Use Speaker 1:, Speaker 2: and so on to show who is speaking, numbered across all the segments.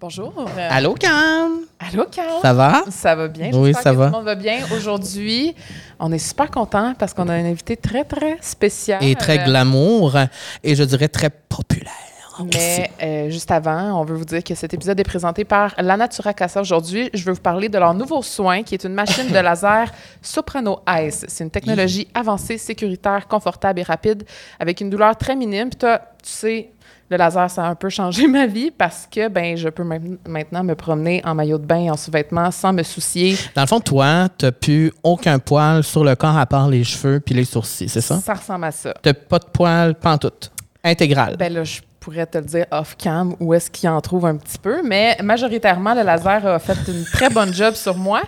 Speaker 1: Bonjour.
Speaker 2: Allô, Cam!
Speaker 1: Euh, Allô, Carl.
Speaker 2: Ça va?
Speaker 1: Ça va bien?
Speaker 2: Oui,
Speaker 1: J'espère
Speaker 2: ça
Speaker 1: que
Speaker 2: va.
Speaker 1: Tout le monde va bien. Aujourd'hui, on est super content parce qu'on a un invité très, très spécial.
Speaker 2: Et très
Speaker 1: Euh,
Speaker 2: glamour. Et je dirais très populaire. aussi.
Speaker 1: Mais euh, juste avant, on veut vous dire que cet épisode est présenté par La Natura Casa. Aujourd'hui, je veux vous parler de leur nouveau soin qui est une machine de laser Soprano Ice. C'est une technologie avancée, sécuritaire, confortable et rapide avec une douleur très minime. Puis toi, tu sais, le laser, ça a un peu changé ma vie parce que ben, je peux main- maintenant me promener en maillot de bain, et en sous-vêtements, sans me soucier.
Speaker 2: Dans le fond, toi, t'as plus aucun poil sur le corps à part les cheveux puis les sourcils, c'est ça?
Speaker 1: ressemble à ça.
Speaker 2: T'as pas de poil pantoute. Intégral.
Speaker 1: Ben là, je pourrais te le dire off-cam où est-ce qu'il en trouve un petit peu, mais majoritairement, le laser a fait une très bonne job sur moi.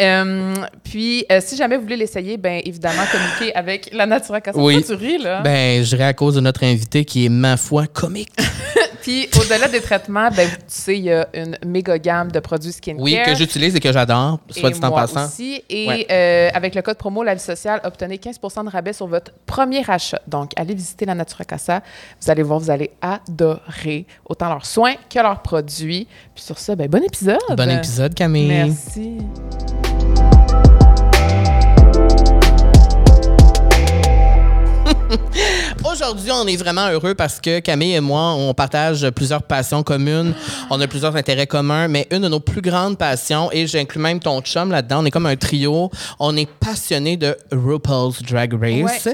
Speaker 1: Euh, puis, euh, si jamais vous voulez l'essayer, ben évidemment, communiquer avec la Natura Casa.
Speaker 2: Oui.
Speaker 1: Pourquoi tu ris, là?
Speaker 2: Ben, je dirais à cause de notre invité qui est, ma foi, comique.
Speaker 1: Puis, au-delà des traitements, ben, tu sais, il y a une méga gamme de produits skincare.
Speaker 2: Oui, que j'utilise et que j'adore, soit
Speaker 1: Et
Speaker 2: dit en
Speaker 1: moi
Speaker 2: passant.
Speaker 1: aussi. Et
Speaker 2: Ouais.
Speaker 1: euh, avec le code promo La Vie Sociale, obtenez 15 de rabais sur votre premier achat. Donc, allez visiter la Natura Casa. Vous allez voir, vous allez adorer autant leurs soins que leurs produits. Puis sur ça, ben, bon épisode.
Speaker 2: Bon épisode, Camille.
Speaker 1: Merci.
Speaker 2: Aujourd'hui, on est vraiment heureux parce que Camille et moi, on partage plusieurs passions communes, on a plusieurs intérêts communs, mais une de nos plus grandes passions, et j'inclus même ton chum là-dedans, on est comme un trio, on est passionné de RuPaul's Drag Race.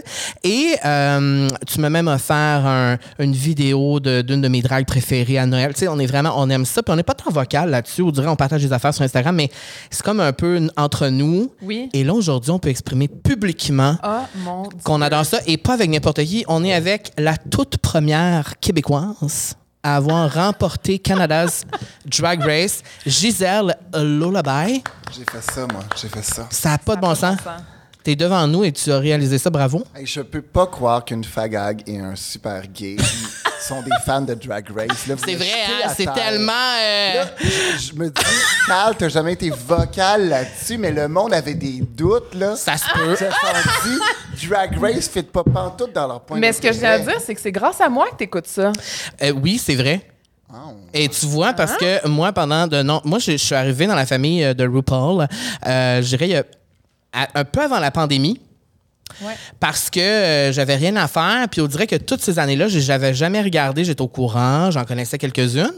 Speaker 2: Et euh, tu m'as même offert un- une vidéo de- d'une de, mes drags préférées à Noël. Tu sais, on est vraiment, on aime ça, puis on n'est pas tant vocal là-dessus, on dirait on partage des affaires sur Instagram, mais c'est comme un peu une- entre nous.
Speaker 1: Oui.
Speaker 2: Et là, aujourd'hui, on peut exprimer publiquement
Speaker 1: Oh mon Dieu.
Speaker 2: qu'on adore ça et pas avec n'importe qui. On est avec la toute première québécoise à avoir remporté Canada's Drag Race, Gisèle Lullaby.
Speaker 3: J'ai fait ça, moi. J'ai fait ça.
Speaker 2: Ça n'a pas de bon sens. T'es devant nous et tu as réalisé ça, bravo.
Speaker 3: Hey, je peux pas croire qu'une fagag et un super gay sont des fans de Drag Race. Là, vous
Speaker 2: C'est
Speaker 3: les
Speaker 2: vrai,
Speaker 3: jetez
Speaker 2: hein,
Speaker 3: à
Speaker 2: c'est
Speaker 3: terre.
Speaker 2: tellement... euh,
Speaker 3: Là, je, je me dis, Carl, t'as jamais été vocal là-dessus, mais le monde avait des doutes, là.
Speaker 2: Ça se peut.
Speaker 3: Ils se sont dit, Drag Race fit pas pantoute dans leur point
Speaker 1: Mais ce que je viens à
Speaker 3: d'intérêt.
Speaker 1: dire, c'est que c'est grâce à moi que tu écoutes ça.
Speaker 2: Euh, oui, c'est vrai.
Speaker 3: Oh. Ah.
Speaker 2: Et tu vois, parce que moi, pendant de non, moi, je, je suis arrivé dans la famille euh, de RuPaul, euh, je dirais, il y a- à- un peu avant la pandémie.
Speaker 1: Ouais.
Speaker 2: parce que euh, j'avais rien à faire. Puis on dirait que toutes ces années-là, j'ai- j'avais jamais regardé, j'étais au courant, j'en connaissais quelques-unes.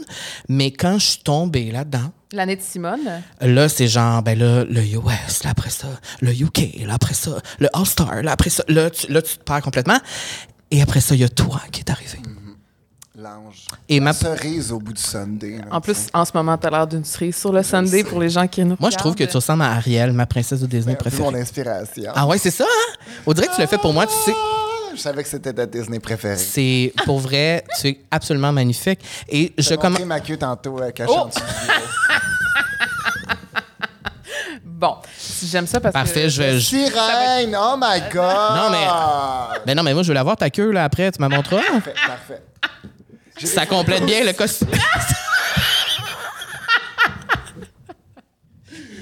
Speaker 2: Mais quand je suis tombée là-dedans,
Speaker 1: L'année de Simone.
Speaker 2: là, c'est genre, ben là, le US, là après ça, le UK, là après ça, le All-Star, là après ça, là tu, là, tu te perds complètement. Et après ça, il y a toi qui est arrivé.
Speaker 3: L'ange.
Speaker 2: Et ma...
Speaker 3: Cerise au bout du Sunday. là,
Speaker 1: En
Speaker 3: tu
Speaker 1: plus, en ce moment, tu as l'air d'une cerise sur le Sunday pour les gens qui nous
Speaker 2: Moi, je trouve que tu
Speaker 1: regardent.
Speaker 2: ressembles à Ariel, ma princesse de
Speaker 3: sais.
Speaker 2: Disney
Speaker 3: Un peu mon
Speaker 2: préférée.
Speaker 3: inspiration.
Speaker 2: Ah ouais, c'est ça, hein? On dirait que tu le fais pour moi, tu sais.
Speaker 3: Ah, Je savais que c'était ta Disney préférée.
Speaker 2: C'est pour vrai, tu es absolument magnifique. Et je Oh!
Speaker 3: J'ai
Speaker 2: commence.
Speaker 3: montré ma queue tantôt euh, cachée en dessous du bureau.
Speaker 1: Bon, j'aime ça parce que...
Speaker 2: Parfait, je vais. je-
Speaker 3: Sirène! Oh my God!
Speaker 2: Non, mais- Ben non, mais moi, je veux la voir ta queue, là, après, tu m'as montré.
Speaker 3: Parfait, parfait. J'ai-
Speaker 2: Ça complète bien le costume.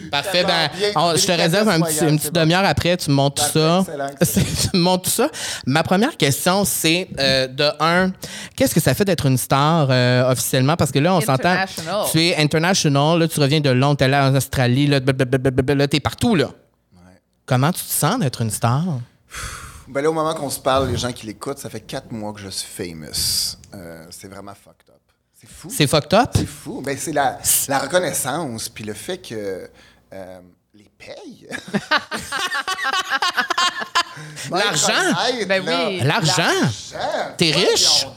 Speaker 2: Parfait, ben,
Speaker 3: J'adore
Speaker 2: on- je
Speaker 3: bien.
Speaker 2: te
Speaker 3: Délicatesse
Speaker 2: réserve un petit-
Speaker 3: royale,
Speaker 2: une
Speaker 3: c'est
Speaker 2: petite
Speaker 3: bon.
Speaker 2: demi-heure après, tu me montres tout ça.
Speaker 3: Parfait, excellent,
Speaker 2: tu me montres tout ça. Ma première question, c'est euh, de un, qu'est-ce que ça fait d'être une star euh, officiellement? Parce que là, on s'entend.
Speaker 1: International.
Speaker 2: Tu es international, là, tu reviens de Londres, t'es allé en Australie, là, blablabla, là, t'es partout, là. Comment tu te sens d'être une star?
Speaker 3: Ben là, au moment qu'on se parle, les gens qui l'écoutent, ça fait quatre mois que je suis famous. Euh, c'est vraiment fucked up. C'est fou.
Speaker 2: C'est fucked up?
Speaker 3: C'est fou. Ben, c'est la, la reconnaissance, puis le fait que euh, les paye.
Speaker 2: L'argent?
Speaker 1: Ben oui.
Speaker 2: L'argent? T'es riche?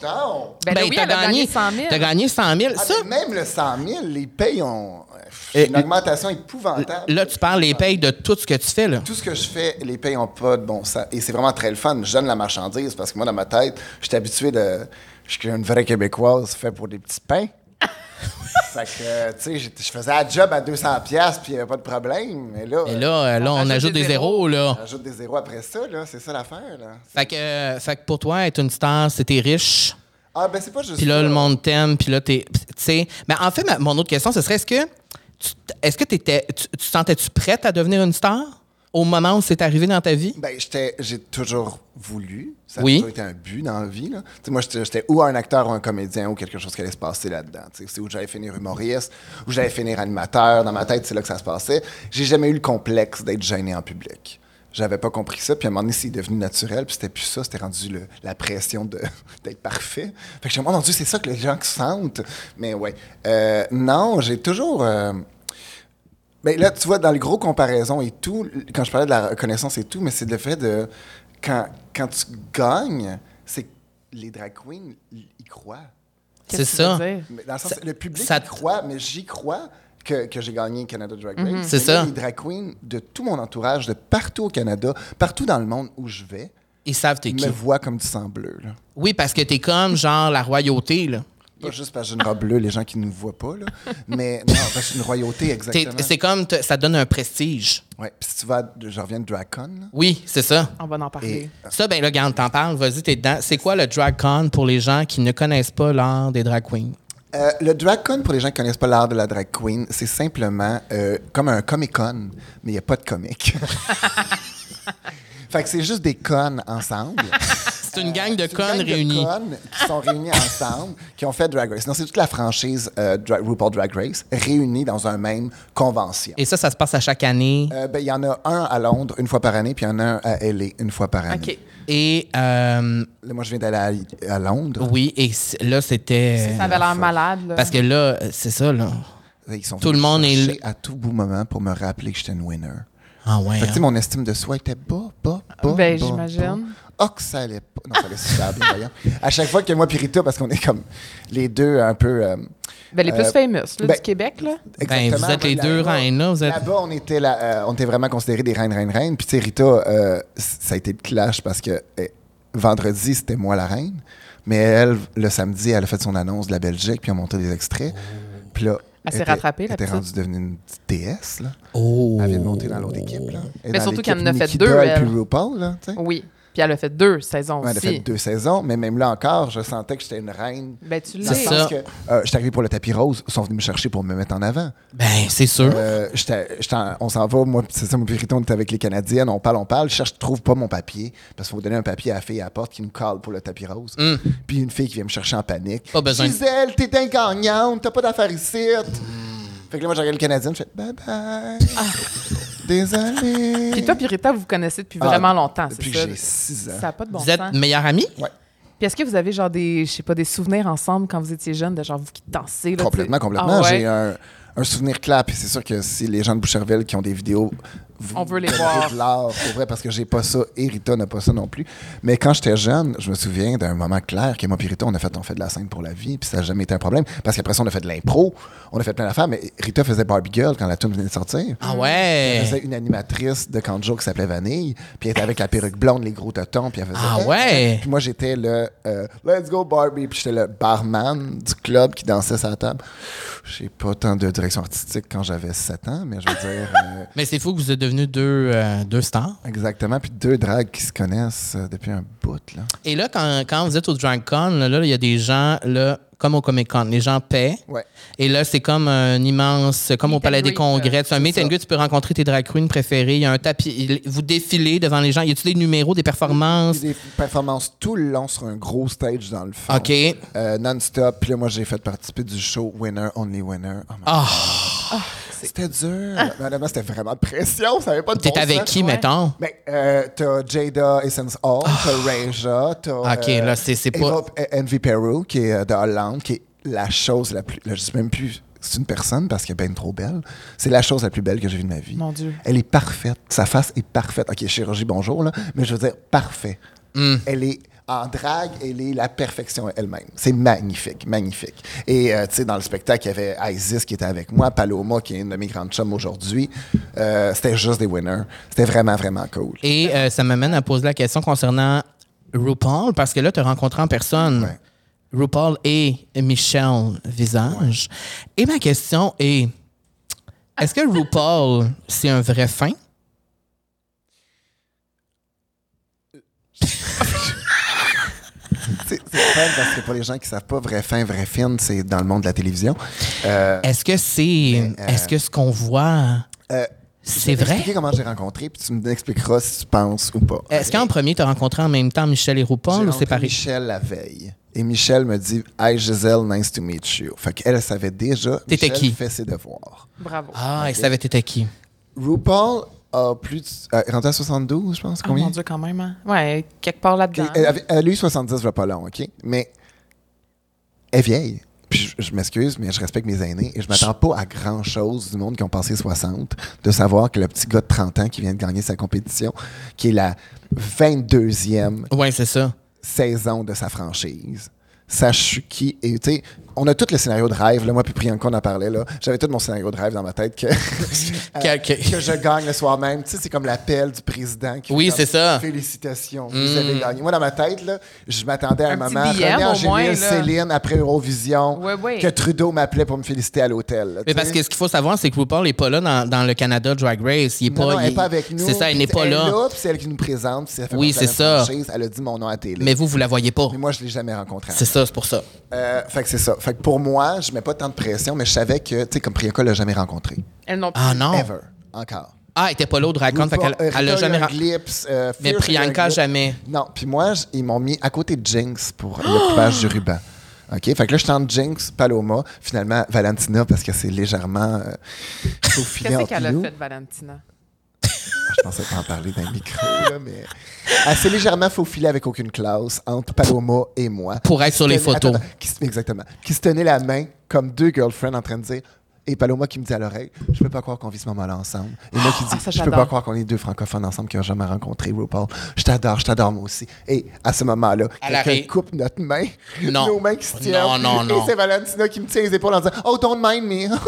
Speaker 1: Ben là, oui,
Speaker 2: t'as
Speaker 1: elle a gagné 100 000.
Speaker 2: T'as gagné 100 000. Ça,
Speaker 3: même le 100 000, les payes ont pff,
Speaker 2: Et-
Speaker 3: une augmentation épouvantable.
Speaker 2: Là, tu parles les payes de tout ce que tu fais, là.
Speaker 3: tout ce que je fais, les pays ont pas de bon sens. Et c'est vraiment très le fun. Je donne la marchandise parce que moi, dans ma tête, je suis habitué de. Je suis une vraie Québécoise fait pour des petits pains. fait que, tu sais, j'étais- je faisais la job à 200$ piastres, puis il n'y avait pas de problème. Mais là,
Speaker 2: Et là, euh, là, on, ajoute, des zéros, là.
Speaker 3: j'ajoute des zéros après ça, là. C'est ça l'affaire, là.
Speaker 2: Fait que, euh, fait que pour toi, être une star, c'est t'es riche,
Speaker 3: Ah, ben c'est pas juste.
Speaker 2: puis là,
Speaker 3: ça.
Speaker 2: le monde t'aime, puis là, t'es... Tu sais... Mais en fait, ma- mon autre question, ce serait, est-ce que... tu t- Est-ce que t'étais, tu, tu sentais-tu prête à devenir une star? au moment où c'est arrivé dans ta vie?
Speaker 3: Ben, j'étais- j'ai toujours voulu. Ça a
Speaker 2: Oui.
Speaker 3: toujours été un but dans la vie. Là. Tu sais, Moi, j'étais j'étais ou un acteur ou un comédien ou quelque chose qui allait se passer là-dedans. Tu sais, C'est où j'allais finir humoriste, où j'allais finir animateur. Dans ma tête, c'est là que ça se passait. J'ai jamais eu le complexe d'être gêné en public. J'avais pas compris ça. Puis à un moment donné, c'est devenu naturel. Puis c'était plus ça. C'était rendu le- la pression de- d'être parfait. Fait que j'ai dit, oh mon Dieu, c'est ça que les gens sentent. Mais ouais. Euh, non, j'ai toujours. euh, ben là, tu vois, dans les gros comparaisons et tout, l- quand je parlais de la reconnaissance et tout, mais c'est le fait de. Quand, quand tu gagnes, c'est que les drag queens, ils ils croient.
Speaker 1: Qu'est-ce que
Speaker 2: C'est
Speaker 1: tu veux
Speaker 2: ça.
Speaker 1: dire?
Speaker 3: Mais dans le sens,
Speaker 2: Ça-
Speaker 3: le public
Speaker 2: ça
Speaker 3: y
Speaker 2: te-
Speaker 3: croit, mais j'y crois que, que j'ai gagné Canada Drag Race. Mais
Speaker 2: C'est
Speaker 3: là,
Speaker 2: ça.
Speaker 3: Les drag queens de tout mon entourage, de partout au Canada, partout dans le monde où je vais,
Speaker 2: Ils savent t'es
Speaker 3: me
Speaker 2: qui.
Speaker 3: voient comme du sang bleu. Là.
Speaker 2: Oui, parce que t'es comme, genre, la royauté, là.
Speaker 3: Pas juste parce que j'ai une robe bleue, les gens qui ne nous voient pas, là. mais non, parce que je suis une royauté,
Speaker 2: T'es-
Speaker 3: exactement.
Speaker 2: C'est comme, te- ça donne un prestige.
Speaker 3: Ouais, puis si tu vas, à- je reviens de DragCon, là.
Speaker 2: Oui, c'est ça.
Speaker 1: On va en parler.
Speaker 3: Et-
Speaker 2: Ça, ben là, regarde, t'en parles, vas-y, t'es dedans. C'est quoi le drag con pour les gens qui ne connaissent pas l'art des drag queens?
Speaker 3: Euh, le drag con, pour les gens qui connaissent pas l'art de la drag queen, c'est simplement euh, comme un comic con, mais il n'y a pas de comique. fait que c'est juste des connes ensemble.
Speaker 2: C'est une gang de
Speaker 3: Euh, C'est une gang
Speaker 2: connes réunies.
Speaker 3: connes qui sont réunies ensemble, qui ont fait Drag Race. Non, c'est toute la franchise euh, Dra- RuPaul Drag Race réunie dans un même convention.
Speaker 2: Et ça, ça se passe à chaque année.
Speaker 3: Euh, ben, Il y en a un à Londres une fois par année, puis il y en a un à LA une fois par année.
Speaker 1: OK.
Speaker 2: Et euh,
Speaker 3: Là, moi, je viens d'aller à, à Londres.
Speaker 2: oui, et c- là,
Speaker 3: Eh,
Speaker 2: c'était.
Speaker 1: Ça avait l'air malade. Là.
Speaker 2: Parce que là, c'est ça, là.
Speaker 3: Ils sont
Speaker 2: Tout
Speaker 3: venus
Speaker 2: le monde est
Speaker 3: chercher à tout bout moment pour me rappeler que j'étais une winner.
Speaker 2: Ah ouais.
Speaker 3: Fait que, tu sais,
Speaker 2: hein.
Speaker 3: mon estime de soi était bas, bas, bas.
Speaker 1: Ben,
Speaker 3: bas,
Speaker 1: j'imagine.
Speaker 3: bas. Oh, que ça allait pas. Non, ça allait super bien, voyons. À chaque fois que moi, puis Rita, parce qu'on est comme les deux un peu. euh,
Speaker 1: Ben, les plus
Speaker 3: Euh,
Speaker 1: famous là,
Speaker 3: ben-
Speaker 1: du Québec. Là.
Speaker 3: exactement,
Speaker 2: vous êtes les
Speaker 3: là-
Speaker 2: deux
Speaker 3: là-bas-
Speaker 2: reines, là, vous êtes-
Speaker 3: Là-bas, on, était là, euh, on était vraiment considérés des reines, reines, reines. Puis, tu sais, Rita, euh, c- ça a été le clash parce que euh, vendredi, c'était moi la reine. Mais elle, le samedi, elle a fait son annonce de la Belgique, puis on montait des extraits.
Speaker 2: Oh.
Speaker 3: Puis là.
Speaker 1: Elle s'est
Speaker 3: était-
Speaker 1: rattrapée, la
Speaker 3: Elle était
Speaker 1: petite.
Speaker 3: rendue devenue une petite déesse, là.
Speaker 2: Oh.
Speaker 3: Elle vient de monter dans l'autre équipe. Là. Et
Speaker 1: Mais
Speaker 3: dans
Speaker 1: surtout qu'elle
Speaker 3: l'équipe
Speaker 1: en a fait
Speaker 3: Nikki
Speaker 1: deux,
Speaker 3: Doll
Speaker 1: elle.
Speaker 3: puis RuPaul, là, tu sais.
Speaker 1: Oui. Puis elle a fait deux saisons
Speaker 3: Elle a
Speaker 1: aussi.
Speaker 3: fait deux saisons, mais même là encore, je sentais que j'étais une reine.
Speaker 1: Ben, tu
Speaker 3: Dans
Speaker 1: l'as.
Speaker 3: le
Speaker 2: C'est
Speaker 3: sens
Speaker 2: ça.
Speaker 3: que euh, j'étais arrivé pour le tapis rose, ils sont venus me chercher pour me mettre en avant.
Speaker 2: Ben, c'est sûr.
Speaker 3: Euh, j'étais- j'étais en- on s'en va, moi, pis c'est ça, mon périton, on est avec les Canadiennes, on parle, on parle, je cherche, je trouve pas mon papier, parce qu'il faut donner un papier à la fille à la porte qui nous colle pour le tapis rose.
Speaker 1: Mm.
Speaker 3: Puis une fille qui vient me chercher en panique.
Speaker 2: Pas besoin.
Speaker 3: Gisèle, t'es ingagnante, t'as pas d'affaires ici. Fait que là, moi, je regarde le Canadien, je fais bye bye. Désolé.
Speaker 1: Ah. Puis toi, puis Rita, vous vous connaissez depuis
Speaker 3: Ah,
Speaker 1: vraiment longtemps, c'est
Speaker 3: depuis
Speaker 1: ça?
Speaker 3: que j'ai six ans.
Speaker 1: Ça n'a pas de bon
Speaker 2: vous
Speaker 1: sens.
Speaker 2: êtes meilleurs amis?
Speaker 3: Ouais.
Speaker 1: Puis est-ce que vous avez genre des, je sais pas, des souvenirs ensemble quand vous étiez jeune, de genre vous qui dansez? Là,
Speaker 3: Complètement,
Speaker 1: tu sais?
Speaker 3: complètement.
Speaker 1: Ah ouais?
Speaker 3: J'ai un, un souvenir clair. Puis c'est sûr que si les gens de Boucherville qui ont des vidéos. vous
Speaker 1: On veut les
Speaker 3: donneriez
Speaker 1: voir.
Speaker 3: de l'art, pour vrai, parce que j'ai pas ça. Et Rita n'a pas ça non plus. Mais quand j'étais jeune, je me souviens d'un moment clair que moi et Rita, on a fait, on fait de la scène pour la vie. Puis ça n'a jamais été un problème. Parce qu'après ça, on a fait de l'impro. On a fait plein d'affaires. Mais Rita faisait Barbie Girl quand la tune venait de sortir.
Speaker 2: Ah
Speaker 3: Elle faisait
Speaker 2: ouais.
Speaker 3: une animatrice de Kanjo qui s'appelait Vanille, puis elle était avec la perruque blonde, les gros totons, puis elle faisait.
Speaker 2: Ah
Speaker 3: Hey,
Speaker 2: ouais?
Speaker 3: hey. Puis moi, j'étais le euh, Let's Go Barbie, puis j'étais le barman du club qui dansait sa table. J'ai pas tant de direction artistique quand j'avais 7 ans, mais je veux dire. euh,
Speaker 2: Mais c'est fou que vous êtes devenus deux, euh, deux stars.
Speaker 3: Exactement, puis deux dragues qui se connaissent euh, depuis un bout. Là.
Speaker 2: Et là, quand, quand vous êtes au Drag Con, là, là, il y a des gens, là, comme au Comic Con, les gens paient.
Speaker 3: Ouais.
Speaker 2: Et là, c'est comme un immense, comme au
Speaker 1: Meet and
Speaker 2: Palais
Speaker 1: greet,
Speaker 2: des
Speaker 1: euh,
Speaker 2: Congrès. C'est un meet and greet, tu peux rencontrer tes drag queens préférés. Il y a un tapis, il- vous défilez devant les gens. Y a-tu des numéros, des performances?
Speaker 3: Puis Des performances tout le long sur un gros stage dans le fond.
Speaker 2: OK.
Speaker 3: Euh, Non-stop. Puis là, moi, j'ai fait participer du show Winner, Only Winner. Oh my
Speaker 2: Ah,
Speaker 3: C'était dur. Madame, c'était vraiment de pression. Ça avait pas de
Speaker 2: t'es
Speaker 3: bon
Speaker 2: avec
Speaker 3: sens.
Speaker 2: qui, mettons?
Speaker 3: Ben, euh, t'as Jada Essence Hall, t'as Raja, t'as.
Speaker 2: Ah, Ok,
Speaker 3: euh,
Speaker 2: là, c'est- c'est pas-
Speaker 3: Eva- euh, Envy Peru, qui est euh, de Hollande, qui est la chose la plus. Là, je sais même plus, c'est une personne parce qu'elle est bien trop belle. C'est la chose la plus belle que j'ai vue de ma vie.
Speaker 1: Mon Dieu.
Speaker 3: Elle est parfaite. Sa face est parfaite. Ok, chirurgie, bonjour, là. Mais je veux dire, parfait.
Speaker 2: Hmm.
Speaker 3: Elle est. En drague, elle est la perfection elle-même. C'est magnifique, magnifique. Et euh, tu sais, dans le spectacle, il y avait Isis qui était avec moi, Paloma qui est une de mes grandes chums aujourd'hui. Euh, c'était juste des winners. C'était vraiment, vraiment cool.
Speaker 2: Et euh, ça m'amène à poser la question concernant RuPaul, parce que là, tu as rencontré en personne
Speaker 3: Ouais.
Speaker 2: RuPaul et Michel Visage. Et ma question est est-ce que RuPaul, c'est un vrai fin?
Speaker 3: C'est c'est le fun parce que pour les gens qui savent pas, vrai fin, vrai film, c'est dans le monde de la télévision. Euh,
Speaker 2: Est-ce que c'est.
Speaker 3: euh,
Speaker 2: Est-ce que ce qu'on voit.
Speaker 3: euh,
Speaker 2: C'est vrai?
Speaker 3: Expliquer comment j'ai rencontré, puis tu me expliqueras si tu penses ou pas.
Speaker 2: Est-ce qu'en premier, tu as rencontré en même temps Michel et
Speaker 3: euh, J'ai
Speaker 2: RuPaul ou
Speaker 3: rencontré
Speaker 2: c'est pareil?
Speaker 3: Michel la veille. Et Michel me dit Hi Giselle, nice to meet you. Fait qu'elle elle savait déjà.
Speaker 2: T'étais
Speaker 3: Michel
Speaker 2: qui?
Speaker 3: fait ses devoirs.
Speaker 1: Bravo.
Speaker 2: Ah, il savait t'étais qui.
Speaker 3: RuPaul a plus. de- euh, est rendu à 72, je pense.
Speaker 1: Ah,
Speaker 3: Combien?
Speaker 1: mon Dieu, quand même. hein. Ouais, quelque part
Speaker 3: Ok,
Speaker 1: là-dedans.
Speaker 3: elle, avait- elle a eu 70, je vais pas long, OK? Mais elle est vieille. Puis je, je m'excuse, mais je respecte mes aînés et je m'attends pas à grand-chose du monde qui ont passé 60 de savoir que le petit gars de 30 ans qui vient de gagner sa compétition, qui est la 22e
Speaker 2: Ouais, c'est ça.
Speaker 3: saison de sa franchise. Sache qui est. tu sais, On a tout le scénario de rêve. Là, moi, puis Priyanka, on en parlait. là. J'avais tout mon scénario de rêve dans ma tête que, euh,
Speaker 2: Que- que-
Speaker 3: que je gagne le soir même. Tu sais, c'est comme l'appel du président. Qui
Speaker 2: Oui,
Speaker 3: fait comme,
Speaker 2: c'est ça. Mm.
Speaker 3: Félicitations, vous avez gagné. Moi, dans ma tête, là, je m'attendais à
Speaker 1: Un
Speaker 3: un
Speaker 1: petit
Speaker 3: moment.
Speaker 1: DM,
Speaker 3: René
Speaker 1: au
Speaker 3: Angélil,
Speaker 1: moins, là.
Speaker 3: Céline, après Eurovision,
Speaker 1: Ouais, ouais.
Speaker 3: que Trudeau m'appelait pour me féliciter à l'hôtel. là,
Speaker 2: Mais
Speaker 3: tu
Speaker 2: parce
Speaker 3: sais.
Speaker 2: que ce qu'il faut savoir, c'est que RuPaul n'est pas là dans, dans le Canada Drag Race. Il est
Speaker 3: Non,
Speaker 2: pas,
Speaker 3: non, elle
Speaker 2: il-
Speaker 3: n'est pas avec nous.
Speaker 2: C'est ça, il
Speaker 3: Puis
Speaker 2: n'est pas
Speaker 3: elle est
Speaker 2: là.
Speaker 3: puis c'est elle qui nous présente. puis elle fait
Speaker 2: Oui,
Speaker 3: partie de
Speaker 2: c'est
Speaker 3: la
Speaker 2: ça.
Speaker 3: franchise, Elle a dit mon nom à la télé.
Speaker 2: Mais vous, vous la voyez pas.
Speaker 3: Mais moi, je ne l'ai jamais rencontrée.
Speaker 2: C'est ça, c'est pour ça.
Speaker 3: Euh, fait que c'est ça. Fait que pour moi, je mets pas tant de pression, mais je savais que, tu sais, comme Priyanka l'a jamais rencontré.
Speaker 1: Elles n'ont plus.
Speaker 2: Ah non.
Speaker 3: Ever. Encore.
Speaker 2: Ah, elle était pas là au Dragon. Fait qu'elle
Speaker 3: Euh,
Speaker 2: elle a
Speaker 3: Rita
Speaker 2: jamais. ren-
Speaker 3: Glimpse, euh,
Speaker 2: Mais
Speaker 3: Fierce
Speaker 2: Priyanka,
Speaker 3: Young Lips.
Speaker 2: jamais.
Speaker 3: Non, puis moi, j- ils m'ont mis à côté de Jinx pour
Speaker 2: Oh!
Speaker 3: le coupage du ruban. OK? Fait que là, je tente Jinx, Paloma, finalement Valentina, parce que c'est légèrement euh, faufilé
Speaker 1: Qu'est-ce
Speaker 3: en
Speaker 1: qu'elle a
Speaker 3: pilou.
Speaker 1: fait, Valentina?
Speaker 3: Je pensais pas en parler d'un micro, là, mais... Elle s'est légèrement faufilée avec aucune classe entre Paloma et moi.
Speaker 2: Pour être
Speaker 3: Qui
Speaker 2: sur
Speaker 3: se
Speaker 2: les
Speaker 3: tenait-
Speaker 2: photos.
Speaker 3: attends, attends, qui se- exactement. Qui se tenaient la main comme deux girlfriends en train de dire... Et Paloma qui me dit à l'oreille, je peux pas croire qu'on vit ce moment-là ensemble. Et moi qui dis,
Speaker 1: Ah, ça,
Speaker 3: je peux pas
Speaker 1: j'adore.
Speaker 3: croire qu'on est deux francophones ensemble qui ont jamais rencontré RuPaul. Je t'adore, je t'adore moi aussi. Et à ce moment-là,
Speaker 2: Elle
Speaker 3: quelqu'un
Speaker 2: arrive.
Speaker 3: coupe notre main,
Speaker 2: Non.
Speaker 3: nos mains qui se tiennent.
Speaker 2: Non, non, non.
Speaker 3: Et c'est Valentina qui me tient les épaules en disant, oh don't mind
Speaker 1: Ouais,
Speaker 3: me.
Speaker 1: ouais,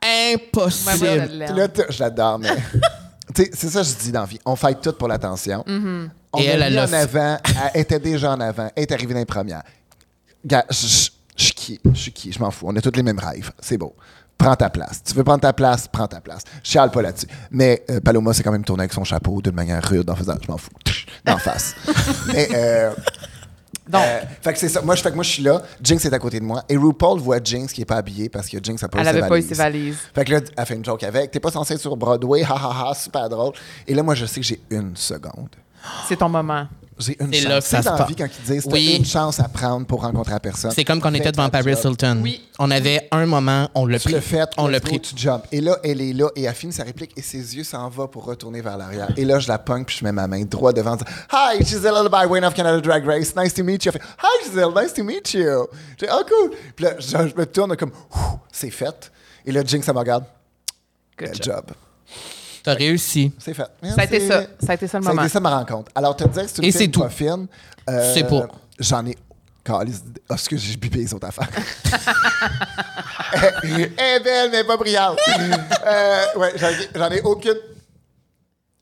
Speaker 1: elle
Speaker 2: Impossible.
Speaker 1: l'aime.
Speaker 3: Puis là, t- je l'adore, mais. Tu sais, c'est ça que je dis dans la vie. On fight tout pour l'attention. On
Speaker 2: Et
Speaker 3: l'a
Speaker 2: elle, elle
Speaker 3: mis
Speaker 2: l'a
Speaker 3: en
Speaker 2: fait.
Speaker 3: avant. Elle était déjà en avant. Elle est arrivée dans les premières. Gars, je- je je suis qui? Je suis qui? Je m'en fous. On a tous les mêmes rêves. C'est beau. Prends ta place. Tu veux prendre ta place? Prends ta place. Je chiale pas là-dessus. Mais euh, Paloma s'est quand même tournée avec son chapeau d'une manière rude en faisant je m'en fous. D'en face. Mais. euh,
Speaker 1: Donc,
Speaker 3: euh, fait que c'est ça. Moi, je fait que moi, je suis là. Jinx est à côté de moi. Et RuPaul voit Jinx qui est pas habillée parce que Jinx a pas eu
Speaker 1: elle
Speaker 3: ses
Speaker 1: avait pas eu
Speaker 3: valises.
Speaker 1: ses valises.
Speaker 3: Fait que là, elle fait une joke avec. T'es pas censé être sur Broadway, ha ha ha, super drôle. Et là, moi, je sais que j'ai une seconde.
Speaker 1: C'est ton moment.
Speaker 3: J'ai une
Speaker 2: C'est
Speaker 3: chance.
Speaker 2: là que
Speaker 3: Tu
Speaker 2: ça
Speaker 3: sais,
Speaker 2: se
Speaker 3: dans la
Speaker 2: passe.
Speaker 3: vie, quand ils disent, t'as
Speaker 2: Oui.
Speaker 3: une chance à prendre pour rencontrer la personne.
Speaker 2: C'est comme quand on
Speaker 3: Fais
Speaker 2: était devant
Speaker 3: ta
Speaker 2: Paris
Speaker 3: job.
Speaker 2: Hilton.
Speaker 1: Oui.
Speaker 2: On avait un moment, on l'a
Speaker 3: Tu
Speaker 2: pris.
Speaker 3: le fait,
Speaker 2: on
Speaker 3: let's
Speaker 2: l'a
Speaker 3: go,
Speaker 2: pris.
Speaker 3: Tu jump. Et là, elle est là et elle finit sa réplique et ses yeux s'en vont pour retourner vers l'arrière. Et là, je la pogne puis je mets ma main droit devant. en disant, Hi, Giselle Alba, Wayne of Canada Drag Race. Nice to meet you. Elle fait Hi, Giselle, nice to meet you. J'ai Oh, cool. Puis là, je, je me tourne comme Ouh, C'est fait. Et là, Jinx, ça me regarde.
Speaker 1: Good
Speaker 3: Good
Speaker 1: job.
Speaker 3: job.
Speaker 2: T'as réussi.
Speaker 3: C'est fait.
Speaker 1: Ça a été
Speaker 3: Merci.
Speaker 1: ça. Ça a été ça le
Speaker 3: Ça
Speaker 1: moment.
Speaker 3: a été ça ma rencontre. Alors, te dire que c'est une
Speaker 2: Et
Speaker 3: fille
Speaker 2: c'est tout.
Speaker 3: pas fine. euh,
Speaker 2: C'est pas.
Speaker 3: J'en ai. Calice. Oh, ce que j'ai bipé les autres affaires. Elle est belle, mais pas brillante. Euh, ouais, j'en ai- j'en ai aucune.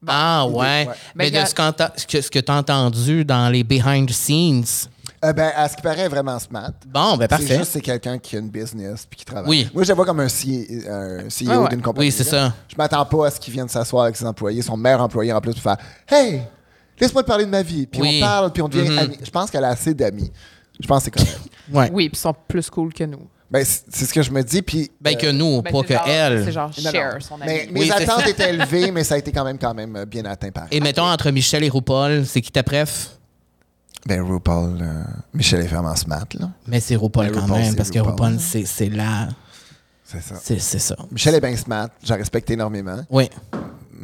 Speaker 2: Ah ouais.
Speaker 3: ouais.
Speaker 2: Mais
Speaker 1: Ben,
Speaker 2: de ce, qu'en- ce que, ce que t'as entendu dans les behind the scenes.
Speaker 3: Euh, ben, à ce qui paraît, elle est vraiment smart.
Speaker 2: Bon, ben
Speaker 3: C'est
Speaker 2: parfait.
Speaker 3: juste c'est quelqu'un qui a une business puis qui travaille.
Speaker 2: Oui.
Speaker 3: Moi, je la vois comme un, C- un CEO
Speaker 1: Ah ouais.
Speaker 3: d'une compagnie.
Speaker 2: Oui, c'est
Speaker 3: là.
Speaker 2: ça.
Speaker 3: Je m'attends pas à ce qu'il vienne s'asseoir avec ses employés, son meilleur employé en plus, pour faire Hey, laisse-moi te parler de ma vie. Puis
Speaker 2: Oui.
Speaker 3: on parle, puis on devient
Speaker 2: Mhm.
Speaker 3: amis. Je pense qu'elle a assez d'amis. Je pense que c'est correct.
Speaker 2: Ouais.
Speaker 1: Oui, puis ils sont plus cool que nous.
Speaker 3: ben, c'est c'est ce que je me dis. Puis.
Speaker 2: Ben
Speaker 3: euh,
Speaker 2: que nous,
Speaker 1: Ben,
Speaker 2: pas
Speaker 1: c'est
Speaker 2: que
Speaker 1: genre-
Speaker 2: elle.
Speaker 1: C'est genre
Speaker 3: non, non.
Speaker 1: share son ami.
Speaker 3: Mais, mes
Speaker 2: Oui, c'est
Speaker 3: attentes
Speaker 2: ça.
Speaker 3: étaient élevées, mais ça a été quand même, quand même euh, bien atteint par.
Speaker 2: Et mettons entre Michel et RuPaul, c'est qui ta préf?
Speaker 3: Ben, RuPaul, euh, Michel est vraiment smart, là.
Speaker 2: Mais c'est RuPaul
Speaker 3: Ben,
Speaker 2: quand
Speaker 3: RuPaul,
Speaker 2: même,
Speaker 3: c'est
Speaker 2: parce que
Speaker 3: RuPaul.
Speaker 2: RuPaul, c'est c'est la.
Speaker 3: C'est ça.
Speaker 2: C'est c'est ça.
Speaker 3: Michel est bien smart. J'en respecte énormément.
Speaker 2: Oui.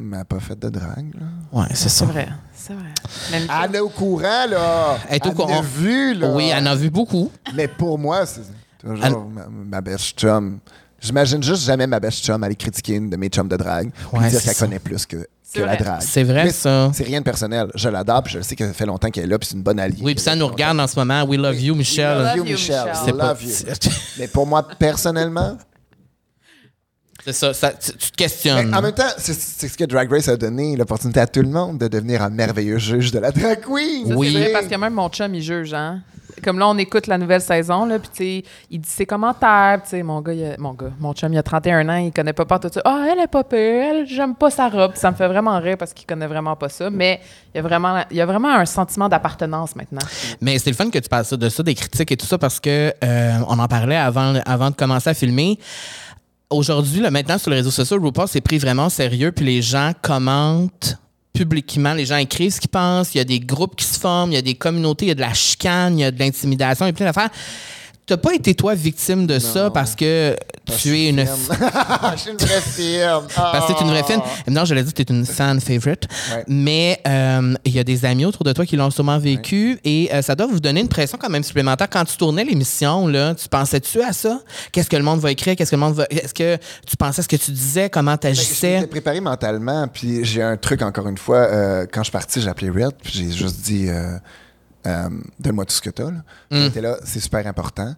Speaker 3: Mais elle a pas fait de drague, là.
Speaker 2: Ouais, c'est ça.
Speaker 1: C'est vrai. C'est vrai. Même
Speaker 3: Elle est au courant, là.
Speaker 2: Elle est au
Speaker 3: Elle en a
Speaker 2: courant.
Speaker 3: vu, là.
Speaker 2: Oui, elle en a vu beaucoup.
Speaker 3: Mais pour moi, c'est toujours
Speaker 2: Elle-
Speaker 3: ma, ma best chum. J'imagine juste jamais ma best chum aller critiquer une de mes chums de drague puis
Speaker 2: Ouais,
Speaker 3: dire
Speaker 2: c'est
Speaker 3: qu'elle
Speaker 2: ça.
Speaker 3: connaît plus que,
Speaker 1: C'est
Speaker 3: que la
Speaker 1: vrai.
Speaker 3: drague.
Speaker 2: C'est vrai,
Speaker 3: Mais
Speaker 2: ça.
Speaker 3: C'est rien de personnel. Je l'adore, puis je sais que ça fait longtemps qu'elle est là, puis c'est une bonne alliée.
Speaker 2: Oui, puis ça
Speaker 3: Qu'elle
Speaker 2: nous
Speaker 3: est là.
Speaker 2: regarde en ce moment. We love you,
Speaker 3: We
Speaker 2: Michel.
Speaker 3: love you,
Speaker 1: Love you,
Speaker 3: Michel.
Speaker 1: Michel.
Speaker 3: We
Speaker 2: C'est pas-
Speaker 3: love you. Mais pour moi, personnellement,
Speaker 2: C'est ça, ça- tu, tu te
Speaker 3: mais
Speaker 2: questionnes.
Speaker 3: en même temps, c'est c'est ce que Drag Race a donné, l'opportunité à tout le monde de devenir un merveilleux juge de la drag queen.
Speaker 1: Ça,
Speaker 2: Oui.
Speaker 1: C'est vrai parce que même mon chum, il juge, hein. Comme là, on écoute la nouvelle saison, là, puis tu sais, il dit ses commentaires, puis tu sais, mon gars, il a- mon gars, mon chum, il a 31 ans, il connaît pas partout ça. Ah, elle est pas pire, elle, j'aime pas sa robe. Ça me fait vraiment rire parce qu'il connaît vraiment pas ça, mais il y a vraiment, il y a vraiment un sentiment d'appartenance maintenant.
Speaker 2: Mais c'est le fun que tu parles ça, de ça, des critiques et tout ça, parce que euh, on en parlait avant, avant de commencer à filmer. aujourd'hui, là, maintenant, sur les réseaux sociaux, RuPaul s'est pris vraiment sérieux, puis les gens commentent publiquement, les gens écrivent ce qu'ils pensent, il y a des groupes qui se forment, il y a des communautés, il y a de la chicane, il y a de l'intimidation, il y a plein d'affaires. T'as pas été, toi, victime de ça parce que tu es une...
Speaker 3: je suis une vraie Ah. firme.
Speaker 2: Parce que t'es une vraie fine. Non, je l'ai dit, t'es une fan favorite.
Speaker 3: Ouais.
Speaker 2: Mais euh, il y a des amis autour de toi qui l'ont sûrement vécu et euh, ça doit vous donner une pression quand même supplémentaire. Quand tu tournais l'émission, là, tu pensais-tu à ça? Qu'est-ce que le monde va écrire? Qu'est-ce que le monde va. Est-ce que tu pensais ce que tu disais? Comment
Speaker 3: Ben, J'étais
Speaker 2: t'agissais?
Speaker 3: préparé mentalement, puis j'ai un truc encore une fois. euh, quand je suis parti, j'ai appelé Red, puis j'ai juste dit euh, euh, Donne-moi tout ce que t'as. Là.
Speaker 2: Mm.
Speaker 3: Puis il était là, c'est super important.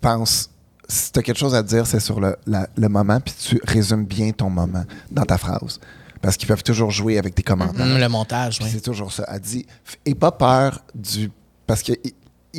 Speaker 3: Pense, si t'as quelque chose à dire, c'est sur le, la- le moment, puis tu résumes bien ton moment dans ta phrase. Parce qu'ils peuvent toujours jouer avec tes commentaires.
Speaker 2: Hum, le montage,
Speaker 3: Puis
Speaker 2: oui.
Speaker 3: C'est toujours ça. Elle dit, f- aie pas peur du. Parce qu'ils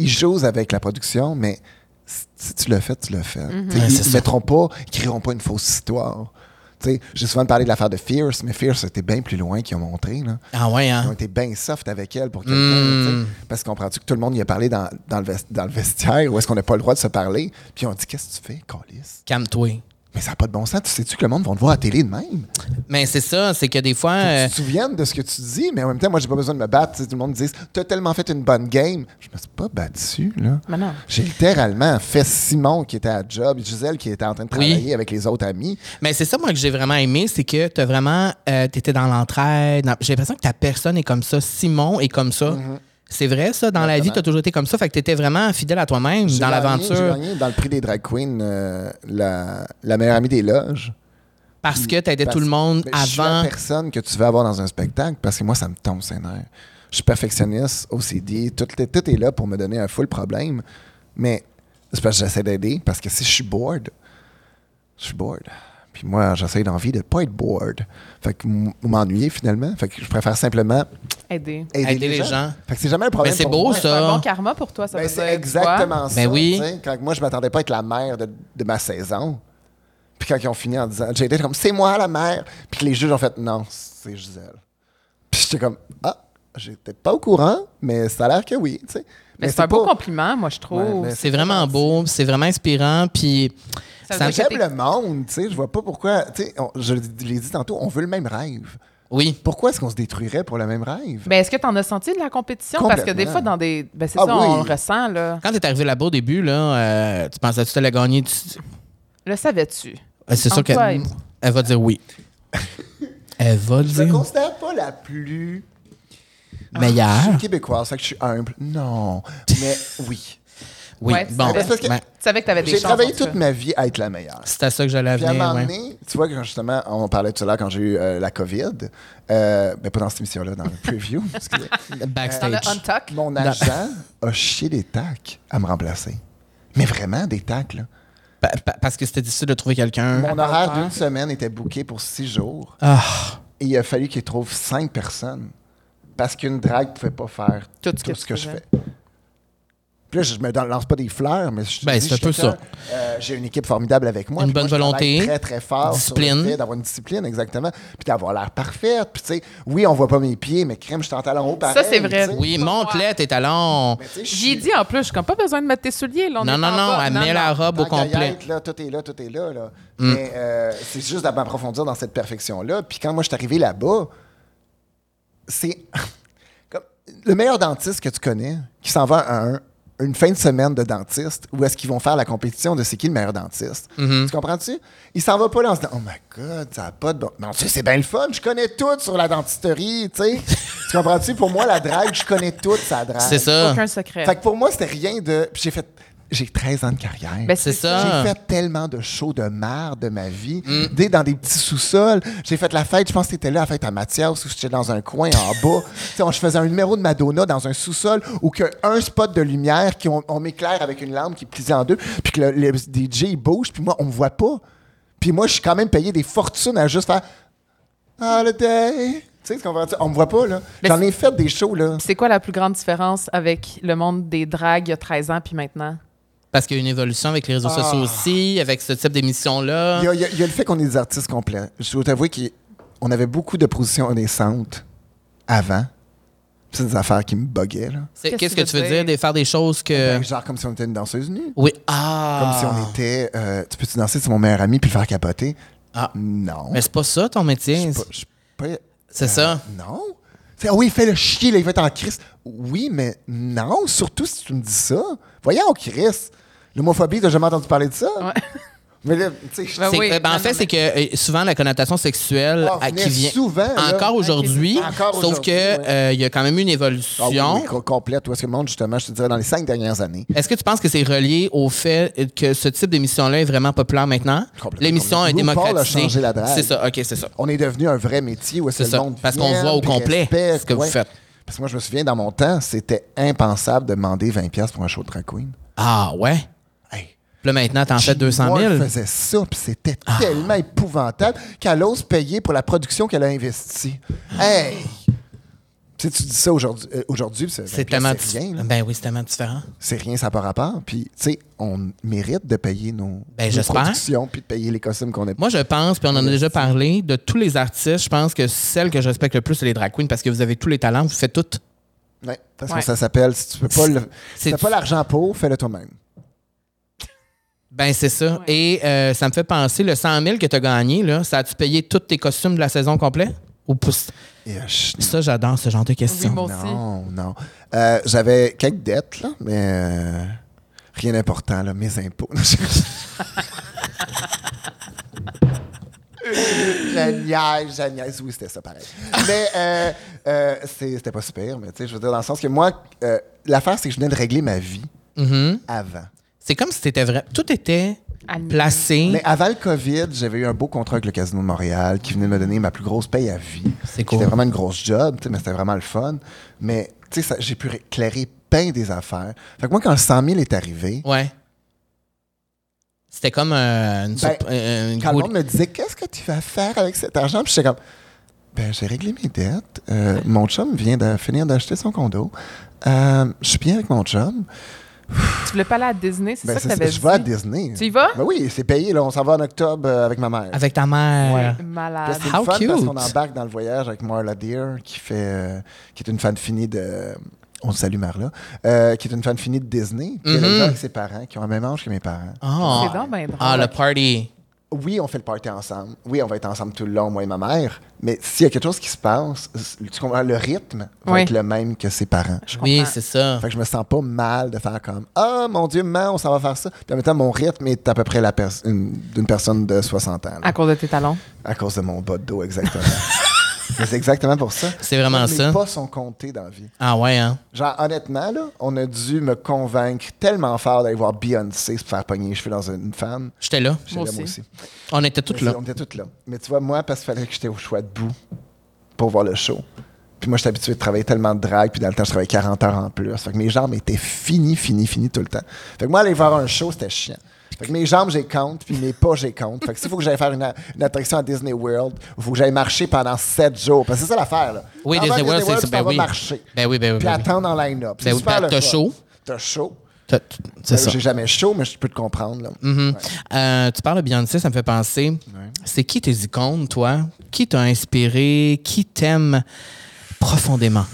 Speaker 3: jouent avec la production, mais si- si tu le fais, tu le fais. T'sais,
Speaker 2: Ouais, c'est
Speaker 3: Ils
Speaker 2: ça.
Speaker 3: ne mettront pas, ils créeront pas une fausse histoire. T'sais, J'ai souvent parlé de l'affaire de Fierce, mais Fierce était bien plus loin qu'ils ont montré. Là.
Speaker 2: Ah ouais,
Speaker 3: Ils ont
Speaker 2: hein?
Speaker 3: été bien soft avec elle pour quelqu'un.
Speaker 2: Mm.
Speaker 3: là, t'sais. Parce qu'on comprends-tu que tout le monde y a parlé dans, dans le, vest- dans le vestiaire où est-ce qu'on n'a pas le droit de se parler? Puis on dit Qu'est-ce que tu fais, Calice?
Speaker 2: Calme-toi.
Speaker 3: Mais ça n'a pas de bon sens. Tu sais-tu que le monde va te voir à la télé de même?
Speaker 2: Mais c'est ça, c'est que des fois. euh,
Speaker 3: tu te souviennes de ce que tu dis, mais en même temps, moi, j'ai pas besoin de me battre. Tu sais, Tout le monde me dit T'as tellement fait une bonne game. Je me suis pas battu, là.
Speaker 1: Mais non.
Speaker 3: J'ai littéralement fait Simon qui était à job, Gisèle qui était en train de
Speaker 2: Oui.
Speaker 3: travailler avec les autres amis.
Speaker 2: Mais c'est ça, moi, que j'ai vraiment aimé, c'est que t'as vraiment. euh, t'étais dans l'entraide. dans- J'ai l'impression que ta personne est comme ça. Simon est comme ça.
Speaker 3: Mhm.
Speaker 2: C'est vrai, ça? Dans la vie, t'as toujours été comme ça. Fait que t'étais vraiment fidèle à toi-même
Speaker 3: J'ai
Speaker 2: dans
Speaker 3: gagné- J'ai
Speaker 2: l'aventure.
Speaker 3: gagné dans le prix des drag queens euh, la, la meilleure amie des loges.
Speaker 2: Parce que t'aidais
Speaker 3: Parce-
Speaker 2: tout le monde
Speaker 3: mais Je suis la
Speaker 2: avant.
Speaker 3: personne que tu veux avoir dans un spectacle parce que moi, ça me tombe ses nerfs. Je suis perfectionniste, OCD, tout, est- tout est là pour me donner un full problème. Mais c'est parce que j'essaie d'aider, parce que si je suis bored, je suis bored. Puis moi, j'essaie d'envie de pas être bored. Fait que m- m'ennuyer finalement. Fait que je préfère simplement
Speaker 1: Aider.
Speaker 3: aider, les, gens. Fait que c'est jamais un problème.
Speaker 2: Mais c'est
Speaker 3: pour
Speaker 2: beau,
Speaker 3: moi.
Speaker 1: Ouais, C'est un
Speaker 2: ça.
Speaker 1: bon karma pour toi, ça
Speaker 3: Ben,
Speaker 1: veut dire,
Speaker 3: c'est
Speaker 1: tu
Speaker 3: exactement ça.
Speaker 2: Ben oui.
Speaker 3: tu sais. Quand moi, je m'attendais pas à être la mère de, de ma saison. Puis quand ils ont fini en disant, j'ai été comme, c'est moi la mère. Puis que les juges ont fait, non, c'est Gisèle. Puis j'étais comme, ah, j'étais pas au courant, mais ça a l'air que oui. tu sais.
Speaker 1: Mais, c'est un beau
Speaker 3: pas-
Speaker 1: compliment, moi, je trouve.
Speaker 3: Ouais, mais
Speaker 2: C'est vraiment beau, c'est vraiment inspirant, puis
Speaker 1: Ça
Speaker 2: ça
Speaker 1: veut
Speaker 2: me-
Speaker 1: dire
Speaker 3: J'aime le monde, tu sais. Je vois pas pourquoi. Tu sais, on- je l'ai dit tantôt, on veut le même rêve.
Speaker 2: oui.
Speaker 3: Pourquoi est-ce qu'on se détruirait pour le même rêve?
Speaker 1: Ben, est-ce que tu en as senti de la compétition? Parce que des
Speaker 3: Complètement.
Speaker 1: fois, dans des. Ben, c'est
Speaker 3: Ah
Speaker 1: ça, on
Speaker 3: oui.
Speaker 1: le ressent, là.
Speaker 2: Quand t'es arrivé là-bas au début, là, euh, tu pensais que tu allais gagner. tu-
Speaker 1: Le savais-tu?
Speaker 2: Euh, C'est sûr
Speaker 1: En
Speaker 2: que
Speaker 1: quoi, il-
Speaker 2: elle va dire oui. Elle va
Speaker 3: je me
Speaker 2: dire
Speaker 3: considère pas la plus Ah, Je suis
Speaker 2: meilleure.
Speaker 3: québécoise, fait que je suis humble. Non, mais oui.
Speaker 2: Oui.
Speaker 1: Ouais,
Speaker 2: bon,
Speaker 1: c'est-
Speaker 3: Parce que-
Speaker 2: ben,
Speaker 1: Tu savais que tu avais des
Speaker 3: J'ai
Speaker 1: chances.
Speaker 3: travaillé
Speaker 1: en tout
Speaker 3: toute
Speaker 1: cas.
Speaker 3: ma vie à être la meilleure.
Speaker 2: c'est à ça que j'allais
Speaker 3: Puis à un
Speaker 2: venir.
Speaker 3: moment
Speaker 2: ouais.
Speaker 3: donné, tu vois, quand justement, on parlait tout à l'heure quand j'ai eu euh, la COVID, euh, ben pas dans cette émission-là, dans le preview, excusez.
Speaker 1: Dans le
Speaker 2: Backstage.
Speaker 1: Untuck,
Speaker 3: mon agent a chié des tacs à me remplacer. Mais vraiment des tacs, là.
Speaker 2: Pa- pa- parce que c'était difficile de trouver quelqu'un.
Speaker 3: Mon horaire d'une semaine était booké pour six jours
Speaker 2: Ah,
Speaker 3: et il a fallu qu'il trouve cinq personnes parce qu'une drague pouvait pas faire
Speaker 1: Tout ce que tu
Speaker 3: je
Speaker 1: faisais.
Speaker 3: fais. Puis là, je me dan- lance pas des fleurs, mais je te
Speaker 2: Ben,
Speaker 3: dis,
Speaker 2: c'est
Speaker 3: je
Speaker 2: un
Speaker 3: suis
Speaker 2: peu
Speaker 3: quelqu'un,
Speaker 2: ça.
Speaker 3: euh, J'ai une équipe formidable avec moi.
Speaker 2: Une
Speaker 3: Puis moi,
Speaker 2: bonne
Speaker 3: je travaille
Speaker 2: volonté.
Speaker 3: Très, très fort. sur le
Speaker 2: Discipline.
Speaker 3: fait D'avoir une discipline, exactement. Puis d'avoir l'air parfaite. Puis, tu sais, oui, on voit pas mes pieds, mais crème, je suis en talon haut. Pareil,
Speaker 1: c'est vrai.
Speaker 3: tu sais.
Speaker 2: oui, montre-le tes talons.
Speaker 3: Mais tu sais, je
Speaker 1: J'ai
Speaker 3: suis-
Speaker 1: dit en plus, je comme pas besoin de mettre tes souliers. Là, on
Speaker 2: Non,
Speaker 1: est
Speaker 2: non,
Speaker 1: en
Speaker 2: non,
Speaker 1: bas.
Speaker 2: elle met la robe au
Speaker 3: Tant qu'à y
Speaker 2: complet. Mm.
Speaker 3: être, là, tout est là, tout est là. là. Mais euh, c'est juste de m'approfondir dans cette perfection-là. Puis quand moi, je suis arrivé là-bas, c'est comme le meilleur dentiste que tu connais qui s'en va à un- une fin de semaine de dentiste où est-ce qu'ils vont faire la compétition de c'est qui le meilleur dentiste.
Speaker 2: Mm-hmm.
Speaker 3: Tu comprends-tu? Il s'en va pas là en se disant « Oh my God, ça a pas de bon... » Non, tu sais, c'est bien le fun. Je connais tout sur la dentisterie, tu sais. tu comprends-tu? Pour moi, la drague, je connais tout sa drague.
Speaker 2: C'est ça.
Speaker 1: Aucun secret.
Speaker 3: Fait que pour moi, c'était rien de... Puis j'ai fait... J'ai 13 ans de carrière.
Speaker 1: Ben,
Speaker 2: C'est ça.
Speaker 3: J'ai fait tellement de shows de merde de ma vie.
Speaker 1: Mm.
Speaker 3: Dès dans des petits sous-sols. J'ai fait la fête, je pense que t'étais là, la fête à Mathias, où j'étais dans un coin en bas. Tu sais, on- je faisais un numéro de Madonna dans un sous-sol où que un spot de lumière, qui on, on m'éclaire avec une lampe qui est plisée en deux, puis que le, le DJ il bouge, puis moi, on me voit pas. Puis moi, je suis quand même payé des fortunes à juste faire Holiday. Tu sais, tu comprends-tu? On me voit pas, là.
Speaker 1: Mais
Speaker 3: J'en
Speaker 1: c'est-
Speaker 3: ai fait des shows, là.
Speaker 1: C'est quoi la plus grande différence avec le monde des dragues il y a 13 ans puis maintenant?
Speaker 2: Parce qu'il y a une évolution avec les réseaux sociaux aussi, avec ce type d'émission-là.
Speaker 3: Ah. Il y, a- il y a- il y a le fait qu'on est des artistes complets. Je dois t'avouer qu'on avait beaucoup de positions indécentes avant. C'est des affaires qui me buguaient, là.
Speaker 2: C'est-
Speaker 1: Qu'est-ce
Speaker 2: Qu'est-ce que tu veux dire? de faire des choses que.
Speaker 3: Ben, genre comme si on était une danseuse nue.
Speaker 2: Oui.
Speaker 3: Comme
Speaker 2: Euh, Ah!
Speaker 3: si on était. euh, tu peux-tu danser sur mon meilleur ami puis le faire capoter?
Speaker 2: Ah.
Speaker 3: Non.
Speaker 2: Mais c'est pas ça ton métier.
Speaker 3: Je suis pas- je suis pas-
Speaker 2: C'est ça.
Speaker 3: Non. C'est, Ah oui, il fait le chier, là, il va être en crise. Oui, mais non, surtout si tu me dis ça. Voyons, Chris. L'homophobie, t'as jamais entendu parler de ça?
Speaker 1: Ouais.
Speaker 3: Mais là, tu sais, je-
Speaker 1: Ben
Speaker 2: C'est-
Speaker 1: oui.
Speaker 2: euh, ben,
Speaker 1: Non, non,
Speaker 2: en fait,
Speaker 1: mais-
Speaker 2: c'est que euh, souvent la connotation sexuelle
Speaker 3: Ah,
Speaker 2: à- qui
Speaker 3: venait
Speaker 2: vient
Speaker 3: souvent, là.
Speaker 2: encore aujourd'hui,
Speaker 3: Encore
Speaker 2: sauf que
Speaker 3: aujourd'hui,
Speaker 2: euh,
Speaker 3: ouais.
Speaker 2: il y a quand même eu une
Speaker 3: Ah oui,
Speaker 2: évolution.
Speaker 3: oui, co- complète. Où est-ce que le monde, justement, je te dirais, dans les cinq dernières années,
Speaker 2: Est-ce que tu penses que c'est relié au fait que ce type d'émission-là est vraiment populaire maintenant?
Speaker 3: Complètement.
Speaker 2: L'émission est
Speaker 3: RuPaul a
Speaker 2: démocratisée.
Speaker 3: changé la drague.
Speaker 2: C'est ça, ok, c'est ça.
Speaker 3: on est devenu un vrai métier où est-ce que
Speaker 2: C'est
Speaker 3: le
Speaker 2: ça,
Speaker 3: monde
Speaker 2: parce qu'on
Speaker 3: vient,
Speaker 2: voit au
Speaker 3: puis
Speaker 2: complet
Speaker 3: respecte,
Speaker 2: ce que vous faites.
Speaker 3: Parce que moi, je me souviens, dans mon temps, c'était impensable de demander 20$ piastres pour un show de drag queen.
Speaker 2: Ah ouais?
Speaker 3: Hey,
Speaker 2: Puis là maintenant, t'en fais 200
Speaker 3: Moi,
Speaker 2: 000.
Speaker 3: elle faisait ça, puis c'était tellement épouvantable qu'elle ose payer pour la production qu'elle a investie. Hey! Tu sais, tu dis ça aujourd'hui, euh, aujourd'hui, puis c'est
Speaker 2: C'est
Speaker 3: ben,
Speaker 2: tellement
Speaker 3: c'est rien.
Speaker 2: différent.
Speaker 3: là.
Speaker 2: Ben oui, c'est tellement différent.
Speaker 3: C'est rien, ça n'a pas rapport. Puis, tu sais, on mérite de payer nos,
Speaker 2: Ben,
Speaker 3: nos
Speaker 2: j'espère.
Speaker 3: productions puis de payer les costumes qu'on a.
Speaker 2: Moi, je pense, puis on en a déjà parlé, de tous les artistes, je pense que celle que je respecte le plus, c'est les drag queens, parce que vous avez tous les talents, vous faites tout.
Speaker 3: Ouais, parce
Speaker 1: Ouais.
Speaker 3: que ça s'appelle, si tu peux pas le- si
Speaker 2: C'est-
Speaker 3: t'as pas l'argent pour, fais-le toi-même.
Speaker 2: Ben, c'est ça. Et euh, ça me fait penser, le 100 000 que tu as gagné, là, ça a-tu payé tous tes costumes de la saison complète? Ou pousse?
Speaker 3: Et, euh, chut,
Speaker 2: Ça, j'adore ce genre de questions.
Speaker 1: Oui, moi aussi.
Speaker 3: non, non. Euh, J'avais quelques dettes, là, mais euh, rien d'important, là, mes impôts. je niaise, je niaise. Oui, c'était ça, pareil. Mais euh, euh, c'est- c'était pas super, mais tu sais, je veux dire, dans le sens que moi, euh, l'affaire, c'est que je venais de régler ma vie
Speaker 2: Mhm.
Speaker 3: avant.
Speaker 2: C'est comme si c'était vrai. Tout était
Speaker 1: Aligné.
Speaker 2: placé.
Speaker 3: Mais avant le COVID, j'avais eu un beau contrat avec le Casino de Montréal qui venait de me donner ma plus grosse paye à vie.
Speaker 2: C'est cool.
Speaker 3: C'était vraiment une grosse job, tu sais, mais c'était vraiment le fun. Mais tu sais, ça- j'ai pu éclairer plein des affaires. Fait que moi, quand le 100 000 est arrivé,
Speaker 2: Ouais. C'était comme euh, une,
Speaker 3: Ben,
Speaker 2: surp- euh, une
Speaker 3: quand le
Speaker 2: goutte-
Speaker 3: monde me disait Qu'est-ce que tu vas faire avec cet argent Puis j'étais comme Ben, j'ai réglé mes dettes. Euh, mon chum vient de finir d'acheter son condo. Euh, je suis bien avec mon chum.
Speaker 1: Tu voulais pas aller à Disney, c'est
Speaker 3: Ben,
Speaker 1: ça que
Speaker 3: c'est-
Speaker 1: t'avais dit?
Speaker 3: je vais à Disney.
Speaker 1: Tu y vas?
Speaker 3: Ben oui, c'est payé. Là, on s'en va en octobre euh, avec ma mère.
Speaker 2: avec ta mère.
Speaker 3: Puis là,
Speaker 1: Malade.
Speaker 3: C'est le
Speaker 2: How
Speaker 3: fun parce
Speaker 2: cute.
Speaker 3: qu'on embarque dans le voyage avec Marla Deer, qui fait, euh, qui est une fan finie de, on te salue Marla, euh, qui est une fan finie de Disney. Puis elle est
Speaker 2: Mhm.
Speaker 3: là avec ses parents, qui ont le même âge que mes parents.
Speaker 2: Ah.
Speaker 1: C'est donc ben drôle.
Speaker 2: Ah, le party.
Speaker 3: Oui, on fait le party ensemble. Oui, on va être ensemble tout le long, moi et ma mère. Mais s'il y a quelque chose qui se passe, tu comprends, le rythme va
Speaker 1: Oui.
Speaker 3: être le même que ses parents.
Speaker 1: Je
Speaker 2: Oui,
Speaker 1: comprends.
Speaker 2: c'est ça.
Speaker 3: Fait que je me sens pas mal de faire comme Ah mon Dieu, maman, on s'en va faire ça. Puis en même temps, mon rythme est à peu près la pers- une- d'une personne de 60 ans. là.
Speaker 1: À cause de tes talons.
Speaker 3: À cause de mon bas de dos, exactement. Mais c'est exactement pour ça.
Speaker 2: C'est vraiment
Speaker 3: Mes
Speaker 2: ça.
Speaker 3: pas sont comptés dans la vie.
Speaker 2: Ah ouais, hein?
Speaker 3: Genre, honnêtement, là, on a dû me convaincre tellement fort d'aller voir Beyoncé se faire pogner les cheveux dans une femme.
Speaker 2: J'étais là.
Speaker 3: J'étais
Speaker 1: Moi
Speaker 3: là,
Speaker 1: aussi.
Speaker 2: On était toutes
Speaker 3: Mais
Speaker 2: là.
Speaker 3: On était toutes là. Mais tu vois, moi, parce qu'il fallait que j'étais au choix debout pour voir le show. Puis moi, j'étais habitué de travailler tellement de drague, puis dans le temps, je travaillais 40 heures en plus. Fait que mes jambes étaient finies, finies, finies tout le temps. Fait que moi, aller voir un show, c'était chiant. Fait que mes jambes, j'ai compte, puis mes pas, j'ai compte. Fait que s'il faut que j'aille faire une, a- une attraction à Disney World, il faut que j'aille marcher pendant 7 jours. Parce que c'est ça l'affaire, là.
Speaker 2: Oui,
Speaker 3: T'en vas à
Speaker 2: Disney World, c'est
Speaker 3: tu
Speaker 2: ben
Speaker 3: t'en vas
Speaker 2: oui.
Speaker 3: marcher.
Speaker 2: Ben oui, ben oui,
Speaker 3: Puis
Speaker 2: ben oui.
Speaker 3: attendre en line-up. C'est
Speaker 2: Ben oui,
Speaker 3: super
Speaker 2: ben
Speaker 3: le
Speaker 2: t'as
Speaker 3: fun.
Speaker 2: chaud.
Speaker 3: T'as chaud.
Speaker 2: T'as- t- C'est
Speaker 3: Ben,
Speaker 2: ça.
Speaker 3: J'ai jamais chaud, mais je peux te comprendre, là.
Speaker 2: Mhm. Euh, tu parles de Beyoncé, ça me fait penser. C'est qui tes icônes, toi? Qui t'a inspiré? Qui t'aime profondément?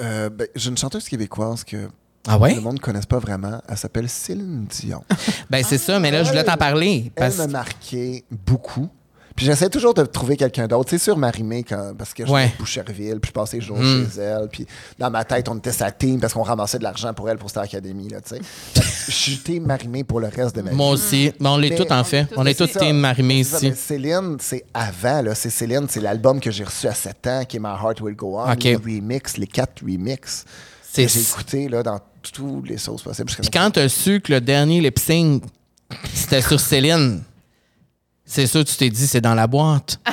Speaker 3: Euh, ben, j'ai une chanteuse québécoise que
Speaker 2: Ah ouais?
Speaker 3: le monde ne connaisse pas vraiment. Elle s'appelle Céline Dion.
Speaker 2: Ben c'est ça, mais là, je voulais t'en parler.
Speaker 3: Ah, Elle
Speaker 2: Parce...
Speaker 3: m'a marqué beaucoup. Puis j'essaie toujours de trouver quelqu'un d'autre. C'est sûr, Marimé, quand, parce que je
Speaker 2: Ouais. Hmm.
Speaker 3: suis à Boucherville, puis je passais les jours chez elle. Puis dans ma tête, on était sa team parce qu'on ramassait de l'argent pour elle pour cette académie. Là, tu sais. Fait que Je suis team Marimé pour le reste de ma vie.
Speaker 2: Moi aussi. Ben, on l'est
Speaker 3: Euh, Mais-
Speaker 2: tous, en fait. On est tous
Speaker 3: C'est ça.
Speaker 2: team marimés
Speaker 3: C'est ça,
Speaker 2: ici.
Speaker 3: mais Céline, c'est avant. là. C'est Céline, c'est l'album que j'ai reçu à 7 ans, qui est My Heart Will Go On.
Speaker 2: Ok.
Speaker 3: Les remix, les quatre remix.
Speaker 2: C'est-
Speaker 3: que J'ai écouté là, dans toutes les sauces possibles.
Speaker 2: Puis quand t'as su que le dernier lip sync, c'était sur Céline, c'est sûr, tu t'es dit, c'est dans la boîte.
Speaker 3: Ah.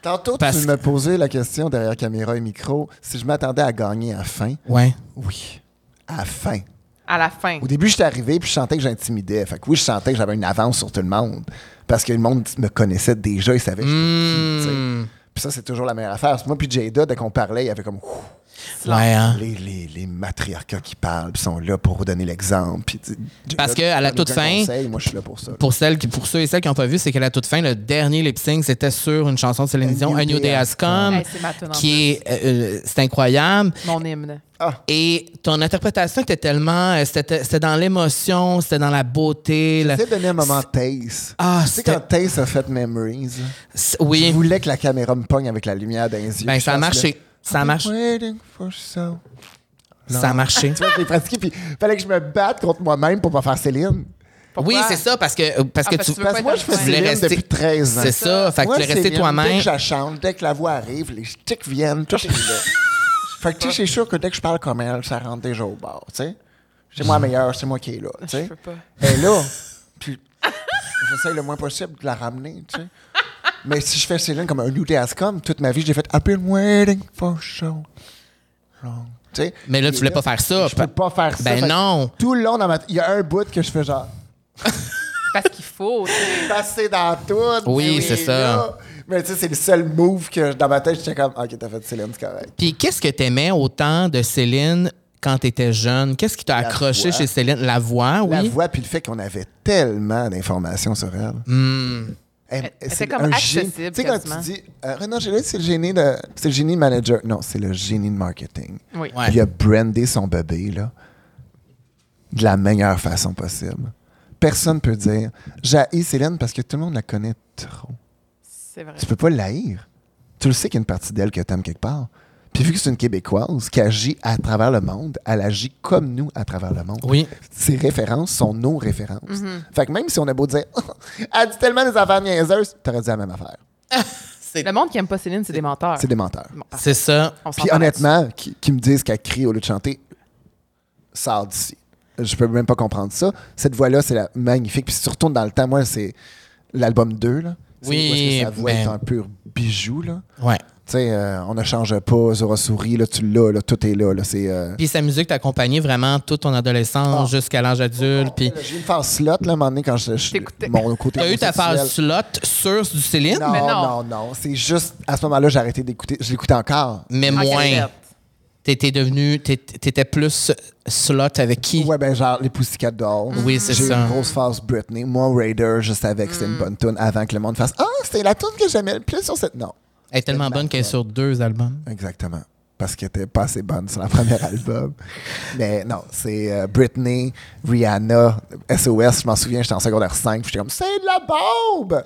Speaker 3: Tantôt,
Speaker 2: Parce
Speaker 3: tu me posais la question derrière caméra et micro si je m'attendais à gagner à la fin.
Speaker 2: Ouais.
Speaker 3: Oui, à la fin.
Speaker 1: À la fin.
Speaker 3: Au début, j'étais arrivé puis je sentais que j'intimidais. Fait que oui, je sentais que j'avais une avance sur tout le monde parce que le monde me connaissait
Speaker 2: Hmm.
Speaker 3: déjà, il savait que j'étais qui, tu sais. Puis ça, c'est toujours la meilleure affaire. Moi puis Jada, dès qu'on parlait, il y avait comme Ouh,
Speaker 2: Ouais, hein.
Speaker 3: Les, les, les matriarcats qui parlent, puis sont là pour donner l'exemple. puis tu-
Speaker 2: Parce
Speaker 3: là,
Speaker 2: que, à la
Speaker 3: donne
Speaker 2: toute
Speaker 3: aucun
Speaker 2: fin,
Speaker 3: conseil, moi, je suis là pour ça.
Speaker 2: Pour, celles qui, pour ceux et celles qui n'ont pas vu, c'est qu'à la toute fin, le dernier lip sync, c'était sur une chanson de Céline Dion, A New Day Has Come,
Speaker 1: Hey, c'est ma tune en
Speaker 2: qui est, euh, euh, c'est incroyable.
Speaker 1: Mon hymne.
Speaker 2: Et ton interprétation était tellement. euh, C'était c'était dans l'émotion, c'était dans la beauté. la-
Speaker 3: J'essaie de donner un moment Taze.
Speaker 2: Ah,
Speaker 3: tu sais, quand
Speaker 2: c'était-
Speaker 3: Taze a fait Memories,
Speaker 2: c'est-
Speaker 3: je
Speaker 2: Oui,
Speaker 3: voulais que la caméra me pogne avec la lumière dans les yeux.
Speaker 2: ben,
Speaker 3: Puis je
Speaker 2: ça a
Speaker 3: pense
Speaker 2: marché. Ça a
Speaker 3: que-
Speaker 2: marché.
Speaker 3: Waiting for so-
Speaker 2: Ça a marché.
Speaker 3: Tu vois, je l'ai pratiqué, puis fallait que je me batte contre moi-même pour pas faire Céline.
Speaker 2: Oui, c'est ça, parce que, euh, parce
Speaker 1: Ah,
Speaker 2: que
Speaker 1: parce que
Speaker 2: tu.
Speaker 1: tu veux
Speaker 3: Parce
Speaker 1: pas
Speaker 3: que moi,
Speaker 1: être
Speaker 3: je
Speaker 1: un
Speaker 3: fais
Speaker 1: fan.
Speaker 3: Céline
Speaker 2: Tu voulais
Speaker 3: depuis
Speaker 2: rester-
Speaker 3: 13 ans.
Speaker 2: C'est ça. Fait que
Speaker 3: Moi,
Speaker 2: tu voulais rester
Speaker 3: Céline, Dès
Speaker 2: toi-même.
Speaker 3: que je la chante, dès que la voix arrive, les sticks viennent, tout est là. fait que, tu sais, c'est sûr que dès que je parle comme elle, ça rentre déjà au bord, tu sais. C'est moi la meilleure, c'est moi qui est là, tu sais.
Speaker 1: peux pas.
Speaker 3: Elle est là, puis j'essaie le moins possible de la ramener, tu sais. Mais si je fais Céline comme un New Day Has Come, toute ma vie, j'ai fait I've been waiting for so long. Tu sais.
Speaker 2: Mais là, tu voulais
Speaker 3: Et
Speaker 2: pas faire ça.
Speaker 3: Je peux pas faire ça.
Speaker 2: Ben
Speaker 3: Fait que
Speaker 2: non.
Speaker 3: Tout le long, dans ma- il y a un bout que je fais genre.
Speaker 1: Parce qu'il faut. tu sais.
Speaker 3: passer dans tout.
Speaker 2: Oui,
Speaker 3: mais
Speaker 2: c'est ça.
Speaker 3: là. Mais tu sais, c'est le seul move que dans ma tête, j'étais comme, OK, t'as fait Céline, c'est correct.
Speaker 2: Puis qu'est-ce que t'aimais autant de Céline quand t'étais jeune? Qu'est-ce qui t'a
Speaker 3: La
Speaker 2: accroché
Speaker 3: voix.
Speaker 2: chez Céline? La voix, oui.
Speaker 3: La voix, puis le fait qu'on avait tellement d'informations sur elle.
Speaker 2: Hmm.
Speaker 3: Elle-
Speaker 1: Elle
Speaker 3: c'est
Speaker 1: était comme
Speaker 3: un
Speaker 1: accessible,
Speaker 3: génie. Tu sais, quand tu
Speaker 1: quasiment.
Speaker 3: dis, euh, Renan Gélin, c'est le génie de, c'est le génie manager. Non, c'est le génie de marketing.
Speaker 1: Oui.
Speaker 2: Ouais.
Speaker 3: Puis euh, il a brandé son bébé, là, de la meilleure façon possible. Personne peut dire, j'ai Céline parce que tout le monde la connaît trop.
Speaker 1: C'est vrai.
Speaker 3: tu peux pas l'haïr. Tu le sais qu'il y a une partie d'elle que t'aimes quelque part. Puis vu que c'est une Québécoise qui agit à travers le monde, elle agit comme nous à travers le monde.
Speaker 2: Oui.
Speaker 3: Ses références sont nos références. Fait que même si on a beau dire Elle dit tellement des affaires niaiseuses », t'aurais dit la même affaire.
Speaker 1: Le monde qui aime pas Céline, c'est des menteurs.
Speaker 3: C'est des menteurs.
Speaker 1: Bon, parfait.
Speaker 2: C'est ça.
Speaker 1: On s'en
Speaker 3: Puis
Speaker 1: parle
Speaker 3: honnêtement, qui, qui me disent qu'elle crie au lieu de chanter « Sors d'ici ». Je peux même pas comprendre ça. Cette voix-là, c'est la magnifique. Puis si tu retournes dans le temps, moi, c'est l'album 2, là. C'est
Speaker 2: Oui,
Speaker 3: où est-ce que sa voix
Speaker 2: ben-
Speaker 3: est un pur bijou, là.
Speaker 2: Ouais.
Speaker 3: Tu sais, euh, on ne change pas, Zora Souris, là, tu l'as, là, tout est là. là c'est, euh...
Speaker 2: Puis sa musique t'a accompagné vraiment toute ton
Speaker 3: Ah.
Speaker 2: adolescence jusqu'à l'âge adulte. Puis
Speaker 3: J'ai eu une phase slot, là, à un moment donné, quand je, je-
Speaker 1: T'écoutais.
Speaker 3: mon côté
Speaker 2: t'as eu ta phase
Speaker 3: homosexuel.
Speaker 2: slot sur du Céline,
Speaker 3: Non,
Speaker 1: Mais
Speaker 3: non,
Speaker 1: non.
Speaker 3: non, C'est juste, à ce moment-là, j'ai arrêté d'écouter. Je l'écoutais encore.
Speaker 2: mais
Speaker 1: En
Speaker 2: moins.
Speaker 1: cassette.
Speaker 2: T'étais devenu. t'é- T'étais plus slot avec qui?
Speaker 3: Ouais, ben genre, les Pussycat Dolls.
Speaker 2: Mm. Oui, c'est
Speaker 3: J'ai eu
Speaker 2: ça. Mm.
Speaker 3: une grosse phase Britney. Moi, Raider, je savais que c'était une bonne tune avant que le monde fasse « Ah, c'est la tune que j'aimais le plus sur cette... » Non,
Speaker 2: Elle est tellement bonne qu'elle est sur deux albums.
Speaker 3: exactement. Parce qu'elle était pas assez bonne sur la première album. Mais non, c'est euh, Britney, Rihanna, SOS. Je m'en souviens, j'étais en secondaire 5. puis J'étais comme « C'est de la bombe!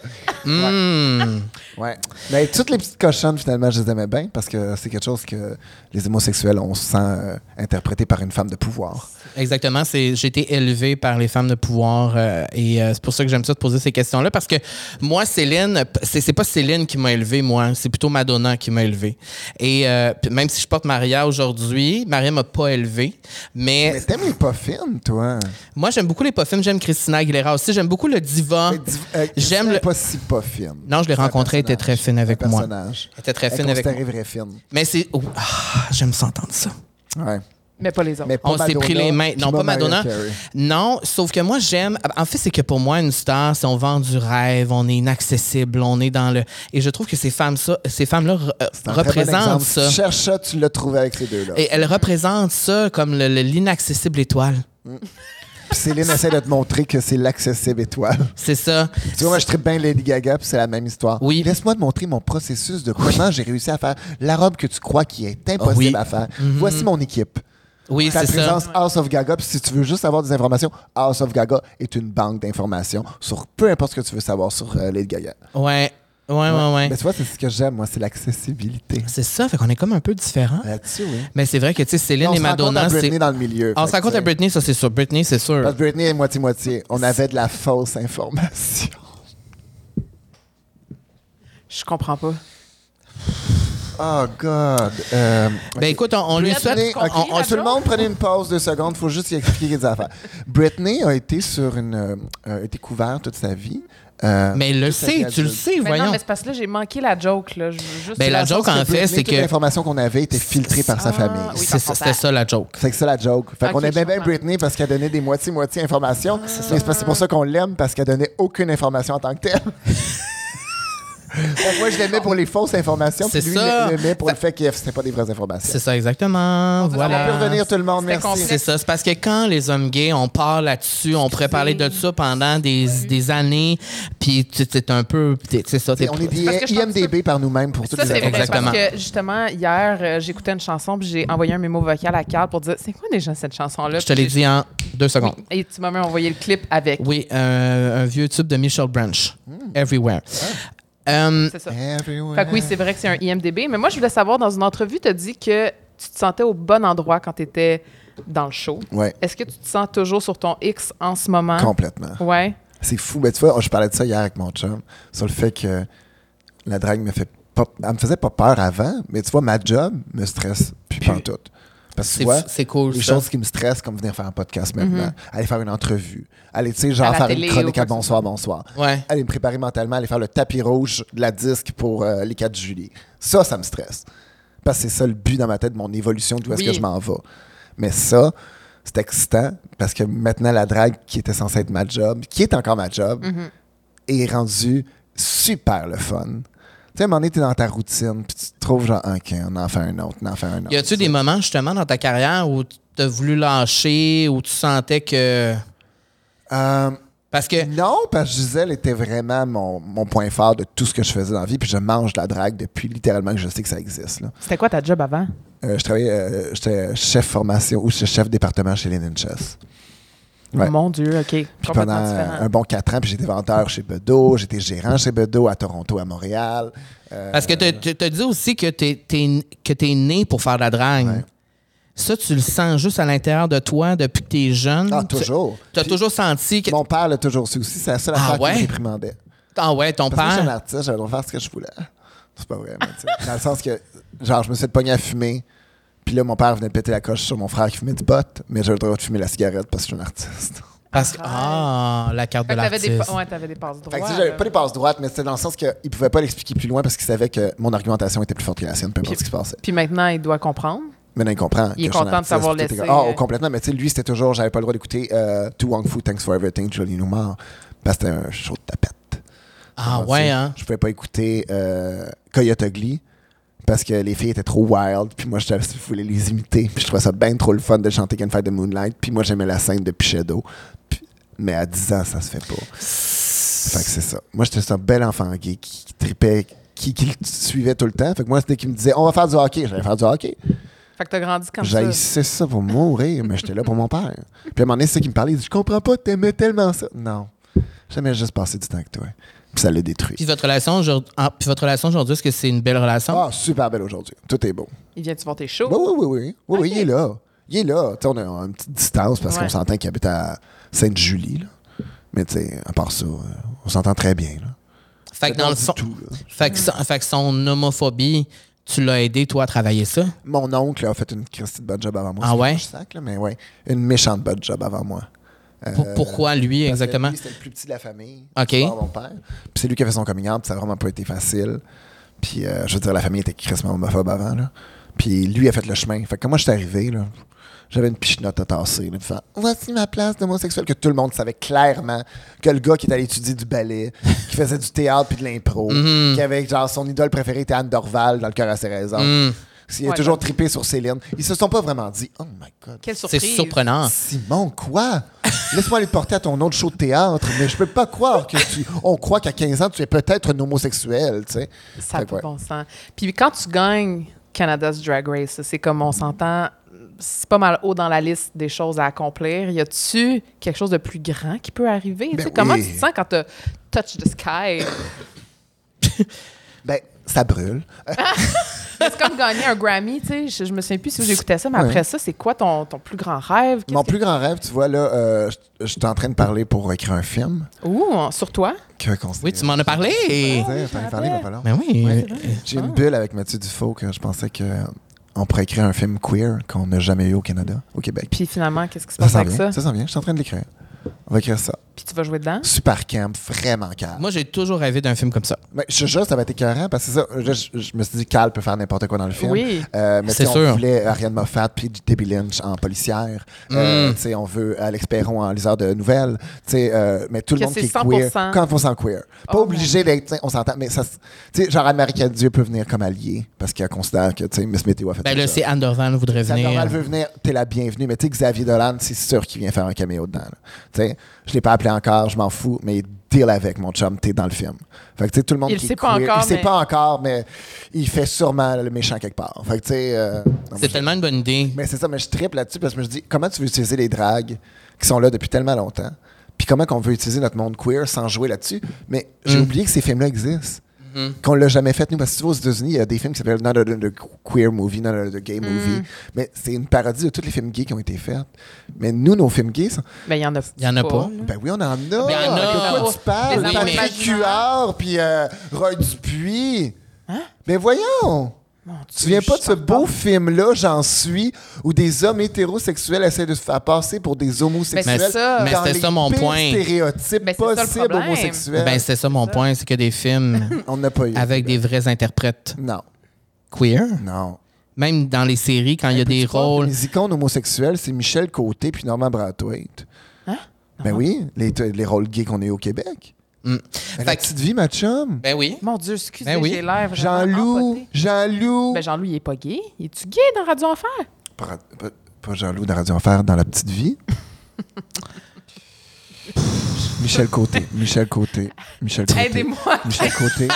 Speaker 2: Hmm.
Speaker 3: Ouais. Mais toutes les petites cochonnes, finalement, je les aimais bien parce que c'est quelque chose que les homosexuels, on se sent euh, interprété par une femme de pouvoir.
Speaker 2: Exactement. C'est, j'ai été élevé par les femmes de pouvoir euh, et euh, c'est pour ça que j'aime ça de poser ces questions-là parce que moi, Céline, p- c'est, c'est pas Céline qui m'a élevé, moi. C'est plutôt Madonna qui m'a élevé. Et euh, puis même si je porte Maria aujourd'hui, Maria m'a pas élevé, mais,
Speaker 3: Mais t'aimes les pas fines, toi?
Speaker 2: moi, j'aime beaucoup les pas films. J'aime Christina Aguilera aussi. J'aime beaucoup le diva.
Speaker 3: Mais dis- euh,
Speaker 2: Ah. j'aime
Speaker 3: c'est
Speaker 2: le...
Speaker 3: pas si pas fine.
Speaker 2: Non, je l'ai
Speaker 3: C'est un
Speaker 2: rencontrée, elle était
Speaker 3: personnage.
Speaker 2: très fine
Speaker 3: C'est un
Speaker 2: avec moi.
Speaker 3: personnage.
Speaker 2: Elle était très
Speaker 3: Elle
Speaker 2: fine avec moi.
Speaker 3: considérée vraie fine.
Speaker 2: Mais c'est... oh, ah, j'aime s'entendre ça.
Speaker 3: Ouais.
Speaker 1: Mais pas les autres.
Speaker 3: Mais pas
Speaker 2: on s'est
Speaker 3: Madonna,
Speaker 2: pris les mains.
Speaker 3: puis
Speaker 2: Non, pas
Speaker 3: Mariah
Speaker 2: Madonna.
Speaker 3: Carey.
Speaker 2: Non, sauf que moi, j'aime. En fait, c'est que pour moi, une star, c'est on vend du rêve, on est inaccessible, on est dans le. Et je trouve que ces femmes ça, ces femmes-là re- euh,
Speaker 3: C'est un très bon
Speaker 2: représentent
Speaker 3: exemple.
Speaker 2: ça.
Speaker 3: Si tu cherches ça, tu l'as trouvé avec ces deux-là.
Speaker 2: Et elles représentent ça comme le- le- l'inaccessible étoile.
Speaker 3: Puis Céline essaie de te montrer que c'est l'accessible étoile.
Speaker 2: C'est ça.
Speaker 3: Tu vois, moi, je tripe bien Lady Gaga, puis c'est la même histoire.
Speaker 2: Oui.
Speaker 3: Laisse-moi te montrer mon processus de comment j'ai réussi à faire la robe que tu crois qui est impossible
Speaker 2: Oui.
Speaker 3: à faire. Voici mon équipe.
Speaker 2: Oui,
Speaker 3: Ta
Speaker 2: c'est ça.
Speaker 3: présence House of Gaga, puis si tu veux juste avoir des informations, House of Gaga est une banque d'informations sur peu importe ce que tu veux savoir sur euh, Lady Gaga.
Speaker 2: Ouais. Ouais, ouais, ouais.
Speaker 3: Mais tu vois, c'est ce que j'aime, moi, c'est l'accessibilité.
Speaker 2: C'est ça. Fait qu'on est comme un peu différents.
Speaker 3: Là-dessus, oui.
Speaker 2: Mais c'est vrai que, tu sais, Céline
Speaker 3: on
Speaker 2: et
Speaker 3: se rencontre
Speaker 2: Madonna,
Speaker 3: à
Speaker 2: c'est.
Speaker 3: Britney dans le milieu.
Speaker 2: On
Speaker 3: fait
Speaker 2: se
Speaker 3: que,
Speaker 2: rencontre
Speaker 3: tu
Speaker 2: à
Speaker 3: sais,
Speaker 2: Britney, ça, c'est sûr. Britney, c'est sûr.
Speaker 3: Parce que Britney est moitié-moitié. On avait de la fausse information.
Speaker 1: Je comprends pas.
Speaker 3: Oh, God. Euh,
Speaker 2: Ben écoute, on, on lui
Speaker 1: Britney-
Speaker 2: souhaite.
Speaker 3: Britney,
Speaker 1: qu'on-
Speaker 3: ok,
Speaker 1: on- on-
Speaker 3: tout le monde prenez une pause deux secondes, faut juste y expliquer des affaires. Britney a été sur une, euh, euh, a été couverte toute sa vie. euh,
Speaker 2: Mais elle le
Speaker 3: toute sa vie
Speaker 2: sait, tu le
Speaker 3: adulte.
Speaker 2: sais,
Speaker 1: Mais non,
Speaker 2: voyons.
Speaker 1: mais c'est parce que là, j'ai manqué la joke. Là. Je veux juste
Speaker 2: Ben, la joke,
Speaker 3: Parce que
Speaker 2: en fait,
Speaker 3: Britney,
Speaker 2: c'est
Speaker 3: toute
Speaker 2: que.
Speaker 3: l'information qu'on avait était filtrée par sa
Speaker 1: Ah,
Speaker 3: famille.
Speaker 1: oui.
Speaker 2: C'est
Speaker 1: par
Speaker 2: ça,
Speaker 1: son
Speaker 2: C'était
Speaker 1: père.
Speaker 2: ça la joke.
Speaker 3: C'est que c'est la joke. Fait qu'on
Speaker 1: Ok,
Speaker 3: aimait
Speaker 1: je
Speaker 3: bien
Speaker 1: comprends. Ah,
Speaker 3: Britney parce qu'elle donnait des moitiés-moitiés informations. mais c'est parce- c'est pour ça qu'on l'aime parce qu'elle donnait aucune information en tant que telle. Fait que moi, je l'aimais pour les fausses informations, puis
Speaker 2: C'est
Speaker 3: lui,
Speaker 2: ça.
Speaker 3: il l'aimait pour le fait que c'était pas des vraies informations.
Speaker 2: C'est ça, exactement.
Speaker 3: On peut
Speaker 2: Voilà.
Speaker 3: revenir, tout le monde,
Speaker 1: C'était
Speaker 3: merci.
Speaker 1: complet.
Speaker 2: C'est ça. C'est parce que quand les hommes gays, on parle là-dessus, on pourrait parler de ça pendant des, des années, puis tu- c'est un peu. t'es- C'est ça. t'es-
Speaker 3: On est des
Speaker 1: parce que je pense
Speaker 3: IMDB par nous-mêmes pour toutes
Speaker 1: Ça,
Speaker 3: les
Speaker 1: c'est vrai,
Speaker 3: informations.
Speaker 2: Exactement.
Speaker 1: parce que justement, hier, euh, j'écoutais une chanson, puis j'ai envoyé un mémo vocal à Carl pour dire c'est quoi déjà cette chanson-là
Speaker 2: Je te l'ai
Speaker 1: Puis j'ai-
Speaker 2: dit en deux secondes.
Speaker 1: Et tu m'as même envoyé le clip avec.
Speaker 2: Oui, euh, un vieux tube de Michel Branch.
Speaker 3: Hmm.
Speaker 2: Everywhere.
Speaker 3: Ah.
Speaker 2: Euh,
Speaker 1: C'est ça.
Speaker 3: Everywhere.
Speaker 1: Fait que oui, c'est vrai que c'est un IMDB. Mais moi, je voulais savoir, dans une entrevue, tu as dit que tu te sentais au bon endroit quand tu étais dans le show.
Speaker 3: Ouais.
Speaker 1: Est-ce que tu te sens toujours sur ton X en ce moment?
Speaker 3: Complètement.
Speaker 1: Ouais.
Speaker 3: C'est fou. Ben, tu vois, je parlais de ça hier avec mon chum, sur le fait que la drague me fait pas. Elle me faisait pas peur avant, mais tu vois, ma job me stresse plus pantoute. Parce que tu
Speaker 2: C'est-
Speaker 3: vois,
Speaker 2: c'est cool,
Speaker 3: les
Speaker 2: ça.
Speaker 3: choses qui me stressent, comme venir faire un podcast maintenant, aller faire une entrevue, aller, tu sais,
Speaker 1: À
Speaker 3: genre
Speaker 1: la
Speaker 3: faire
Speaker 1: télé
Speaker 3: une chronique
Speaker 1: ou
Speaker 3: à
Speaker 1: quoi que ce
Speaker 3: Bonsoir, Bonsoir.
Speaker 2: Ouais.
Speaker 3: Aller me préparer mentalement, aller faire le tapis rouge de la disque pour euh, les 4 juillet. Ça, ça me stresse. Parce que c'est ça le but dans ma tête, mon évolution, d'où est-ce
Speaker 1: Oui.
Speaker 3: que je m'en vais. Mais ça, c'est excitant parce que maintenant, la drague qui était censée être ma job, qui est encore ma job,
Speaker 2: Mhm.
Speaker 3: est rendue super le fun. Tu sais, à un moment donné, t'es dans ta routine, puis tu te trouves genre, OK, on en fait un autre, on en fait un autre.
Speaker 2: Y a-tu des moments, justement, dans ta carrière où tu as voulu lâcher, où tu sentais que.
Speaker 3: Euh,
Speaker 2: Parce que.
Speaker 3: Non, parce que Gisèle était vraiment mon, mon point fort de tout ce que je faisais dans la vie. Puis je mange de la drague depuis littéralement que je sais que ça existe. là.
Speaker 1: C'était quoi ta job avant?
Speaker 3: Euh, je travaillais, euh, j'étais chef formation ou chef département chez les Ninjas. Ouais.
Speaker 1: Mon Dieu, OK.
Speaker 3: Puis pendant
Speaker 1: Complètement différent.
Speaker 3: un bon quatre ans, puis j'étais vendeur chez Bedeau, j'étais gérant chez Bedeau à Toronto, à Montréal. Euh,
Speaker 2: Parce que tu te dis aussi que tu es, né pour faire de la drague. Ça, tu le sens juste à l'intérieur de toi depuis que tu es
Speaker 1: Mm.
Speaker 2: jeune.
Speaker 3: Ah,
Speaker 2: Tu-
Speaker 3: toujours.
Speaker 2: T'as
Speaker 3: Puis
Speaker 2: toujours senti que.
Speaker 3: Mon père l'a toujours su aussi. C'est la seule
Speaker 2: Ah
Speaker 3: affaire
Speaker 2: ouais?
Speaker 3: qui me réprimandait.
Speaker 2: Ah ouais, ton
Speaker 3: Parce que j'étais un
Speaker 2: père.
Speaker 3: artiste, j'avais le droit de faire ce que je voulais. C'est pas vrai, mais tu sais, Dans le sens que, genre, je me suis fait pogner à fumer. Puis là, mon père venait de péter la coche sur mon frère qui fumait du pot, mais j'avais le droit de fumer la cigarette parce que je suis un artiste.
Speaker 2: Parce que. Ah, la carte
Speaker 1: Fait
Speaker 2: de
Speaker 1: que t'avais des,
Speaker 2: l'artiste.
Speaker 1: pa- ouais, t'avais des passes droits.
Speaker 3: Fait que, tu sais, j'avais pas les passes droites, mais c'était dans le sens qu'il pouvait pas l'expliquer plus loin parce qu'il savait que mon argumentation était plus forte que la sienne, peu importe ce qui se passait.
Speaker 1: Puis maintenant, il doit comprendre.
Speaker 3: Maintenant, il comprend.
Speaker 1: Il est
Speaker 3: que je suis un
Speaker 1: content de
Speaker 3: artiste,
Speaker 1: t'avoir
Speaker 3: tout est-
Speaker 1: laissé,
Speaker 3: Ah,
Speaker 1: euh,
Speaker 3: oh, complètement. Mais tu sais, lui, c'était toujours, j'avais pas le droit d'écouter euh, To Wong Fu, Thanks for Everything, Julie Newmar, parce que c'était un show de tapette.
Speaker 2: Ah
Speaker 3: Tu
Speaker 2: ouais,
Speaker 3: sais,
Speaker 2: hein?
Speaker 3: Je pouvais pas écouter euh, Coyote Ugly parce que les filles étaient trop wild, puis moi, je je voulais les imiter. Puis je trouvais ça bien trop le fun de chanter Can Fight the Moonlight, puis moi, j'aimais la scène de Pichedo. Puis- Mais à 10 ans, ça se fait pas. Fait que c'est ça. Moi, j'étais un bel enfant gay qui, qui tripait, qui, qui le suivait tout le temps. Fait que moi, c'était qui me disait, on va faire du hockey. J'allais faire du hockey.
Speaker 1: Fait que t'as grandi comme ça.
Speaker 3: J'haïssais ça pour mourir, mais j'étais là pour mon père. Puis à un moment donné, c'est ça qui me parlait. Il dit Je comprends pas, t'aimais tellement ça. Non. J'aimais juste passer du temps avec toi. Puis ça l'a détruit.
Speaker 2: Puis votre relation aujourd'hui, ah, puis votre relation aujourd'hui, est-ce que c'est une belle relation?
Speaker 3: Ah, super belle aujourd'hui. Tout est beau.
Speaker 1: Il vient-tu voir tes shows?
Speaker 3: Oui, oui, oui, oui. Oui, oui, il est là. Il est là. Tu sais, on a une petite distance parce
Speaker 1: Ouais.
Speaker 3: qu'on s'entend qu'il habite à Sainte-Julie. là. Mais tu sais, à part ça, euh, on s'entend très bien. Là.
Speaker 2: Fait que dans le
Speaker 3: Du
Speaker 2: son,
Speaker 3: tout, là.
Speaker 2: fait que, son- fait que son homophobie, tu l'as aidé, toi, à travailler ça?
Speaker 3: Mon oncle a fait une Christie de bonne job avant moi.
Speaker 2: Ah
Speaker 3: C'est
Speaker 2: ouais?
Speaker 3: un sac, là, mais ouais. Une méchante bonne job avant moi.
Speaker 2: Pour- pourquoi lui,
Speaker 3: Euh, Parce que
Speaker 2: exactement?
Speaker 3: lui, C'était le plus petit de la famille.
Speaker 2: OK.
Speaker 3: par mon père. Puis c'est lui qui a fait son coming out, puis ça a vraiment pas été facile. Puis euh, je veux dire, la famille était crissement homophobe avant, là. Puis lui a fait le chemin. Fait que quand moi, j'étais arrivé, là, j'avais une pichenote à tasser, là, faisant « Voici ma place d'homosexuel », que tout le monde savait clairement que le gars qui était allé étudier du ballet, qui faisait du théâtre puis de l'impro,
Speaker 2: Mm-hmm.
Speaker 3: qui avait, genre, son idole préférée était Anne Dorval dans « Le cœur à ses raisons
Speaker 2: Mm.
Speaker 3: Il a
Speaker 1: Ouais,
Speaker 3: toujours
Speaker 1: donc-
Speaker 3: trippé sur Céline. Ils se sont pas vraiment dit « Oh my God ».
Speaker 1: Quelle
Speaker 2: C'est
Speaker 1: surprise.
Speaker 2: surprenant.
Speaker 3: Simon, quoi? Laisse-moi aller te porter à ton autre show de théâtre, mais je peux pas croire que tu. On croit qu'à 15 ans, tu es peut-être un homosexuel, tu sais.
Speaker 1: Ça
Speaker 3: Fait
Speaker 1: n'a
Speaker 3: que
Speaker 1: pas
Speaker 3: ouais.
Speaker 1: bon sens. Puis quand tu gagnes Canada's Drag Race, ça, c'est comme on s'entend, c'est pas mal haut dans la liste des choses à accomplir. Y a-tu quelque chose de plus grand qui peut arriver? Tu sais,
Speaker 3: Ben oui.
Speaker 1: Comment tu te sens quand t'as touch the sky?
Speaker 3: Ben, ça brûle.
Speaker 1: c'est comme gagner un Grammy, tu sais. Je, je me souviens plus si j'écoutais ça, mais après ça, c'est quoi ton, ton plus grand rêve? Qu'est-ce
Speaker 3: Mon
Speaker 1: que-
Speaker 3: plus grand rêve, tu vois, là, euh, je je suis en train de parler pour écrire un film.
Speaker 1: Ouh, sur toi?
Speaker 3: Que qu'on s'est-
Speaker 2: Oui, tu m'en as parlé.
Speaker 3: Tu sais, fallait parler, mais pas long.
Speaker 2: Mais ah. oui.
Speaker 3: J'ai une bulle avec Mathieu Dufault que je pensais que on pourrait écrire un film queer qu'on n'a jamais eu au Canada, au Québec.
Speaker 1: Puis finalement, qu'est-ce qui se
Speaker 3: Ça
Speaker 1: passe
Speaker 3: s'en
Speaker 1: avec
Speaker 3: vient,
Speaker 1: ça?
Speaker 3: ça s'en vient. Je suis en train de l'écrire. On va écrire ça.
Speaker 1: Puis tu vas jouer dedans.
Speaker 3: Super camp, vraiment calme.
Speaker 2: Moi, j'ai toujours rêvé d'un film comme ça.
Speaker 3: Mais je te jure, ça va être écœurant parce que c'est ça, je, je- je me suis dit, Cal peut faire n'importe quoi dans le film.
Speaker 1: Oui.
Speaker 3: Euh, mais
Speaker 2: C'est
Speaker 3: tu sais,
Speaker 2: sûr.
Speaker 3: On voulait Ariane Moffat puis Debbie Lynch en policière.
Speaker 2: Mm.
Speaker 3: Euh, tu sais, on veut Alex Perron en liseur de nouvelles. Tu sais, euh, mais tout
Speaker 1: Que
Speaker 3: le monde
Speaker 1: c'est
Speaker 3: qui est
Speaker 1: 100%.
Speaker 3: queer. 100% queer. Pas
Speaker 1: Oh,
Speaker 3: obligé d'être, tu sais, on s'entend, mais ça, se- tu sais, genre Anne-Marie Cadieux peut venir comme alliée parce qu'elle considère que, tu sais, Miss Météo a fait
Speaker 2: Ben
Speaker 3: tout
Speaker 2: là,
Speaker 3: ça.
Speaker 2: c'est Anne Dorval voudrait
Speaker 3: Ça,
Speaker 2: venir.
Speaker 3: Dorval veut venir, t'es la bienvenue. Mais tu sais, Xavier Dolan, c'est sûr qu'il vient faire un caméo dedans. là. Tu sais, je l'ai pas appelé encore, je m'en fous, mais il deal avec mon chum, t'es dans le film. Fait que tu sais, tout le monde
Speaker 1: Il
Speaker 3: qui
Speaker 1: le sait
Speaker 3: est
Speaker 1: pas
Speaker 3: queer,
Speaker 1: encore,
Speaker 3: il sait
Speaker 1: mais-
Speaker 3: pas encore, mais il fait sûrement le méchant quelque part. Fait que tu sais, euh, non, mais
Speaker 2: C'est
Speaker 3: je-
Speaker 2: tellement une bonne idée.
Speaker 3: mais c'est ça, mais je tripe là-dessus parce que je me dis, comment tu veux utiliser les dragues qui sont là depuis tellement longtemps? Puis comment qu'on veut utiliser notre monde queer sans jouer là-dessus? Mais j'ai oublié que ces films-là existent. Qu'on l'a jamais fait, nous. Parce que si tu vas aux États-Unis, il y a des films qui s'appellent Not another Queer Movie, Not another Gay Movie. Mais c'est une parodie de tous les films gays qui ont été faits. Mais nous, nos films gays, sont-
Speaker 1: Ben, il y en a
Speaker 2: Il y en a
Speaker 1: là.
Speaker 2: pas.
Speaker 3: ben oui, on en a. De
Speaker 2: a.
Speaker 3: quoi tu parles?
Speaker 1: Les
Speaker 3: Patrick
Speaker 1: imaginaires.
Speaker 3: Huard, puis euh, Roy Dupuis. Mais voyons!
Speaker 1: Mon
Speaker 3: Tu te
Speaker 1: Dieu,
Speaker 3: souviens pas
Speaker 1: je
Speaker 3: de ce
Speaker 1: t'en
Speaker 3: beau
Speaker 1: parle.
Speaker 3: film-là, J'en suis, où des hommes hétérosexuels essaient de se faire passer pour des homosexuels.
Speaker 1: Mais c'est ça.
Speaker 2: Mais
Speaker 3: dans
Speaker 2: c'était
Speaker 3: les
Speaker 2: ça mon
Speaker 3: pires
Speaker 2: point.
Speaker 3: stéréotypes
Speaker 1: Mais c'est ça le
Speaker 3: possibles
Speaker 1: problème.
Speaker 3: homosexuels.
Speaker 2: Ben, c'est ça mon point, c'est que des films
Speaker 3: on n'a pas eu.
Speaker 2: avec des vrais interprètes
Speaker 3: Non,
Speaker 2: queer,
Speaker 3: non.
Speaker 2: même dans les séries, quand il y a des
Speaker 3: Peux-tu croire que
Speaker 2: rôles.
Speaker 3: Les icônes homosexuelles, c'est Michel Côté puis Norman Brathwaite.
Speaker 1: Hein?
Speaker 3: Ben oui, les, les rôles gays qu'on a eu au Québec. Ben,
Speaker 2: Fait
Speaker 3: la
Speaker 2: que-
Speaker 3: petite vie, ma chum.
Speaker 2: Ben oui.
Speaker 1: Mon Dieu, excusez,
Speaker 2: Ben oui.
Speaker 1: j'ai l'air vraiment
Speaker 3: Jean-Loup,
Speaker 1: empotée.
Speaker 3: Jean-Loup.
Speaker 1: Ben Jean-Louis, il est pas gay. Il est-tu gay dans Radio Enfer?
Speaker 3: Pas, pas- pas Jean-Loup de Radio Enfer dans La Petite Vie. Michel Côté, Michel Côté, Michel Côté.
Speaker 1: Aidez-moi.
Speaker 3: Michel Côté,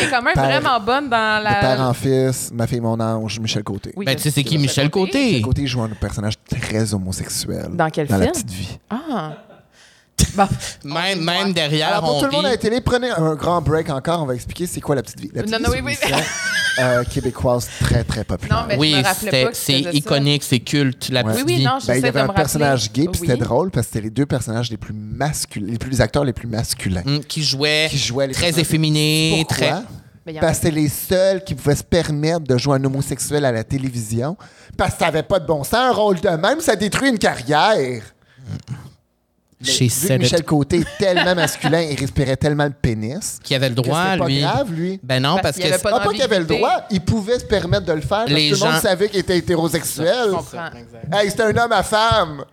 Speaker 1: Il est quand même
Speaker 3: Père-
Speaker 1: vraiment bonne dans
Speaker 3: de père
Speaker 1: la...
Speaker 3: en fils, ma fille, mon ange, Michel Côté.
Speaker 1: Oui,
Speaker 2: Ben
Speaker 1: je
Speaker 2: tu sais, c'est
Speaker 1: que
Speaker 2: qui Michel Côté?
Speaker 3: Michel Côté joue un personnage très homosexuel.
Speaker 1: Dans quel
Speaker 3: Dans La
Speaker 1: film?
Speaker 3: Petite Vie.
Speaker 1: Ah. Bon.
Speaker 2: Même, même
Speaker 1: Ah,
Speaker 2: derrière,
Speaker 3: Ah, Alors, pour
Speaker 2: on
Speaker 3: tout le monde à la
Speaker 2: rit.
Speaker 3: télé, prenez un grand break encore. On va expliquer c'est quoi La Petite Vie. La Petite
Speaker 1: Non, non,
Speaker 3: Vie,
Speaker 1: oui,
Speaker 3: c'est
Speaker 1: oui.
Speaker 3: une émission, euh, québécoise très, très populaire.
Speaker 1: Non, mais- Ben, je
Speaker 2: Oui,
Speaker 1: me rappelais
Speaker 2: c'était-
Speaker 1: pas que
Speaker 2: c'est
Speaker 1: c'était ça.
Speaker 2: iconique, c'est culte, la
Speaker 3: Ouais.
Speaker 1: Oui,
Speaker 2: petite
Speaker 1: oui,
Speaker 2: vie.
Speaker 1: non,
Speaker 3: Ben,
Speaker 1: j'essaie
Speaker 3: il y avait
Speaker 1: de
Speaker 3: un
Speaker 1: me
Speaker 3: personnage
Speaker 1: rappeler.
Speaker 3: gay, puis
Speaker 1: Oui.
Speaker 3: c'était drôle parce que c'était les deux personnages les plus masculins, les, plus, les acteurs les plus masculins.
Speaker 2: Mm, Qui jouait,
Speaker 3: Qui jouaient les
Speaker 2: très
Speaker 3: personnages.
Speaker 2: efféminé,
Speaker 3: Pourquoi?
Speaker 2: très.
Speaker 1: Ben, il y en a-
Speaker 3: Parce que c'est les seuls qui pouvaient se permettre de jouer un homosexuel à la télévision. Parce que ça n'avait pas de bon sens. Un rôle de même, ça détruit une carrière. Mais
Speaker 2: Mm. Chez
Speaker 3: vu que Michel
Speaker 2: Cédric,
Speaker 3: Côté est tellement masculin, il respirait tellement le pénis.
Speaker 2: qui avait le
Speaker 3: que
Speaker 2: droit,
Speaker 3: c'était pas
Speaker 2: lui.
Speaker 3: grave, lui.
Speaker 2: Ben non,
Speaker 1: Parce
Speaker 2: parce,
Speaker 1: qu'il y avait
Speaker 2: que.
Speaker 1: pas
Speaker 3: Ah, pas qu'il avait le
Speaker 1: d'ambiguïté.
Speaker 3: droit, il pouvait se permettre de le faire parce
Speaker 2: Les
Speaker 3: que tout le
Speaker 2: gens-
Speaker 3: monde savait qu'il était hétérosexuel.
Speaker 1: Je comprends.
Speaker 3: Hey, c'était un homme à femme.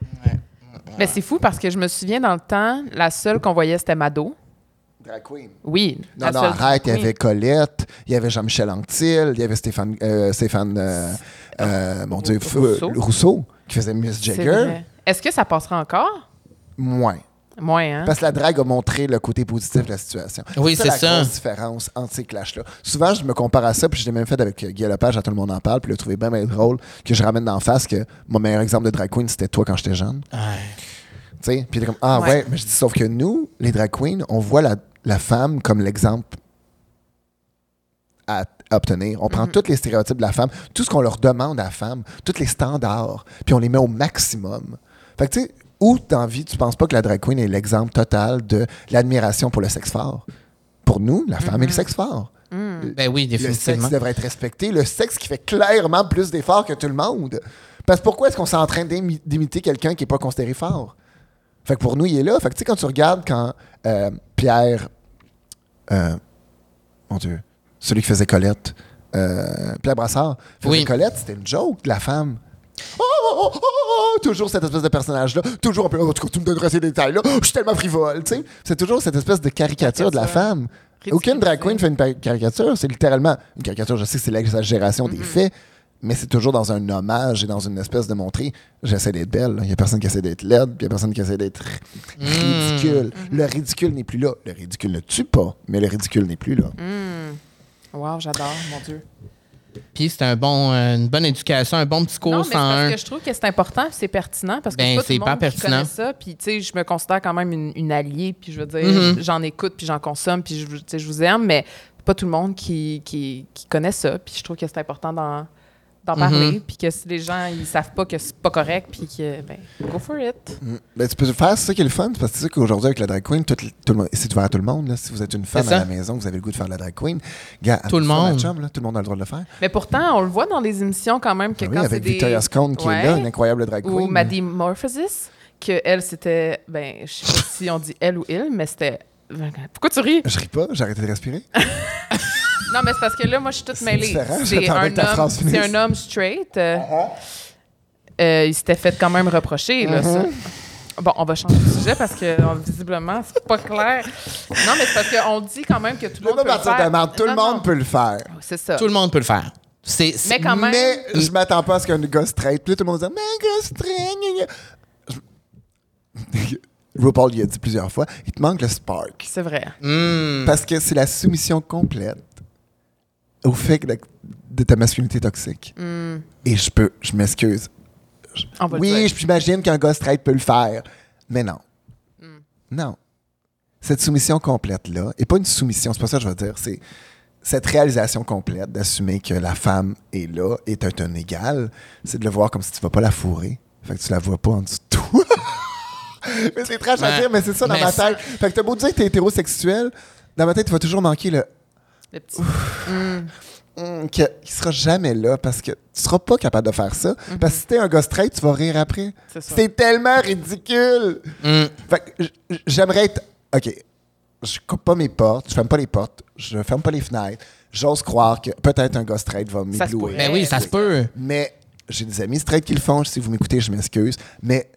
Speaker 1: Mais c'est fou parce que je me souviens dans le temps, la seule qu'on voyait, c'était Mado.
Speaker 3: Drag queen.
Speaker 1: Oui.
Speaker 3: Non,
Speaker 1: la
Speaker 3: non,
Speaker 1: seule
Speaker 3: arrête. Il y
Speaker 1: queen.
Speaker 3: avait Colette, il y avait Jean-Michel Anctil, il y avait Stéphane, euh, Stéphane euh, euh, mon Dieu, f- euh,
Speaker 1: Ah. Rousseau.
Speaker 3: Rousseau, qui faisait Miss
Speaker 1: C'est
Speaker 3: Jagger.
Speaker 1: vrai. Est-ce que ça passera encore?
Speaker 3: Moins.
Speaker 1: Moins, hein?
Speaker 3: Parce que la drague a montré le côté positif de la situation.
Speaker 2: Oui, c'est
Speaker 3: la
Speaker 2: ça.
Speaker 3: grosse différence entre ces clashs-là. Souvent, je me compare à ça, puis je l'ai même fait avec euh, Guy Lepage, à tout le monde en parle, puis le trouvé bien, bien drôle que je ramène d'en face que mon meilleur exemple de drag queen, c'était toi quand j'étais jeune. Tu sais, puis t'es comme, ah ouais.
Speaker 1: Ouais.
Speaker 3: mais je dis, sauf que nous, les drag queens, on voit la, la femme comme l'exemple à à obtenir. On prend tous les stéréotypes de la femme, tout ce qu'on leur demande à la femme, tous les standards, puis on les met au maximum. Fait que tu sais, où t'as envie, tu penses pas que la drag queen est l'exemple total de l'admiration pour le sexe fort. Pour nous, la femme est le sexe fort.
Speaker 2: Ben oui,
Speaker 3: Le sexe
Speaker 2: définitivement.
Speaker 3: devrait être respecté, le sexe qui fait clairement plus d'efforts que tout le monde. Parce que pourquoi est-ce qu'on s'entraîne d'imi- d'imiter quelqu'un qui n'est pas considéré fort? Fait que pour nous, il est là. Fait que tu sais, quand tu regardes quand euh, Pierre. euh, mon Dieu. Celui qui faisait Colette. euh, Pierre Brassard faisait
Speaker 2: Oui.
Speaker 3: Colette, c'était une joke de la femme. Oh, oh, oh, oh, oh, toujours cette espèce de personnage-là. Toujours un peu. Oh, tu tu me donneras ces détails-là. Je suis tellement frivole. tu sais. C'est toujours cette espèce de caricature de la
Speaker 1: Caricature.
Speaker 3: femme. Aucune drag queen fait une pa- caricature. C'est littéralement une caricature. Je sais que c'est l'exagération
Speaker 2: Mm-hmm.
Speaker 3: des faits, mais c'est toujours dans un hommage et dans une espèce de montrer j'essaie d'être belle. Il n'y a personne qui essaie d'être laide, puis il n'y a personne qui essaie d'être
Speaker 2: Mm.
Speaker 3: ridicule.
Speaker 2: Mm-hmm.
Speaker 3: Le ridicule n'est plus là. Le ridicule ne tue pas, mais le ridicule n'est plus là.
Speaker 2: Mm.
Speaker 1: Hmm. Wow, j'adore, mon Dieu.
Speaker 2: Puis c'est un bon, euh, une bonne éducation, un bon petit
Speaker 1: Non, mais
Speaker 2: cours
Speaker 1: c'est
Speaker 2: 101.
Speaker 1: parce que je trouve que c'est important, c'est pertinent, parce que
Speaker 2: Ben,
Speaker 1: c'est pas tout le
Speaker 2: c'est
Speaker 1: monde
Speaker 2: hyper
Speaker 1: qui connaît
Speaker 2: pertinent.
Speaker 1: ça, puis tu sais, je me considère quand même une, une alliée, puis je veux dire,
Speaker 2: Mm-hmm.
Speaker 1: j'en écoute, puis j'en consomme, puis je, vous- tu sais, je vous aime, mais pas tout le monde qui, qui, qui connaît ça, puis je trouve que c'est important d'en d'en
Speaker 2: Mm-hmm.
Speaker 1: parler, puis que si les gens, ils savent pas que c'est pas correct, puis que, ben, go for it.
Speaker 3: Ben, tu peux faire c'est ça qui est le fun, parce que c'est ça qu'aujourd'hui, avec la drag queen, tout, tout le monde, c'est ouvert à tout le monde. là. Si vous êtes une femme
Speaker 2: C'est ça.
Speaker 3: à la maison, vous avez le goût de faire de la drag queen, gars,
Speaker 2: Tout le
Speaker 3: amuse-toi, ma
Speaker 2: monde.
Speaker 3: chum, là. tout le monde a le droit de le faire.
Speaker 1: Mais pourtant, on le voit dans les émissions quand même que
Speaker 3: Ben
Speaker 1: quand
Speaker 3: oui,
Speaker 1: c'est
Speaker 3: avec
Speaker 1: des...
Speaker 3: Victoria Scone qui
Speaker 1: Ouais.
Speaker 3: est là, une incroyable drag
Speaker 1: Ou
Speaker 3: queen.
Speaker 1: Maddy Morphosis, que elle, c'était. Ben, je sais pas si on dit elle ou il, mais c'était. Pourquoi tu ris?
Speaker 3: Je ris pas, j'ai arrêté de respirer.
Speaker 1: Non, mais c'est parce que là, moi, je suis toute
Speaker 3: C'est
Speaker 1: mêlée.
Speaker 3: différent,
Speaker 1: C'est
Speaker 3: j'attendais
Speaker 1: un,
Speaker 3: que ta
Speaker 1: homme-
Speaker 3: phrase finisse.
Speaker 1: c'est un homme straight. euh, euh, il s'était fait quand même reprocher, là,
Speaker 3: Uh-huh.
Speaker 1: ça. Bon, on va changer de sujet parce que euh, visiblement, c'est pas clair. Non, mais c'est parce qu'on dit quand même que tout
Speaker 3: Je
Speaker 1: le
Speaker 3: vais
Speaker 1: monde
Speaker 3: pas
Speaker 1: peut le
Speaker 3: partir de
Speaker 1: faire.
Speaker 3: merde. Tout le
Speaker 1: Non,
Speaker 3: monde
Speaker 1: non.
Speaker 3: peut le faire.
Speaker 1: C'est ça.
Speaker 2: Tout le monde peut le faire. C'est, c'est-
Speaker 1: Mais quand même,
Speaker 3: Mais je m'attends pas à ce qu'un gars straight. Puis là, tout le monde dit Mais un gars straight. gna, gna. Je- RuPaul y a dit plusieurs fois Il te manque le spark.
Speaker 1: c'est vrai.
Speaker 3: Mm.
Speaker 2: Hmm.
Speaker 3: Parce que c'est la soumission complète au fait que la- de ta masculinité toxique.
Speaker 1: Hmm.
Speaker 3: Et je peux, je m'excuse. Je-
Speaker 1: On va le
Speaker 3: Oui,
Speaker 1: dire.
Speaker 3: je- j'imagine qu'un gars straight peut le faire. Mais non.
Speaker 2: Hmm.
Speaker 3: Non. Cette soumission complète-là, et pas une soumission, c'est pas ça que je veux dire, c'est cette réalisation complète d'assumer que la femme est là, est un, un égal, c'est de le voir comme si tu vas pas la fourrer. Fait que tu la vois pas en dessous de toi. mais c'est trash à
Speaker 2: Ouais.
Speaker 3: dire, mais c'est ça dans
Speaker 2: Mais
Speaker 3: ma
Speaker 2: ça-
Speaker 3: tête. Fait que t'as beau dire que t'es hétérosexuel, dans ma tête, tu vas toujours manquer le
Speaker 1: Le petit-
Speaker 3: Mm, que, qui sera jamais là parce que tu seras pas capable de faire ça. Parce que si t'es un gars straight, tu vas rire après.
Speaker 1: Mhm. C'est ça.
Speaker 3: C'est tellement ridicule.
Speaker 2: Hmm.
Speaker 3: Fait que j- j- j'aimerais être. OK. Je coupe pas mes portes, je ferme pas les portes, je ferme pas les fenêtres. J'ose croire que peut-être un gars straight va
Speaker 1: Ça se
Speaker 3: m'éblouir.
Speaker 1: pourrait.
Speaker 2: Ben oui, ça se peut.
Speaker 3: Mais j'ai des amis straight qui le font. Si vous m'écoutez, je m'excuse. Mais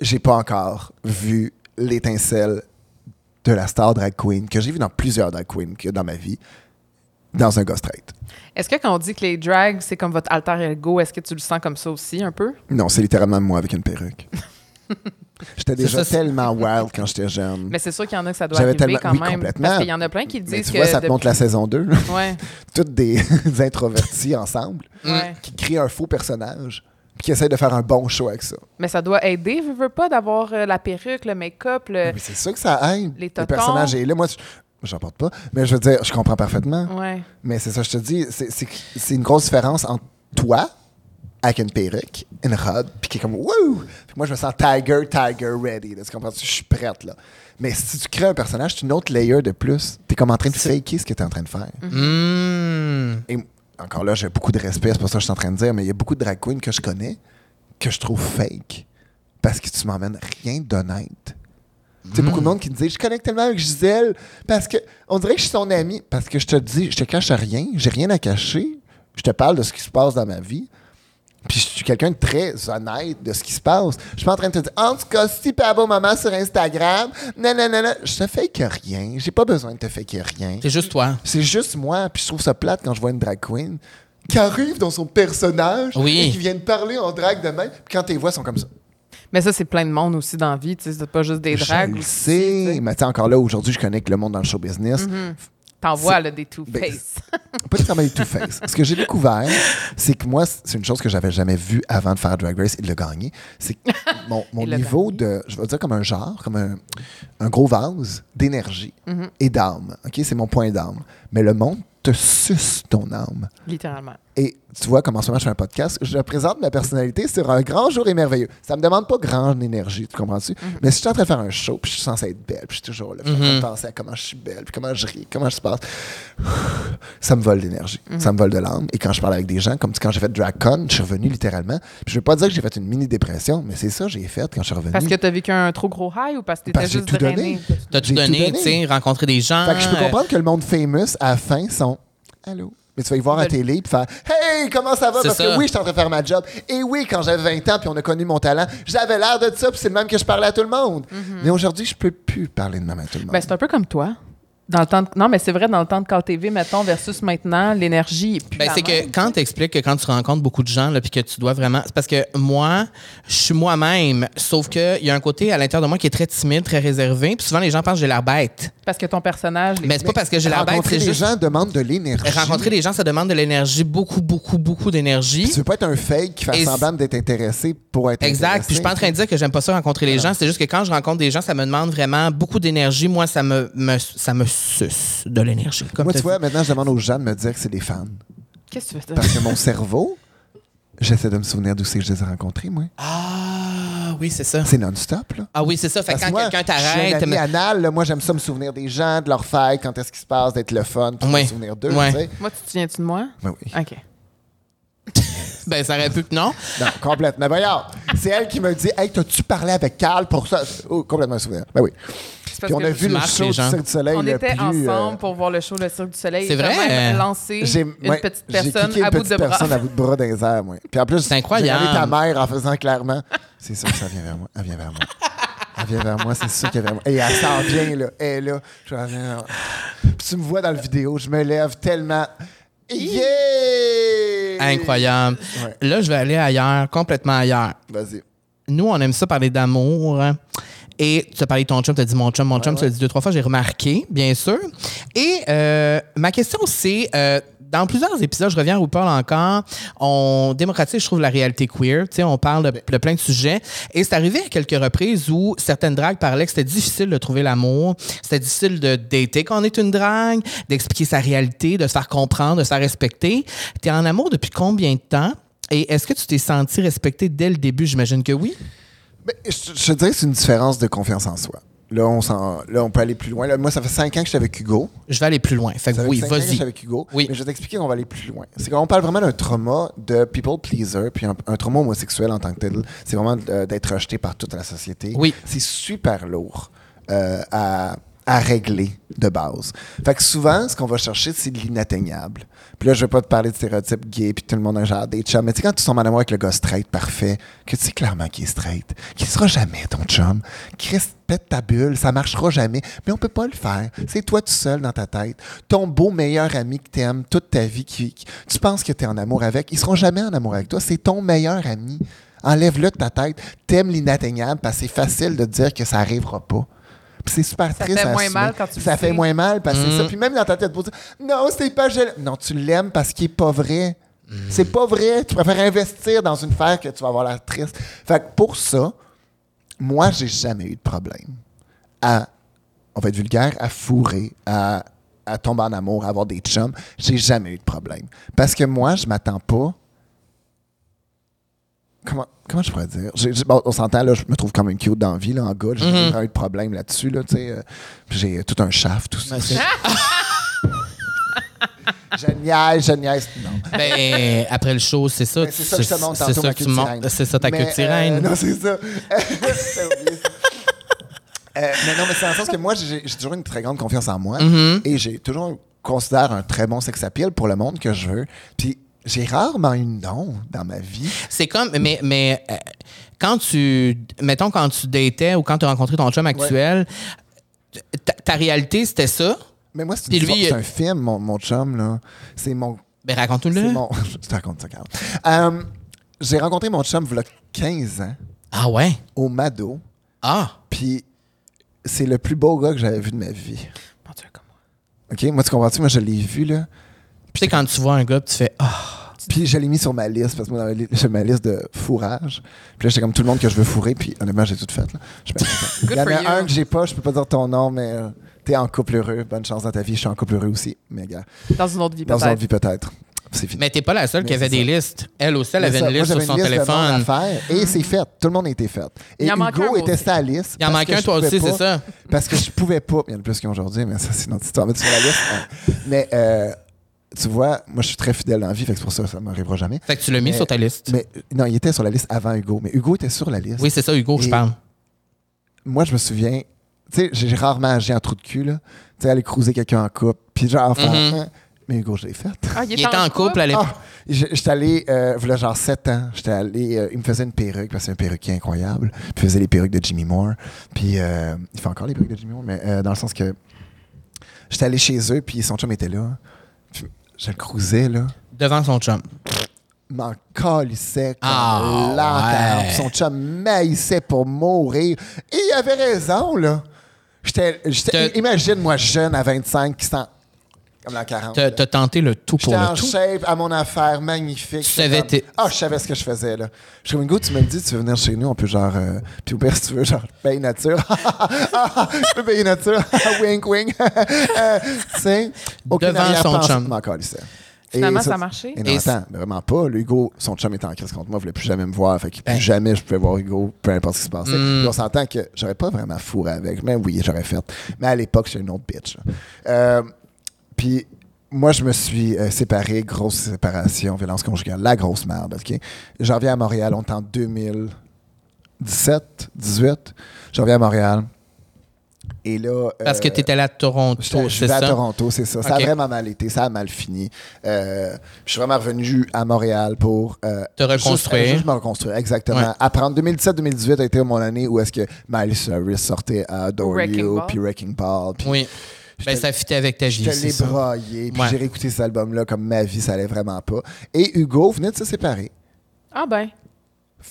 Speaker 3: j'ai pas encore vu l'étincelle de la star drag queen que j'ai vu dans plusieurs drag queens que dans ma vie dans un gars straight.
Speaker 1: Est-ce que quand on dit que les drags, c'est comme votre alter ego, est-ce que tu le sens comme ça aussi, un peu?
Speaker 3: Non, c'est littéralement moi avec une perruque. j'étais déjà
Speaker 2: ça, c'est-
Speaker 3: tellement wild quand j'étais jeune.
Speaker 1: Mais c'est sûr qu'il y en a que ça doit
Speaker 3: J'avais
Speaker 1: arriver
Speaker 3: tellement-
Speaker 1: quand
Speaker 3: oui,
Speaker 1: même.
Speaker 3: complètement.
Speaker 1: Parce qu'il y en a plein qui
Speaker 3: Mais
Speaker 1: disent
Speaker 3: tu
Speaker 1: que.
Speaker 3: vois, ça te
Speaker 1: de-
Speaker 3: montre la saison 2. là.
Speaker 1: Ouais,
Speaker 3: Toutes des introvertis ensemble
Speaker 1: ouais.
Speaker 3: qui créent un faux personnage puis qui essayent de faire un bon show avec ça.
Speaker 1: Mais ça doit aider, veux, veux pas, d'avoir euh, la perruque, le make-up, le.
Speaker 3: Mais c'est sûr que ça aide.
Speaker 1: les
Speaker 3: le
Speaker 1: tontons.
Speaker 3: personnage est là. Moi, je- j'en porte pas. Mais je veux dire, je comprends parfaitement.
Speaker 1: Ouais.
Speaker 3: Mais c'est ça, je te dis, c'est- c'est c'est une grosse différence entre toi avec une perruque, une robe, puis qui est comme wouh! Puis moi, je me sens tiger, tiger ready. là, tu comprends? Je suis prête, là. Mais si tu crées un personnage, c'est une autre layer de plus. T'es comme en train de faker ce que t'es en train de faire.
Speaker 2: Hmm.
Speaker 3: Et encore là, j'ai beaucoup de respect, c'est pour ça que je suis en train de dire, mais il y a beaucoup de drag queens que je connais que je trouve fake parce que tu m'emmènes rien d'honnête. Tu sais, beaucoup de monde qui me dit Je connecte tellement avec Gisèle parce que on dirait que je suis son amie. Parce que je te dis, je te cache rien, j'ai rien à cacher. Je te parle de ce qui se passe dans ma vie. Puis je suis quelqu'un de très honnête de ce qui se passe. Je suis pas en train de te dire En tout cas, si pas beau maman sur Instagram, non, non, non, non. Je te fake rien. J'ai pas besoin de te fake rien.
Speaker 2: C'est juste toi.
Speaker 3: C'est juste moi, puis je trouve ça plate quand je vois une drag queen qui arrive dans son personnage
Speaker 2: Oui.
Speaker 3: et qui vient de parler en drag de même, puis quand tes voix sont comme ça.
Speaker 1: Mais ça, c'est plein de monde aussi dans la vie. Tu sais, c'est pas juste des
Speaker 3: je
Speaker 1: drags.
Speaker 3: le sais, Mm-hmm. mais tu sais, encore là, aujourd'hui, je connecte le monde dans le show business.
Speaker 1: T'en vois,
Speaker 3: C'est-
Speaker 1: là, des two-face.
Speaker 3: Ben, Pas nécessairement les two-face. Ce que j'ai découvert, c'est que moi, c'est une chose que j'avais jamais vue avant de faire Drag Race et de le gagner. C'est que mon, mon
Speaker 1: Et le
Speaker 3: niveau de, je vais dire comme un genre, comme un, un gros vase d'énergie et d'âme. OK? C'est mon point d'âme. Mais le monde te suce ton âme.
Speaker 1: Littéralement.
Speaker 3: Et tu vois, comme en ce moment, je fais un podcast, je présente ma personnalité sur un grand jour et merveilleux. Ça me demande pas grande énergie, tu comprends-tu?
Speaker 1: Mhm.
Speaker 3: Mais si je suis en train de faire un show, puis je suis censé être belle, puis je suis toujours là, puis je suis en train de penser à comment je suis belle, puis comment je ris, comment je se passe, ça me vole d'énergie,
Speaker 1: Mhm.
Speaker 3: ça me vole de l'âme. Et quand je parle avec des gens, comme quand j'ai fait DragCon, je suis revenu littéralement. Puis je veux pas dire que j'ai fait une mini-dépression, mais c'est ça que j'ai fait quand je suis revenu.
Speaker 1: Parce que t'as vécu un trop gros high ou parce que t'étais
Speaker 3: Parce que j'ai
Speaker 1: juste
Speaker 3: tout
Speaker 1: drainé?
Speaker 3: donné.
Speaker 2: T'as tout
Speaker 3: J'ai tout
Speaker 2: donné,
Speaker 3: donné.
Speaker 2: tu sais, rencontrer des gens.
Speaker 3: Fait que je peux
Speaker 2: euh,
Speaker 3: comprendre que le monde famous, à la fin, sont Allô? Mais tu vas y voir à la
Speaker 1: De-
Speaker 3: télé puis faire Hey, comment ça va?
Speaker 2: C'est
Speaker 3: Parce
Speaker 2: ça.
Speaker 3: que oui, je suis en train de faire ma job. Et oui, quand j'avais 20 ans puis on a connu mon talent, j'avais l'air de ça puis c'est le même que je parlais à tout le monde.
Speaker 2: Mhm.
Speaker 3: Mais aujourd'hui, je peux plus parler de même à tout le monde.
Speaker 1: Ben, c'est un peu comme toi. Dans le temps de- Non, mais c'est vrai, dans le temps de Call TV, mettons, versus maintenant, l'énergie. est plus
Speaker 2: Ben,
Speaker 1: la
Speaker 2: c'est
Speaker 1: même.
Speaker 2: que quand tu expliques que quand tu rencontres beaucoup de gens, là, puis que tu dois vraiment. C'est parce que moi, je suis moi-même, sauf qu'il y a un côté à l'intérieur de moi qui est très timide, très réservé, puis souvent les gens pensent que j'ai l'air bête.
Speaker 1: Parce que ton personnage. les-
Speaker 2: Mais c'est pas parce que j'ai l'air bête,
Speaker 3: Rencontrer
Speaker 2: c'est
Speaker 3: des
Speaker 2: juste.
Speaker 3: gens demande de l'énergie.
Speaker 2: Rencontrer des gens, ça demande de l'énergie, beaucoup, beaucoup, beaucoup d'énergie.
Speaker 3: Tu veux pas être un fake qui fait
Speaker 2: Et
Speaker 3: semblant d'être intéressé pour être
Speaker 2: Exact.
Speaker 3: intéressé.
Speaker 2: Puis je suis pas en train de dire que j'aime pas ça rencontrer les gens. C'est juste que quand je rencontre des gens, ça me demande vraiment beaucoup d'énergie. Moi, ça me, me- ça me suce de l'énergie. Comme
Speaker 3: Moi,
Speaker 2: t'as
Speaker 3: tu vois,
Speaker 2: dit.
Speaker 3: maintenant, je demande aux gens de me dire que c'est des fans.
Speaker 1: Qu'est-ce que tu veux dire?
Speaker 3: Parce que mon cerveau, j'essaie de me souvenir d'où c'est que je les ai rencontrés, moi.
Speaker 2: Ah oui, c'est ça.
Speaker 3: C'est non-stop, là.
Speaker 2: Ah oui, c'est ça. Fait que
Speaker 3: Parce
Speaker 2: quand
Speaker 3: que moi,
Speaker 2: quelqu'un
Speaker 3: Je
Speaker 2: t'arrête,
Speaker 3: suis un ami
Speaker 2: mais-
Speaker 3: anal, là, moi, j'aime ça me souvenir des gens, de leur fête, quand est-ce qu'il se passe, d'être le fun, puis de
Speaker 2: Ouais.
Speaker 3: me souvenir d'eux.
Speaker 2: Ouais.
Speaker 3: tu sais.
Speaker 1: Moi, tu te souviens-tu de moi?
Speaker 3: Ben oui.
Speaker 1: OK.
Speaker 2: ben ça aurait pu que non.
Speaker 3: Non, complètement. Ben Voyons. C'est elle qui me dit Hey, t'as-tu parlé avec Carl pour ça Oh, complètement souvenir. Ben oui.
Speaker 1: C'est parce
Speaker 3: Puis on
Speaker 1: que
Speaker 3: a vu
Speaker 2: tu
Speaker 3: le
Speaker 2: marques
Speaker 3: show
Speaker 2: les
Speaker 3: du
Speaker 2: gens.
Speaker 3: Cirque du Soleil.
Speaker 1: On
Speaker 3: le
Speaker 1: était
Speaker 3: plus, euh,
Speaker 1: ensemble pour voir le show Le Cirque du Soleil.
Speaker 2: C'est
Speaker 1: T'as
Speaker 2: vrai?
Speaker 1: même lancé une
Speaker 3: ouais,
Speaker 1: petite
Speaker 3: j'ai
Speaker 1: personne
Speaker 3: kické une
Speaker 1: à bout
Speaker 3: petite
Speaker 1: de bras.
Speaker 3: personne à bout de bras dans les airs, moi. Puis en plus,
Speaker 2: C'est incroyable.
Speaker 3: j'ai regardé ta mère en faisant clairement. C'est sûr que ça vient vers moi. Elle vient vers moi. Elle vient vers moi, c'est sûr qu'elle vient vers moi. Et elle s'en vient, là. Elle est là. Je suis en- Puis tu me vois dans la vidéo, je me lève tellement. Yeah!
Speaker 2: Incroyable.
Speaker 3: Ouais.
Speaker 2: Là, je vais aller ailleurs, complètement ailleurs.
Speaker 3: Vas-y.
Speaker 2: nous, on aime ça parler d'amour. hein. Et tu as parlé de ton chum, tu as dit mon chum, mon chum, tu l'as dit deux, trois fois, j'ai remarqué, bien sûr. Et euh, ma question, c'est, euh, dans plusieurs épisodes, je reviens à RuPaul encore, on démocratise, je trouve, la réalité queer. Tu sais, on parle de, de plein de sujets. Et c'est arrivé à quelques reprises où certaines dragues parlaient que c'était difficile de trouver l'amour, c'était difficile de dater quand on est une drague, d'expliquer sa réalité, de se faire comprendre, de se faire respecter. Tu es en amour depuis combien de temps? Et est-ce que tu t'es senti respecté dès le début? J'imagine que oui.
Speaker 3: Ben, je, je te dirais que c'est une différence de confiance en soi. Là, on, s'en- là, on peut aller plus loin. Là, moi, ça fait cinq ans que je suis avec Hugo.
Speaker 2: Je vais aller plus loin. Fait que
Speaker 3: Ça fait
Speaker 2: oui,
Speaker 3: cinq ans que je
Speaker 2: vas-y.
Speaker 3: suis avec Hugo.
Speaker 2: Oui.
Speaker 3: Mais je vais t'expliquer qu'on va aller plus loin. C'est qu'on parle vraiment d'un trauma de people pleaser, puis un, un trauma homosexuel en tant que tel. C'est vraiment euh, d'être rejeté par toute la société.
Speaker 2: Oui.
Speaker 3: C'est super lourd euh, à, à régler de base. Fait que souvent, ce qu'on va chercher, c'est de l'inatteignable. Puis là, je vais pas te parler de stéréotypes gays, puis tout le monde a un genre des chums. Mais tu sais, quand tu tombes en amour avec le gars straight parfait, que tu sais clairement qu'il est straight, qu'il sera jamais ton chum, Chris, pète ta bulle, ça marchera jamais. Mais on peut pas le faire. C'est toi tout seul dans ta tête. Ton beau meilleur ami que t'aimes toute ta vie, qui, qui- tu penses que t'es en amour avec, ils seront jamais en amour avec toi. C'est ton meilleur ami. Enlève-le de ta tête. T'aimes l'inatteignable parce que c'est facile de dire que ça arrivera pas. Puis C'est super
Speaker 1: Ça
Speaker 3: triste.
Speaker 1: fait
Speaker 3: à
Speaker 1: moins
Speaker 3: assumer.
Speaker 1: mal quand tu le
Speaker 3: Ça
Speaker 1: sais.
Speaker 3: fait moins mal parce que c'est ça. Puis même dans ta tête, pour dire non, c'est pas gênant. Non, tu l'aimes parce qu'il est pas vrai. C'est pas vrai. Tu préfères investir dans une affaire que tu vas avoir l'air triste. Fait que pour ça, moi, j'ai jamais eu de problème à, on va être vulgaire, à fourrer, à, à tomber en amour, à avoir des chums. J'ai jamais eu de problème. Parce que moi, je m'attends pas. Comment, comment je pourrais dire? J'ai- j'ai- bon, on s'entend, là, je me trouve quand même cute dans la vie, là, en gars. J'ai
Speaker 2: Mhm.
Speaker 3: vraiment eu de problème là-dessus, là, tu sais. euh, j'ai tout un shaft, tout ça. Génial, génial. Non.
Speaker 2: Ben, après le show, c'est ça.
Speaker 3: Mais C'est ça que je te montre
Speaker 2: C'est
Speaker 3: tantôt,
Speaker 2: ça
Speaker 3: ma
Speaker 2: que
Speaker 3: queue
Speaker 2: tu
Speaker 3: de
Speaker 2: montes.
Speaker 3: sirène.
Speaker 2: C'est ça ta queue
Speaker 3: Mais,
Speaker 2: de
Speaker 3: euh,
Speaker 2: sirène.
Speaker 3: non, c'est ça. J'avais oublié ça. Euh, mais non, mais c'est dans le sens que moi, j'ai j'ai toujours une très grande confiance en moi
Speaker 2: Mm-hmm.
Speaker 3: et j'ai toujours considère un très bon sex appeal pour le monde que je veux. Puis j'ai rarement eu non dans ma vie.
Speaker 2: C'est comme, mais, mais euh, quand tu, mettons, quand tu datais ou quand tu as rencontré ton chum actuel, ta, ta réalité, c'était ça?
Speaker 3: Mais moi, c'est
Speaker 2: Puis
Speaker 3: une
Speaker 2: lui,
Speaker 3: histoire-
Speaker 2: il-
Speaker 3: c'est un film, mon, mon chum. là. C'est mon
Speaker 2: Ben, raconte-nous-le.
Speaker 3: C'est mon... Je te raconte ça quand même. Euh, J'ai rencontré mon chum il 15 ans
Speaker 2: Ah ouais?
Speaker 3: au Mado.
Speaker 2: Ah!
Speaker 3: Puis c'est le plus beau gars que j'avais vu de ma vie.
Speaker 1: Mon Dieu, comme moi.
Speaker 3: OK? Moi, tu comprends-tu? Moi, je l'ai vu, là.
Speaker 2: Puis tu sais, quand tu vois un gars, puis tu fais Ah!
Speaker 3: Puis je l'ai mis sur ma liste, parce que moi, dans ma li- j'ai ma liste de fourrage. Puis là, j'étais comme tout le monde que je veux fourrer, puis honnêtement, j'ai tout fait. Là. Je suis bien content. Il y en
Speaker 1: for you.
Speaker 3: a un que j'ai pas, je peux pas dire ton nom, mais euh, t'es en couple heureux. Bonne chance dans ta vie, je suis en couple heureux aussi. Mais gars,
Speaker 1: Dans une autre vie,
Speaker 3: dans une autre
Speaker 1: peut-être.
Speaker 3: vie peut-être. C'est fini.
Speaker 2: Mais t'es pas la seule
Speaker 3: Mais
Speaker 2: qui avait
Speaker 3: c'est
Speaker 2: des listes. Elle aussi, elle
Speaker 3: Mais
Speaker 2: avait
Speaker 3: ça,
Speaker 2: une liste
Speaker 3: moi,
Speaker 2: sur
Speaker 3: j'avais
Speaker 2: son
Speaker 3: une liste de noms
Speaker 2: téléphone.
Speaker 3: à faire, et c'est fait. Tout le monde a été fait. Et
Speaker 1: Mm. Il en manque un,
Speaker 3: Hugo
Speaker 1: moi
Speaker 3: était
Speaker 1: aussi.
Speaker 3: sur la liste.
Speaker 2: Il en
Speaker 3: parce
Speaker 2: manque
Speaker 3: que
Speaker 2: un,
Speaker 3: je
Speaker 2: toi
Speaker 3: pouvais
Speaker 2: aussi,
Speaker 3: pas-
Speaker 2: c'est ça?
Speaker 3: Parce que je pouvais pas. Il y en a plus qui ont aujourd'hui, mais ça, c'est notre histoire. Mais tu sur la liste. hein. Mais euh, tu vois, moi, je suis très fidèle dans la vie, fait que c'est pour ça que ça m'arrivera jamais.
Speaker 2: Fait que tu l'as mis
Speaker 3: Mais-
Speaker 2: sur ta liste.
Speaker 3: Mais non, il était sur la liste avant Hugo. Mais Hugo était sur la liste.
Speaker 2: Oui, c'est ça, Hugo, je
Speaker 3: Et-
Speaker 2: parle.
Speaker 3: Moi, je me souviens. Tu sais, j'ai rarement agi en trou de cul, là. Tu sais, aller cruiser quelqu'un en couple, puis genre, faire,
Speaker 2: Mhm.
Speaker 3: Hein? Mais Hugo, je l'ai fait.
Speaker 1: Ah,
Speaker 2: Il était en couple à l'époque.
Speaker 3: Ah, je- j'étais allé, euh, voilà, genre 7 ans, j'étais allé, euh, il me faisait une perruque, parce que c'est un perruquier incroyable. Puis il faisait les perruques de Jimmy Moore. Puis euh, il fait encore les perruques de Jimmy Moore, mais euh, dans le sens que j'étais allé chez eux, puis son chum était là. Puis je le cruisais, là.
Speaker 2: Devant son chum.
Speaker 3: M'en calissait comme
Speaker 2: Ah,
Speaker 3: l'enterre.
Speaker 2: ouais.
Speaker 3: Puis Son chum maïssait pour mourir. Et il avait raison, là. J'étais, j'étais-
Speaker 2: T'as-
Speaker 3: imagine-moi jeune à 25 qui sent comme la 40.
Speaker 2: T'as
Speaker 3: là.
Speaker 2: t'as tenté le tout pour
Speaker 3: J'étais en
Speaker 2: le tout.
Speaker 3: shape à mon affaire, magnifique.
Speaker 2: Tu savais
Speaker 3: Comme-
Speaker 2: tes-
Speaker 3: Ah, je savais ce que je faisais, là. Je suis comme, Hugo, tu me le dis, tu veux venir chez nous, on peut genre... euh, puis au pire, si tu veux, genre, paye nature. Ah, je peux payer nature. wink, wink. Euh, tu sais, aucune
Speaker 2: Devant son
Speaker 3: arrière-pensée
Speaker 2: chum.
Speaker 3: de m'en calissait.
Speaker 1: Finalement,
Speaker 3: Et
Speaker 1: ça a marché?
Speaker 3: Et non,
Speaker 2: Et
Speaker 3: attends, mais vraiment pas. Là, Hugo, son chum était en crise contre moi, voulait plus jamais me voir. Fait que
Speaker 2: Ben.
Speaker 3: plus jamais je pouvais voir Hugo, peu importe ce qui se passait.
Speaker 2: Mm.
Speaker 3: Puis on s'entend que j'aurais pas vraiment fourré avec. Mais oui, j'aurais fait. Mais à l'époque, j'étais une autre bitch. là. Euh, puis moi, je me suis euh, séparé, grosse séparation, violence conjugale, la grosse merde, OK? J'en reviens à Montréal, on est en 2000. 17, 18, je reviens à Montréal. Et là.
Speaker 2: Parce que
Speaker 3: euh,
Speaker 2: tu étais allé à Toronto,
Speaker 3: J'étais- Je
Speaker 2: c'est
Speaker 3: suis à
Speaker 2: ça?
Speaker 3: Toronto, c'est ça. Ça a
Speaker 2: Ok.
Speaker 3: vraiment mal été, ça a mal fini. Euh, je suis vraiment revenu à Montréal pour... euh,
Speaker 2: Te reconstruire.
Speaker 3: Juste, juste me reconstruire, exactement.
Speaker 2: Ouais.
Speaker 3: Apprendre 2017-2018 a été mon année où est-ce que Miles Harris sortait à
Speaker 1: Wrecking
Speaker 3: Dorio,
Speaker 1: Ball.
Speaker 3: puis Wrecking Ball, puis
Speaker 2: Oui. Ben, ça fitait avec ta vie,
Speaker 3: je
Speaker 2: c'est
Speaker 3: l'ai
Speaker 2: ça.
Speaker 3: braillé, puis
Speaker 2: Ouais.
Speaker 3: j'ai réécouté cet album-là comme ma vie, ça allait vraiment pas. Et Hugo venait de se séparer.
Speaker 1: Ah ben,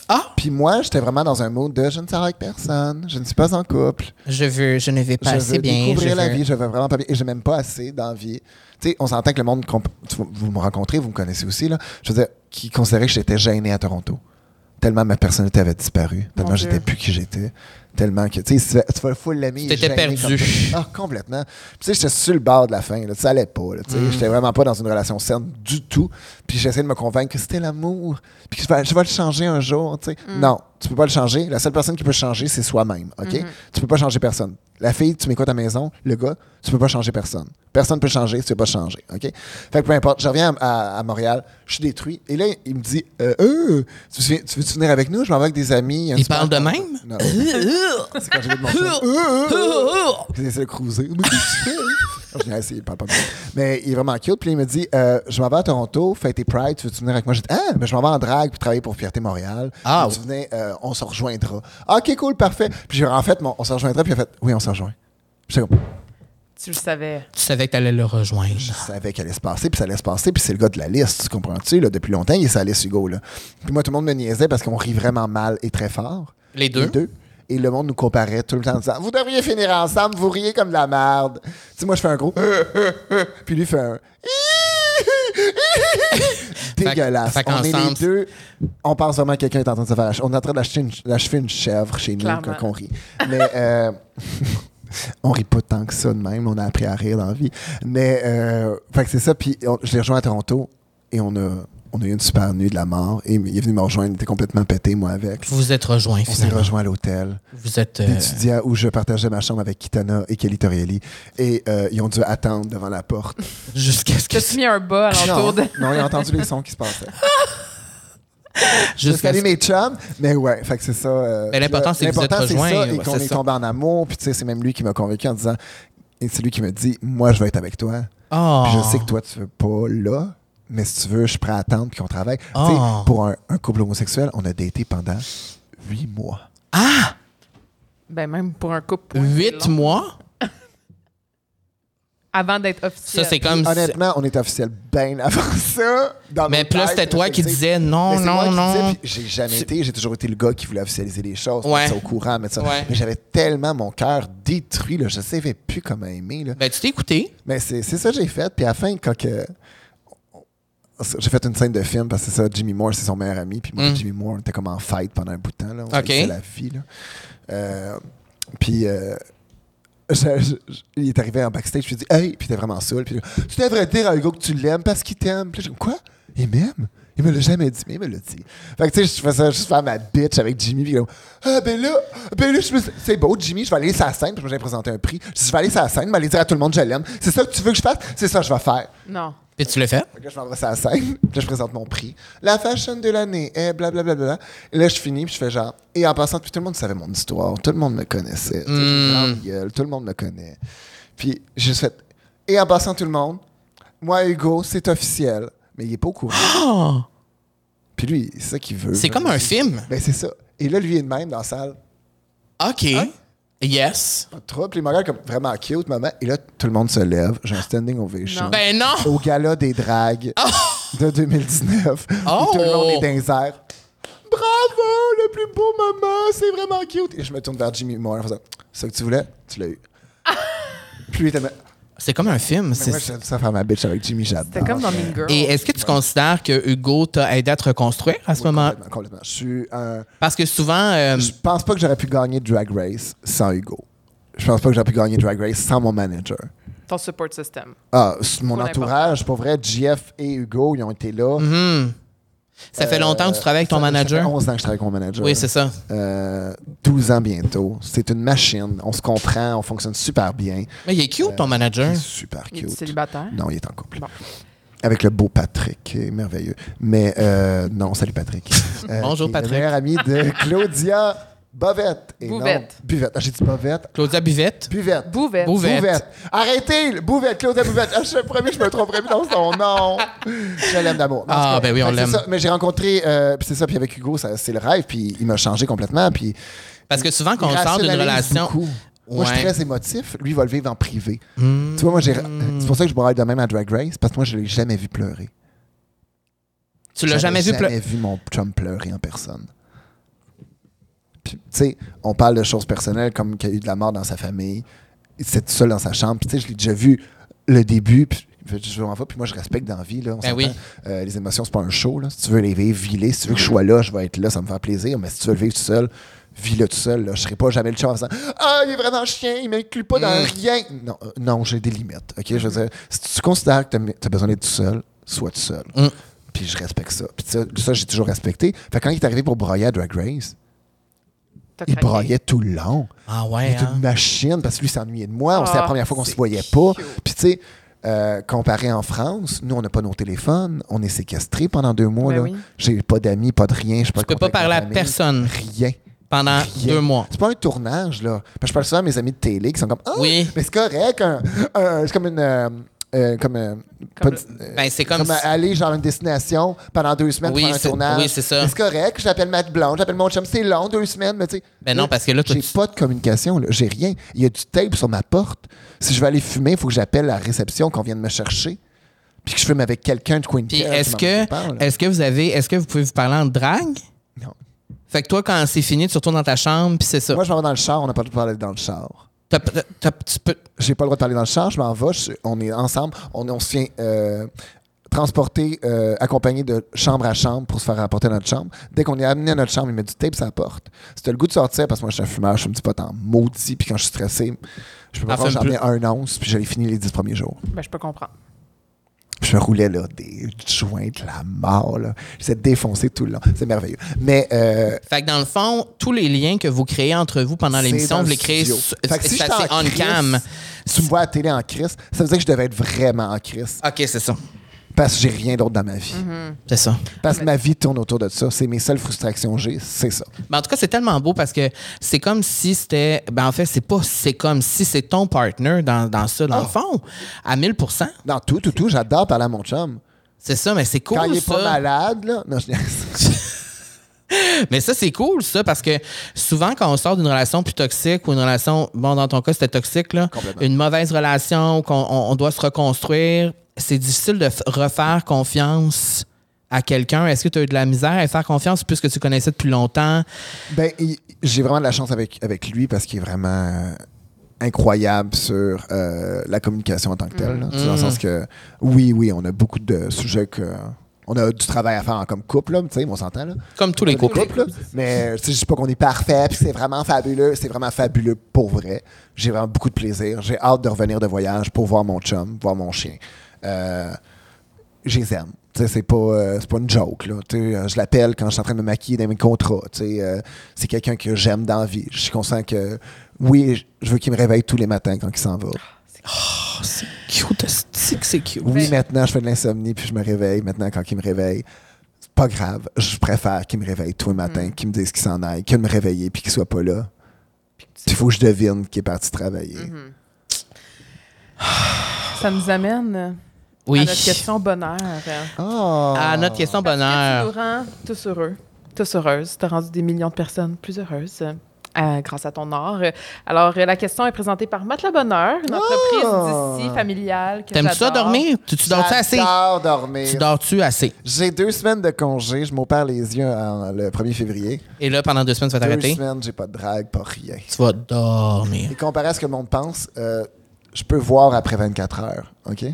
Speaker 2: Ah!
Speaker 3: Puis moi, j'étais vraiment dans un mode de « je ne sors avec personne, je ne suis pas en couple ».
Speaker 2: Je veux, je ne vais pas
Speaker 3: je
Speaker 2: assez
Speaker 3: veux
Speaker 2: bien.
Speaker 3: découvrir
Speaker 2: je
Speaker 3: la
Speaker 2: veux-
Speaker 3: vie, je veux vraiment pas bien. Et je m'aime pas assez dans la vie. Tu sais, on s'entend que le monde, qu'on- tu- vous me rencontrez, vous me connaissez aussi, là. Je veux dire, qui considérait que j'étais gêné à Toronto. Tellement ma personnalité avait disparu. Tellement
Speaker 1: Mon
Speaker 3: j'étais
Speaker 1: Dieu.
Speaker 3: plus qui j'étais. Tellement que, tu sais, si tu fais- tu vas full l'ami.
Speaker 2: Tu t'étais
Speaker 3: gêné comme
Speaker 2: perdu.
Speaker 3: ça. Ah, complètement. Puis, tu sais, j'étais sur le bord de la fin, là. Ça allait pas, là, Tu sais,
Speaker 2: Mm.
Speaker 3: j'étais vraiment pas dans une relation saine du tout. Puis, j'essayais de me convaincre que c'était l'amour. Puis, que je vais, je vais le changer un jour, tu sais. Non, tu peux pas le changer. La seule personne qui peut changer, c'est soi-même, OK? Tu peux pas changer personne. La fille, tu m'écoutes à la maison, le gars, tu peux pas changer personne. Personne peut changer si tu veux pas changer, OK? Fait que peu importe, je reviens à, à- à Montréal, je suis détruit. Et là, il me dit, euh, euh, tu, veux- tu veux-tu venir avec nous? Je m'en vais avec des amis.
Speaker 2: Il parle de même?
Speaker 3: Non,
Speaker 2: Euh,
Speaker 3: c'est quand j'ai vu de mon show.
Speaker 2: euh, euh, euh.
Speaker 3: Puis j'essaie de cruiser. Moi, qu'est-ce que tu fais? Je dis, Ah, c'est- il parle pas bien. Mais il est vraiment cute. Puis il me dit euh, Je m'en vais à Toronto, fais tes Pride, tu veux-tu venir avec moi Je dis Ah, mais je m'en vais en drague puis travailler pour Fierté Montréal.
Speaker 2: Ah,
Speaker 3: Tu venais, euh, on se rejoindra. Ah, ok, cool, parfait. Puis j'ai dit, en fait, mon- on se rejoindra. Puis il a fait Oui, on se rejoint. Puis j'étais comme,
Speaker 1: tu le savais.
Speaker 2: Tu savais que t'allais le rejoindre.
Speaker 3: je savais qu'elle allait se passer, puis ça allait se passer, puis c'est le gars de la liste, tu comprends-tu? Là, depuis longtemps, il est sur la liste Hugo. Là. Puis moi, tout le monde me niaisait parce qu'on rit vraiment mal et très fort.
Speaker 2: Les deux?
Speaker 3: Les deux. Et le monde nous comparait tout le temps en disant Vous devriez finir ensemble, vous riez comme de la merde. Tu sais, moi, je fais un gros. puis lui fait un. Dégueulasse.
Speaker 2: Fait que- fait
Speaker 3: on est
Speaker 2: qu'ensemble,
Speaker 3: les deux. On pense vraiment que quelqu'un est en train de se faire. ach- On est en train d'acheter une, d'achever une chèvre chez nous
Speaker 1: Clairement.
Speaker 3: quand on rit. Mais. euh, on rit pas tant que ça de même. On a appris à rire dans la vie. Mais, euh, fait que c'est ça. Puis, on- je l'ai rejoint à Toronto et on a, on a eu une super nuit de la mort. Et il est venu me rejoindre. Il était complètement pété, moi, avec.
Speaker 2: Vous vous êtes rejoints,
Speaker 3: On s'est
Speaker 2: finalement.
Speaker 3: rejoint à l'hôtel
Speaker 2: Vous êtes... euh,
Speaker 3: d'étudiants où je partageais ma chambre avec Kitana et Kelly Torelli. Et euh, ils ont dû attendre devant la porte.
Speaker 2: Jusqu'à ce que...
Speaker 1: T'as-tu mis un bas à
Speaker 3: non,
Speaker 1: l'entour de...
Speaker 3: non, ils ont entendu les sons qui se passaient. J'ai
Speaker 2: jusqu'à
Speaker 3: calé
Speaker 2: ce-
Speaker 3: mes chums, mais ouais, fait que c'est ça. euh,
Speaker 2: Mais l'important,
Speaker 3: là,
Speaker 2: c'est que vous êtes
Speaker 3: l'important, c'est
Speaker 2: rejoints,
Speaker 3: ça,
Speaker 2: ouais,
Speaker 3: et qu'on
Speaker 2: c'est
Speaker 3: est
Speaker 2: ça.
Speaker 3: tombé en amour. Puis tu sais, c'est même lui qui m'a convaincu en disant, et c'est lui qui me dit, moi, je vais être avec toi.
Speaker 2: Oh.
Speaker 3: Puis je sais que toi, tu veux pas là, mais si tu veux, je suis prêt à attendre puis qu'on travaille. Tu sais,
Speaker 2: Oh.
Speaker 3: pour un, un couple homosexuel, on a daté pendant huit mois.
Speaker 2: Ah!
Speaker 1: Ben même pour un couple. point,
Speaker 2: Huit
Speaker 1: c'est long.
Speaker 2: mois?
Speaker 1: Avant d'être officiel.
Speaker 2: Ça, c'est comme...
Speaker 3: Honnêtement, on était officiel bien avant ça. Dans
Speaker 2: Mais
Speaker 3: nos
Speaker 2: plus
Speaker 3: têtes,
Speaker 2: c'était toi
Speaker 3: je
Speaker 2: qui
Speaker 3: sais.
Speaker 2: disais non,
Speaker 3: Mais c'est
Speaker 2: non,
Speaker 3: moi qui disais,
Speaker 2: non.
Speaker 3: puis J'ai jamais été, j'ai toujours été le gars qui voulait officialiser les choses,
Speaker 2: Ouais.
Speaker 3: mettre ça au courant, mettre ça.
Speaker 2: Ouais.
Speaker 3: Mais j'avais tellement mon cœur détruit, là, je ne savais plus comment aimer. Là.
Speaker 2: Ben, tu t'es écouté.
Speaker 3: Mais c'est c'est ça que j'ai fait. Puis à la fin, quand que- j'ai fait une scène de film, parce que c'est ça, Jimmy Moore, c'est son meilleur ami. Puis moi,
Speaker 2: Mm.
Speaker 3: Jimmy Moore, on était comme en fight pendant un bout de temps. Là. On
Speaker 2: Ok.
Speaker 3: haïssait la vie. Là. Euh, puis euh, je- je- je- il est arrivé en backstage. Je lui ai dit, hey, puis t'es vraiment saoul. Puis tu devrais dire à Hugo que tu l'aimes parce qu'il t'aime. Puis là, j'ai dit, quoi? Il m'aime? Il me l'a jamais dit, mais il me l'a dit. Fait que tu sais, je faisais juste faire ma bitch avec Jimmy. Puis comme, ah ben là, ben là, je me suis- c'est beau, Jimmy, je vais aller sur la scène. Puis moi, j'ai présenté un prix. Je, dis, je vais aller sur la scène, je vais aller dire à tout le monde, je l'aime. C'est ça que tu veux que je fasse? C'est ça que je vais faire.
Speaker 1: Non.
Speaker 2: Puis tu l'as fait.
Speaker 3: Fait que là, je m'adresse à la scène, puis là, je présente mon prix. La fashion de l'année, et blablabla. Et là, je finis, puis je fais genre. Et en passant, puis tout le monde savait mon histoire, tout le monde me connaissait. tu sais, j'ai une grande
Speaker 2: Mm.
Speaker 3: gueule, tout le monde me connaît. Puis j'ai juste fait. Et en passant, tout le monde, moi, Hugo, c'est officiel. Mais il est pas au courant.
Speaker 2: Oh!
Speaker 3: Puis lui, c'est ça qu'il veut.
Speaker 2: C'est comme un film.
Speaker 3: Ben, c'est ça. Et là, lui, il est de même dans la salle.
Speaker 2: OK. Yes.
Speaker 3: Pas de trouble. Puis il me regarde comme vraiment cute, maman. Et là, tout le monde se lève. J'ai un standing ovation.
Speaker 1: Non.
Speaker 2: Ben non!
Speaker 3: au gala des dragues de 2019.
Speaker 2: Ah! Oh!
Speaker 3: Où tout le monde est dans les airs. Bravo, le plus beau moment, c'est vraiment cute. Et je me tourne vers Jimmy Moore en faisant C'est ça que tu voulais Tu l'as eu. Puis lui, il était. Mais
Speaker 2: C'est comme un film. c'est-
Speaker 3: Moi, j'aime ça faire ma bitch avec Jimmy, j'adore.
Speaker 1: C'était comme dans Mean Girls.
Speaker 2: Et est-ce que tu considères que Hugo t'a aidé à te reconstruire à ce
Speaker 3: Ouais,
Speaker 2: moment?
Speaker 3: complètement, complètement. Je suis un-
Speaker 2: Parce que souvent, euh,
Speaker 3: Je pense pas que j'aurais pu gagner Drag Race sans Hugo. Je pense pas que j'aurais pu gagner Drag Race sans mon manager.
Speaker 1: Ton support system.
Speaker 3: Ah, s- mon
Speaker 1: Pas
Speaker 3: entourage, pour vrai, JF et Hugo, ils ont été là.
Speaker 2: hmm. ça fait longtemps que tu travailles avec ton
Speaker 3: Euh, Ça- Ça
Speaker 2: manager.
Speaker 3: fait 11 ans que je travaille avec mon manager.
Speaker 2: Oui, c'est ça.
Speaker 3: Euh, 12 ans bientôt. C'est une machine. On se comprend, on fonctionne super bien.
Speaker 2: Mais il est cute, ton
Speaker 3: Il
Speaker 2: manager.
Speaker 3: est super
Speaker 1: Hein? Il est
Speaker 3: cute.
Speaker 1: célibataire.
Speaker 3: Non, il est en couple.
Speaker 1: Bon.
Speaker 3: Avec le beau Patrick, qui est merveilleux. Mais euh, non, salut Patrick. Euh,
Speaker 2: Bonjour,
Speaker 3: qui est
Speaker 2: Patrick.
Speaker 3: Le meilleur ami de Claudia Bovette. Et
Speaker 1: Bouvette.
Speaker 3: Non, buvette. Ah, j'ai dit Bovette.
Speaker 2: Claudia Buvette.
Speaker 3: Buvette.
Speaker 1: Bouvette.
Speaker 2: Bouvette.
Speaker 3: Bouvette. Arrêtez! le- Bouvette, Claudia Bouvette. Ah, je suis premier, je me tromperai plus dans son nom. Je l'aime d'amour.
Speaker 2: Ah,
Speaker 3: En tout cas,
Speaker 2: ben oui, on
Speaker 3: fait que c'est
Speaker 2: l'aime.
Speaker 3: ça. Mais j'ai rencontré, euh, puis c'est ça, puis avec Hugo, ça, c'est le rêve, puis il m'a changé complètement, puis
Speaker 2: Parce que souvent, quand
Speaker 3: il
Speaker 2: on sort d'une
Speaker 3: rationalise
Speaker 2: relation.
Speaker 3: beaucoup. Moi, je suis
Speaker 2: Ouais. Hmm.
Speaker 3: très émotif. Lui, il va le vivre en privé. Tu vois, moi, j'ai. C'est pour ça que je braille de même à Drag Race, parce que moi, je l'ai jamais vu pleurer.
Speaker 2: Tu l'as jamais
Speaker 3: J'avais
Speaker 2: vu pleurer.
Speaker 3: jamais vu mon chum pleurer en personne. Puis, tu sais, on parle de choses personnelles comme qu'il y a eu de la mort dans sa famille. Il était tout seul dans sa chambre. Puis, tu sais, je l'ai déjà vu le début. Puis, je je m'en vais. Puis, moi, je respecte dans la vie. Là, on
Speaker 2: Ben
Speaker 3: s'entend.
Speaker 2: oui.
Speaker 3: Euh, les émotions, c'est pas un show. Là. Si tu veux les vivre, vis-les. Si tu veux que je sois là, je vais être là. Ça me fait plaisir. Mais si tu veux le vivre tout seul, vis-le tout seul. Là. Je serai pas jamais le chum en disant Ah, il est vraiment chien. Il m'inclut pas dans
Speaker 2: Mm.
Speaker 3: rien. Non, euh, non j'ai des limites. OK? Je veux dire, si tu considères que tu as besoin d'être tout seul, sois tout seul.
Speaker 2: Mm.
Speaker 3: Puis je respecte ça. Puis ça, ça, j'ai toujours respecté. Fait que quand il est arrivé pour broyer à Drag Race,
Speaker 1: T'as
Speaker 3: il
Speaker 1: craqué.
Speaker 3: broyait tout le long.
Speaker 2: Ah
Speaker 3: Il
Speaker 2: ouais.
Speaker 3: était
Speaker 2: hein?
Speaker 3: une machine parce que lui s'ennuyait de moi. On
Speaker 1: Ah,
Speaker 3: C'était la première fois qu'on se
Speaker 1: c'est
Speaker 3: voyait pas.
Speaker 1: cute.
Speaker 3: Puis tu sais, euh, comparé en France, nous, on n'a pas nos téléphones. On est séquestrés pendant deux mois.
Speaker 1: Ben
Speaker 3: là.
Speaker 1: oui.
Speaker 3: J'ai pas d'amis, pas de rien. Je
Speaker 2: Tu peux pas parler à personne
Speaker 3: Rien.
Speaker 2: pendant
Speaker 3: Rien.
Speaker 2: deux mois.
Speaker 3: C'est pas un tournage, là. Parce que je parle souvent à mes amis de télé qui sont comme Ah,
Speaker 2: Oui.
Speaker 3: mais c'est correct. un- un- c'est comme une. euh, euh, comme. euh, pas
Speaker 1: le-
Speaker 3: de-
Speaker 2: Ben, c'est comme.
Speaker 3: comme
Speaker 2: si-
Speaker 3: aller genre à une destination pendant deux semaines
Speaker 2: Oui,
Speaker 3: pour faire un
Speaker 2: c'est-
Speaker 3: tournage.
Speaker 2: oui, c'est ça.
Speaker 3: C'est correct, j'appelle Matt Blonde, j'appelle mon chum, c'est long, deux semaines, mais tu sais.
Speaker 2: Ben non, parce que là, toi,
Speaker 3: j'ai
Speaker 2: tu-
Speaker 3: pas de communication, là, j'ai rien. Il y a du tape sur ma porte. Si je veux aller fumer, il faut que j'appelle la réception qu'on vienne me chercher. Puis que je fume avec quelqu'un de Queen
Speaker 2: Puis
Speaker 3: Care,
Speaker 2: est-ce
Speaker 3: tu
Speaker 2: que,
Speaker 3: m'en parles, là.
Speaker 2: est-ce que vous avez, est-ce que vous pouvez vous parler en drague?
Speaker 3: Non.
Speaker 2: Fait que toi, quand c'est fini, tu retournes dans ta chambre, puis c'est ça.
Speaker 3: Moi, je m'en vais dans le char, on n'a pas le droit d'aller dans le char.
Speaker 2: T'as- t'as- t'as- tu peux-
Speaker 3: J'ai pas le droit de parler dans le char, je m'en vais, je- on est ensemble, on, on se fait euh, transporter, euh, accompagné de chambre à chambre pour se faire apporter à notre chambre. Dès qu'on est amené à notre chambre, il met du tape sur la porte. Si t'as le goût de sortir, parce que moi je suis un fumeur, je me dis pas tant maudit, puis quand je suis stressé, je peux pas
Speaker 2: Ah,
Speaker 3: croire que j'en
Speaker 2: fume
Speaker 3: ai un once, puis je l'ai fini les dix premiers jours.
Speaker 1: Ben, je peux comprendre.
Speaker 3: Je roulais là, des joints de la mort, là. J'étais défoncé tout le long. C'est merveilleux. Mais euh,
Speaker 2: Fait que dans le fond, tous les liens que vous créez entre vous pendant
Speaker 3: C'est dans
Speaker 2: l'émission, vous
Speaker 3: le
Speaker 2: les créez
Speaker 3: studio.
Speaker 2: su-
Speaker 3: Fait que si
Speaker 2: ça,
Speaker 3: j'étais
Speaker 2: c'est
Speaker 3: en
Speaker 2: on cam.
Speaker 3: tu me vois à la télé en crise, ça veut dire que je devais être vraiment en crise,
Speaker 2: OK, c'est ça.
Speaker 3: parce que j'ai rien d'autre dans ma vie.
Speaker 2: C'est ça.
Speaker 3: Parce que ma vie tourne autour de ça. C'est mes seules frustrations que j'ai, c'est ça.
Speaker 2: Ben, en tout cas, c'est tellement beau parce que c'est comme si c'était. Ben, en fait, c'est pas. C'est comme si c'est ton partner dans, dans ça, dans le fond, à 1000
Speaker 3: Dans tout, tout, tout, j'adore parler à mon chum.
Speaker 2: C'est ça, mais c'est cool.
Speaker 3: Quand il est
Speaker 2: ça.
Speaker 3: pas malade, là. Non, je...
Speaker 2: Mais ça, c'est cool, ça, parce que souvent, quand on sort d'une relation plus toxique ou une relation, bon, dans ton cas, c'était toxique, là,
Speaker 3: Complètement.
Speaker 2: une mauvaise relation, qu'on on- on doit se reconstruire, c'est difficile de f- refaire confiance à quelqu'un. Est-ce que tu as eu de la misère à faire confiance puisque tu connaissais depuis longtemps?
Speaker 3: Ben, il- j'ai vraiment de la chance avec, avec lui parce qu'il est vraiment euh, incroyable sur euh, la communication en tant que telle. là. Tu sais, Dans le sens que, oui, oui, on a beaucoup de sujets que. On a du travail à faire comme couple, là, tu sais, on s'entend, là.
Speaker 2: Comme tous les
Speaker 3: Comme
Speaker 2: couples.
Speaker 3: couple, là. Mais tu sais, je dis pas qu'on est parfait, puis c'est vraiment fabuleux, c'est vraiment fabuleux pour vrai. J'ai vraiment beaucoup de plaisir. J'ai hâte de revenir de voyage pour voir mon chum, voir mon chien. Euh, je les aime. Tu sais, C'est pas, euh, c'est pas une joke. Là. Tu sais, euh, Je l'appelle quand je suis en train de me maquiller dans mes contrats. Tu sais, euh, c'est quelqu'un que j'aime dans la vie. Je suis conscient que, oui, je- je veux qu'il me réveille tous les matins quand il s'en va.
Speaker 2: Oh, c'est cute, c'est que c'est cute.
Speaker 3: Oui, maintenant, je fais de l'insomnie puis je me réveille. Maintenant, quand il me réveille, c'est pas grave. Je préfère qu'il me réveille
Speaker 2: Mm.
Speaker 3: tous les matins, qu'il me dise qu'il s'en aille, qu'il me réveille puis qu'il soit pas là. Il faut que je devine qu'il est parti travailler.
Speaker 1: Mm-hmm. Ça nous amène euh,
Speaker 2: Oui.
Speaker 1: à notre question bonheur.
Speaker 2: Mm-hmm.
Speaker 3: Ah.
Speaker 2: À notre question
Speaker 1: Qu'est-ce qui
Speaker 2: bonheur.
Speaker 1: nous rend tous heureux, tous heureuses. Tu as rendu des millions de personnes plus heureuses. euh, euh, grâce à ton art. Euh, Alors, euh, la question est présentée par Matelas Bonheur, une entreprise d'ici familiale. que
Speaker 2: T'aimes-tu ça
Speaker 1: j'adore.
Speaker 2: dormir? Tu, tu dors-tu assez?
Speaker 3: J'adore dormir.
Speaker 2: Tu dors-tu assez?
Speaker 3: J'ai deux semaines de congé. Je m'opère les yeux en- le 1er février.
Speaker 2: Et là, pendant deux semaines, tu vas
Speaker 3: Deux
Speaker 2: t'arrêter?
Speaker 3: semaines, j'ai pas de drague, pas rien.
Speaker 2: Tu vas dormir.
Speaker 3: Et comparé à ce que le monde pense, euh, je peux voir après 24 heures, OK?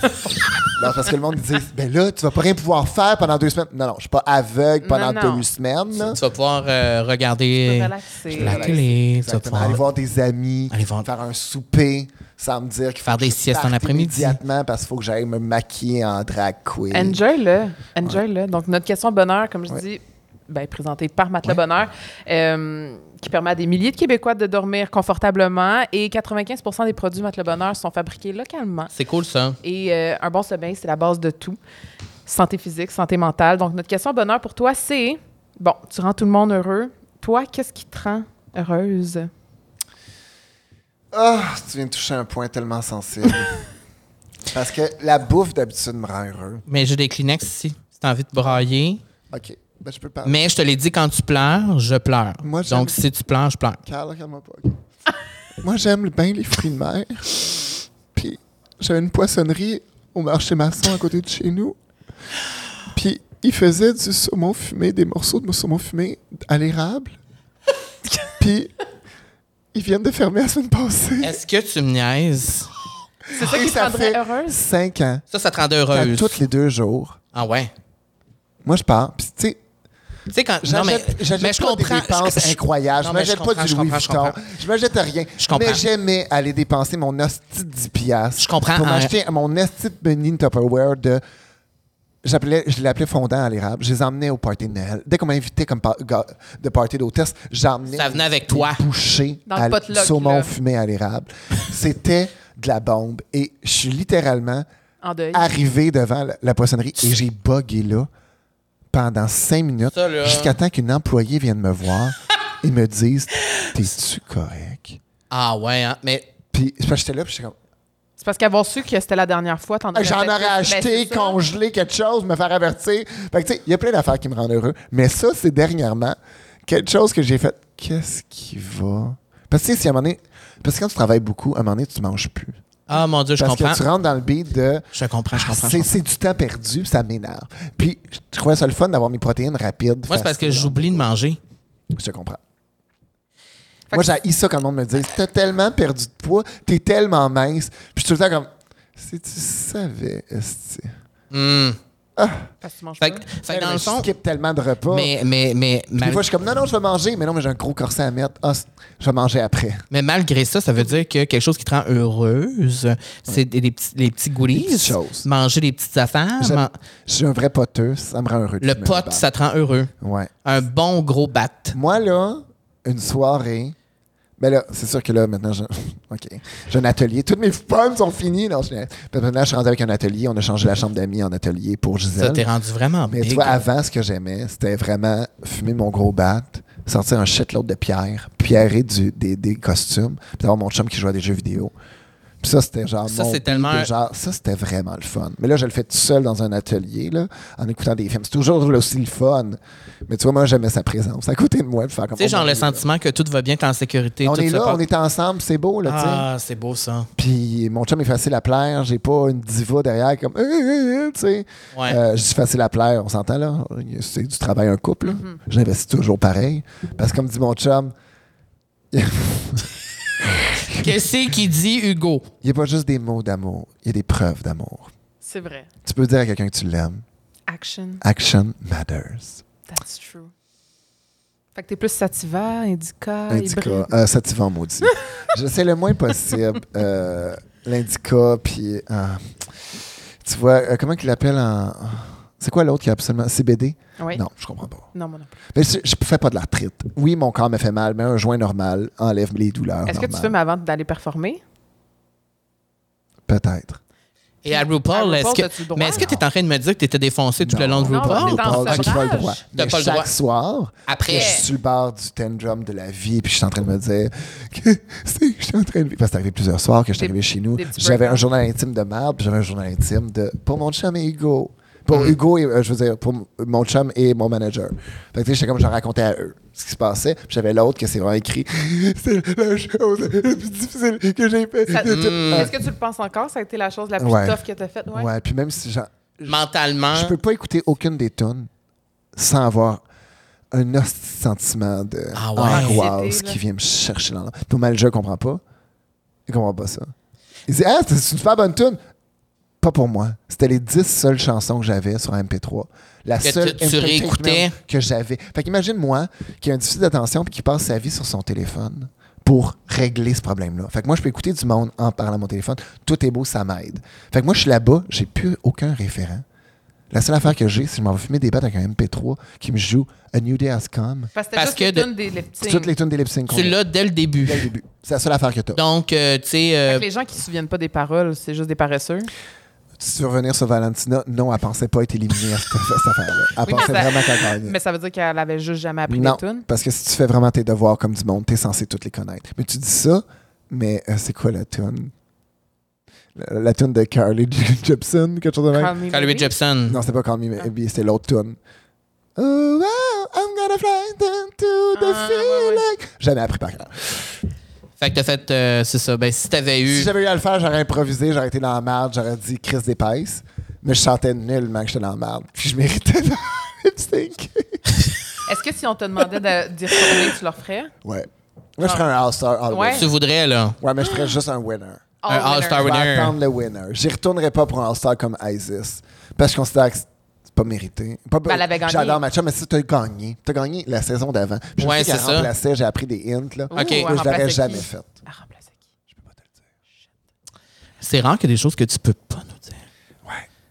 Speaker 3: non, parce que le monde dit « Ben là, tu vas pas rien pouvoir faire pendant deux semaines. » Non, non, je suis pas aveugle pendant
Speaker 1: Non, non.
Speaker 3: deux semaines. là.
Speaker 2: Tu vas pouvoir euh,
Speaker 1: Je peux
Speaker 2: regarder
Speaker 1: relaxer.
Speaker 2: la télé, tu vas
Speaker 3: Exactement. Aller
Speaker 2: pouvoir
Speaker 3: voir des amis,
Speaker 2: Aller voir-
Speaker 3: faire un souper, sans me dire qu'il faut
Speaker 2: Faire
Speaker 3: que
Speaker 2: des
Speaker 3: je
Speaker 2: siestes en
Speaker 3: parte
Speaker 2: après-midi.
Speaker 3: immédiatement parce qu'il faut que j'aille me maquiller en drag queen.
Speaker 1: Enjoy-le. Enjoy-le. Donc, notre question bonheur, comme je dis, ben, présentée par Matelas Bonheur, euh, qui permet à des milliers de Québécois de dormir confortablement. Et 95 des produits Matelas Bonheur sont fabriqués localement.
Speaker 2: C'est cool ça.
Speaker 1: Et euh, un bon sommeil, c'est la base de tout. Santé physique, santé mentale. Donc, notre question bonheur pour toi, c'est bon, tu rends tout le monde heureux. Toi, qu'est-ce qui te rend heureuse?
Speaker 3: Ah, tu viens de toucher un point tellement sensible. Parce que la bouffe, d'habitude, me rend heureux.
Speaker 2: Mais j'ai des Kleenex ici. Si t'as envie de brailler.
Speaker 3: OK, ben je peux pas.
Speaker 2: Mais je te l'ai dit, quand tu pleures, je pleure.
Speaker 3: Moi, j'aime-
Speaker 2: Donc, si tu pleures, je pleure.
Speaker 3: Calme, calme-moi pas. ok. Moi, j'aime bien les fruits de mer. Puis, j'avais une poissonnerie au marché maçon à côté de chez nous. Puis, ils faisaient du saumon fumé, des morceaux de saumon fumé à l'érable. Puis, ils viennent de fermer la semaine passée.
Speaker 2: Est-ce que tu me niaises?
Speaker 1: C'est ça
Speaker 3: Et
Speaker 1: qui te
Speaker 3: ça
Speaker 1: rendrait
Speaker 3: fait
Speaker 1: heureuse?
Speaker 3: Cinq ans.
Speaker 2: Ça, ça te rendait
Speaker 3: À
Speaker 2: heureuse.
Speaker 3: tous les deux jours,
Speaker 2: Ah ouais.
Speaker 3: moi, je pars. Puis, tu sais,
Speaker 2: Tu sais, quand. Non, mais,
Speaker 3: J'achète j'achète
Speaker 2: mais je
Speaker 3: pas
Speaker 2: comprends.
Speaker 3: Des dépenses
Speaker 2: je- je-
Speaker 3: incroyables.
Speaker 2: Non,
Speaker 3: Je
Speaker 2: mais
Speaker 3: m'achète pas
Speaker 2: comprends,
Speaker 3: du
Speaker 2: je
Speaker 3: Louis
Speaker 2: comprends, je
Speaker 3: Vuitton.
Speaker 2: comprends.
Speaker 3: Je m'achète rien.
Speaker 2: Je comprends.
Speaker 3: Mais j'aimais aller dépenser mon hostie de 10 piastres.
Speaker 2: Je comprends,
Speaker 3: Pour
Speaker 2: hein.
Speaker 3: m'acheter mon hostie de Benin Tupperware de... J'appelais, je l'appelais fondant à l'érable. Je les emmenais au party de Noël. Dès qu'on m'invitait comme par- ga- de party d'hôtesse, j'emmenais
Speaker 2: Ça venait avec
Speaker 3: des
Speaker 2: toi.
Speaker 3: bouchées
Speaker 1: Dans le
Speaker 3: à l-
Speaker 1: potluck,
Speaker 3: saumon
Speaker 1: là.
Speaker 3: fumé à l'érable. C'était de la bombe. Et je suis littéralement
Speaker 1: En deuil.
Speaker 3: Ah. arrivé devant la, la poissonnerie et j'ai bugué là pendant cinq minutes
Speaker 2: Ça, là.
Speaker 3: jusqu'à temps qu'une employée vienne me voir et me dise T'es-tu correct?
Speaker 2: Ah ouais, hein, mais.
Speaker 3: Puis c'est parce que j'étais là, puis j'étais comme
Speaker 1: C'est parce qu'avoir su que c'était la dernière fois, t'en
Speaker 3: Ah,
Speaker 1: aurais
Speaker 3: J'en
Speaker 1: peut-être
Speaker 3: aurais
Speaker 1: plus. Ben,
Speaker 3: acheté,
Speaker 1: c'est ça.
Speaker 3: congelé quelque chose, me faire avertir. Fait que tu sais, il y a plein d'affaires qui me rendent heureux. Mais ça, c'est dernièrement quelque chose que j'ai fait Qu'est-ce qui va? Parce que tu sais, si à un moment donné, parce que quand tu travailles beaucoup, à un moment donné, tu manges plus.
Speaker 2: Ah mon Dieu, je
Speaker 3: Parce
Speaker 2: comprends.
Speaker 3: que tu rentres dans le beat de
Speaker 2: Je comprends, je comprends. je
Speaker 3: C'est
Speaker 2: comprends.
Speaker 3: c'est du temps perdu, ça m'énerve. Puis, je trouvais ça le fun d'avoir mes protéines rapides.
Speaker 2: Moi, c'est parce que j'oublie de manger.
Speaker 3: Je comprends.
Speaker 1: Fait
Speaker 3: Moi,
Speaker 1: que-
Speaker 3: j'ai ça quand le monde me dit T'as tellement perdu de poids, t'es tellement mince. Puis, je suis tout le temps comme Si tu savais, esti.
Speaker 2: Hmm.
Speaker 1: Parce que tu manges
Speaker 2: Fait,
Speaker 1: pas.
Speaker 2: que- fait que
Speaker 3: Mais
Speaker 2: dans le
Speaker 3: je
Speaker 2: fond.
Speaker 3: skip tellement de repas.
Speaker 2: Mais, mais, mais,
Speaker 3: Puis
Speaker 2: mal-
Speaker 3: des fois, je suis comme Non, non, je vais manger. Mais non, mais j'ai un gros corset à mettre. Ah, c'est- je vais manger après.
Speaker 2: mais malgré ça, ça veut dire que quelque chose qui te rend heureuse, c'est des, des petits, les petits goodies.
Speaker 3: Des petites choses.
Speaker 2: Manger des petites affaires.
Speaker 3: J'aime-
Speaker 2: man-
Speaker 3: Je suis un vrai poteux, ça me rend heureux. de
Speaker 2: Ah, Le
Speaker 3: fumer une
Speaker 2: pot,
Speaker 3: batte.
Speaker 2: ça te rend heureux.
Speaker 3: Ouais.
Speaker 2: Un bon gros bat.
Speaker 3: Moi, là, une soirée. Ben là, c'est sûr que là, maintenant, j'ai OK. J'ai un atelier. Toutes mes pommes sont finies. Non, je... Puis Maintenant, je suis rendu avec un atelier. On a changé la chambre d'amis en atelier pour
Speaker 2: Ça t'est
Speaker 3: Gisèle.
Speaker 2: rendu vraiment
Speaker 3: Mais tu
Speaker 2: big.
Speaker 3: vois, avant, ce que j'aimais, c'était vraiment fumer mon gros bat, sortir un shitload de pierres, pierrer du, des, des costumes, puis avoir mon chum qui jouait à des jeux vidéo. Puis ça, c'était genre.
Speaker 2: Ça,
Speaker 3: mon
Speaker 2: c'est
Speaker 3: but
Speaker 2: tellement-
Speaker 3: de genre- ça, c'était vraiment le fun. Mais là, je le fais tout seul dans un atelier, là, en écoutant des films. C'est toujours là, aussi le fun. Mais tu vois, moi, j'aimais sa présence à côté de moi. puis faire comme,
Speaker 2: Tu sais,
Speaker 3: oh,
Speaker 2: genre
Speaker 3: mon
Speaker 2: le
Speaker 3: Dieu, là.
Speaker 2: sentiment que tout va bien, t'es en sécurité.
Speaker 3: On
Speaker 2: tout
Speaker 3: est
Speaker 2: se
Speaker 3: là,
Speaker 2: passe-
Speaker 3: on est ensemble, c'est beau, là, tu sais.
Speaker 2: Ah, c'est beau ça.
Speaker 3: Puis mon chum est facile à plaire, j'ai pas une diva derrière comme, Euh, euh, euh, tu sais.
Speaker 2: Ouais.
Speaker 3: Euh, je dis facile à plaire, on s'entend là. C'est du travail, un couple. là.
Speaker 1: Mm-hmm.
Speaker 3: J'investis toujours pareil. Parce que comme dit mon chum,
Speaker 2: Qu'est-ce qui dit Hugo?
Speaker 3: il n'y a pas juste des mots d'amour, il y a des preuves d'amour.
Speaker 1: C'est vrai.
Speaker 3: Tu peux dire à quelqu'un que tu l'aimes,
Speaker 1: Action,
Speaker 3: action matters.
Speaker 1: that's true. Fait que t'es plus sativa, indica,
Speaker 3: Indica,
Speaker 1: hybride.
Speaker 3: euh, ça t'y va en maudit. je sais le moins possible euh, l'indica, puis euh, tu vois, euh, comment qu'il l'appelle en... C'est quoi l'autre qui a absolument... CBD?
Speaker 1: Oui.
Speaker 3: Non, je comprends pas.
Speaker 1: Non, moi non plus.
Speaker 3: Mais je, je fais pas de l'arthrite. Oui, mon corps me fait mal, mais un joint normal enlève les douleurs.
Speaker 1: Est-ce que tu
Speaker 3: normales.
Speaker 1: fumes avant d'aller performer?
Speaker 3: Peut-être.
Speaker 2: Et à
Speaker 1: À
Speaker 2: RuPaul,
Speaker 1: RuPaul,
Speaker 2: est-ce
Speaker 1: t'as-tu le
Speaker 2: que.
Speaker 1: droit?
Speaker 2: Mais est-ce que t'es en train de me dire que t'étais défoncé tout le long de
Speaker 1: Non,
Speaker 2: RuPaul?
Speaker 1: t'es en
Speaker 3: Paul, j'ai pas le
Speaker 1: sevrage.
Speaker 3: droit.
Speaker 2: T'as
Speaker 3: Mais
Speaker 2: pas le
Speaker 3: chaque
Speaker 2: droit.
Speaker 3: soir,
Speaker 2: Après.
Speaker 3: je suis sur le bord du tendrum de la vie, puis je suis en train de me dire que c'est- je suis en train de vivre. Parce que c'est arrivé plusieurs soirs que je suis
Speaker 1: Des-
Speaker 3: arrivé chez nous.
Speaker 1: des petits
Speaker 3: J'avais un
Speaker 1: breakdowns.
Speaker 3: journal intime de merde, puis j'avais un journal intime de pour mon chum et Hugo. Pour
Speaker 2: Mm.
Speaker 3: Hugo et euh, je veux dire pour m- mon chum et mon manager. Fait que tu sais, j'étais comme je racontais à eux ce qui se passait. Puis j'avais l'autre que c'est vraiment écrit. C'est la chose la plus difficile que j'ai fait.
Speaker 1: Ça-
Speaker 3: de tout- Euh,
Speaker 1: Est-ce que tu le penses encore? Ça a été la chose la plus
Speaker 3: Ouais.
Speaker 1: tough que t'as faite? Ouais.
Speaker 3: Ouais, puis même si j'en-
Speaker 2: Mentalement.
Speaker 3: je peux pas écouter aucune des tunes sans avoir un hostie de sentiment de
Speaker 2: Ah ouais.
Speaker 3: angoisse
Speaker 1: C'était, là.
Speaker 3: qui vient me chercher dans l'âme. Ton manager comprend pas. Il comprend pas ça. Il dit Ah, c'est une super bonne tune. Pas pour moi. C'était les 10 seules chansons que j'avais sur un MP3. La
Speaker 2: Que
Speaker 3: seule
Speaker 2: tu- tu
Speaker 3: entertainment
Speaker 2: réécoutais.
Speaker 3: que j'avais. Fait qu'imagine moi qui a un déficit d'attention puis qui passe sa vie sur son téléphone pour régler ce problème-là. Fait que moi, je peux écouter du monde en parlant à mon téléphone. Tout est beau, ça m'aide. Fait que moi, je suis là-bas, j'ai plus aucun référent. La seule affaire que j'ai, c'est que je m'en vais fumer des battes avec un MP3 qui me joue A New Day Has Come.
Speaker 1: Parce que t'as
Speaker 2: Parce
Speaker 1: juste
Speaker 2: que
Speaker 1: les
Speaker 2: de-
Speaker 1: tunes des les petits
Speaker 3: C'est toutes les tunes des lip sync.
Speaker 2: Tu l'as dès le début.
Speaker 3: dès le début. C'est la seule affaire que t'as.
Speaker 2: Donc, euh, tu sais. euh,
Speaker 3: Mm.
Speaker 1: Fait que Les gens qui se souviennent pas des paroles, c'est juste des paresseux.
Speaker 3: Si tu veux revenir sur Valentina, non, elle pensait pas être éliminée à cette, cette affaire-là. Elle
Speaker 1: Oui,
Speaker 3: pensait
Speaker 1: mais ça-
Speaker 3: vraiment qu'elle gagnait.
Speaker 1: Mais ça veut dire qu'elle avait juste jamais appris
Speaker 3: Non,
Speaker 1: des tunes.
Speaker 3: parce que si tu fais vraiment tes devoirs comme du monde, t'es censé toutes les connaître. Mais tu dis ça, mais euh, c'est quoi la tune? La, la tune de Carly Jepson, quelque chose de même?
Speaker 1: Call me
Speaker 2: Carly Rae
Speaker 1: maybe.
Speaker 2: Jepsen.
Speaker 3: Non, c'est pas Call Me
Speaker 1: Ah.
Speaker 3: Maybe, c'est l'autre tune. Oh, wow, I'm gonna fly down to the
Speaker 1: Ah, ouais,
Speaker 3: feeling. Jamais appris par cœur.
Speaker 2: Fait que t'as fait, euh, c'est ça. Ben, si t'avais eu.
Speaker 3: Si j'avais eu à le faire, j'aurais improvisé, j'aurais été dans la merde, j'aurais dit Chris d'épaisse. Mais je chantais nullement que j'étais dans la merde. Puis je méritais de lipstick.
Speaker 1: Est-ce que si on te demandait de- d'y retourner, tu le referais?
Speaker 3: Ouais. Moi, je ferais un All-Star All
Speaker 1: Ouais.
Speaker 3: Winner.
Speaker 2: Tu voudrais, là.
Speaker 3: Ouais, mais je ferais juste un winner.
Speaker 1: All
Speaker 2: un
Speaker 1: winner.
Speaker 2: All-Star
Speaker 3: Je vais
Speaker 2: winner.
Speaker 3: attendre le winner. J'y retournerai pas pour un All-Star comme Isis. Parce que je considère ah, que c'est pas mérité. Pas-
Speaker 1: Ben, elle avait gagné.
Speaker 3: J'adore match mais si t'as gagné. T'as gagné la saison d'avant. Puis Je
Speaker 2: Ouais,
Speaker 3: sais qu'elle
Speaker 2: c'est ça.
Speaker 3: remplaçait, j'ai appris des hints. Là.
Speaker 1: Ouh,
Speaker 2: Ok.
Speaker 1: elle
Speaker 3: que je
Speaker 1: remplaçait
Speaker 3: l'aurais
Speaker 1: qui?
Speaker 3: jamais fait.
Speaker 1: Elle remplaçait qui?
Speaker 2: C'est rare qu'il y ait des choses que tu peux pas nous dire.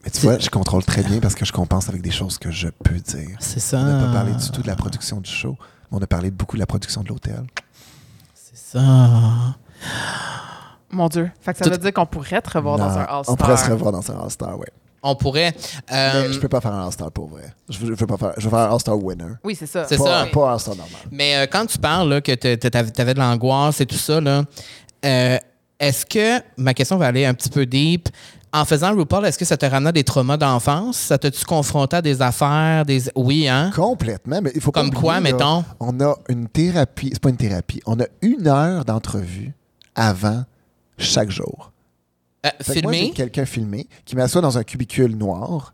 Speaker 3: Mais tu vois, je contrôle très bien parce que je compense avec des choses que je peux dire.
Speaker 2: C'est ça.
Speaker 3: On n'a pas parlé du tout de la production du show, mais on a parlé beaucoup de la production de l'hôtel.
Speaker 2: C'est ça.
Speaker 1: Mon Dieu. Fait que ça
Speaker 2: Tout-
Speaker 1: veut dire qu'on pourrait te revoir dans
Speaker 3: Non,
Speaker 1: un All-Star.
Speaker 3: On pourrait se revoir dans un All-Star, ouais.
Speaker 2: On pourrait. euh,
Speaker 3: Mais je peux pas faire un All-Star pour vrai. Je veux, je veux pas faire, je veux faire un All-Star winner.
Speaker 1: Oui, c'est ça.
Speaker 2: C'est
Speaker 3: Pas,
Speaker 2: ça.
Speaker 3: pas un All-Star normal.
Speaker 2: Mais euh, quand tu parles là, que tu avais de l'angoisse et tout ça, là, euh, est-ce que, ma question va aller un petit peu deep, en faisant RuPaul, est-ce que ça te ramenait des traumas d'enfance? Ça te tu confronté à des affaires? des Oui, hein?
Speaker 3: Complètement, mais il faut pas
Speaker 2: Comme quoi,
Speaker 3: oublier, là,
Speaker 2: mettons?
Speaker 3: On a une thérapie, c'est pas une thérapie, on a une heure d'entrevue avant chaque jour.
Speaker 2: Euh,
Speaker 3: Fait que moi, j'ai
Speaker 2: filmé?
Speaker 3: quelqu'un filmé qui m'assoit dans un cubicule noir.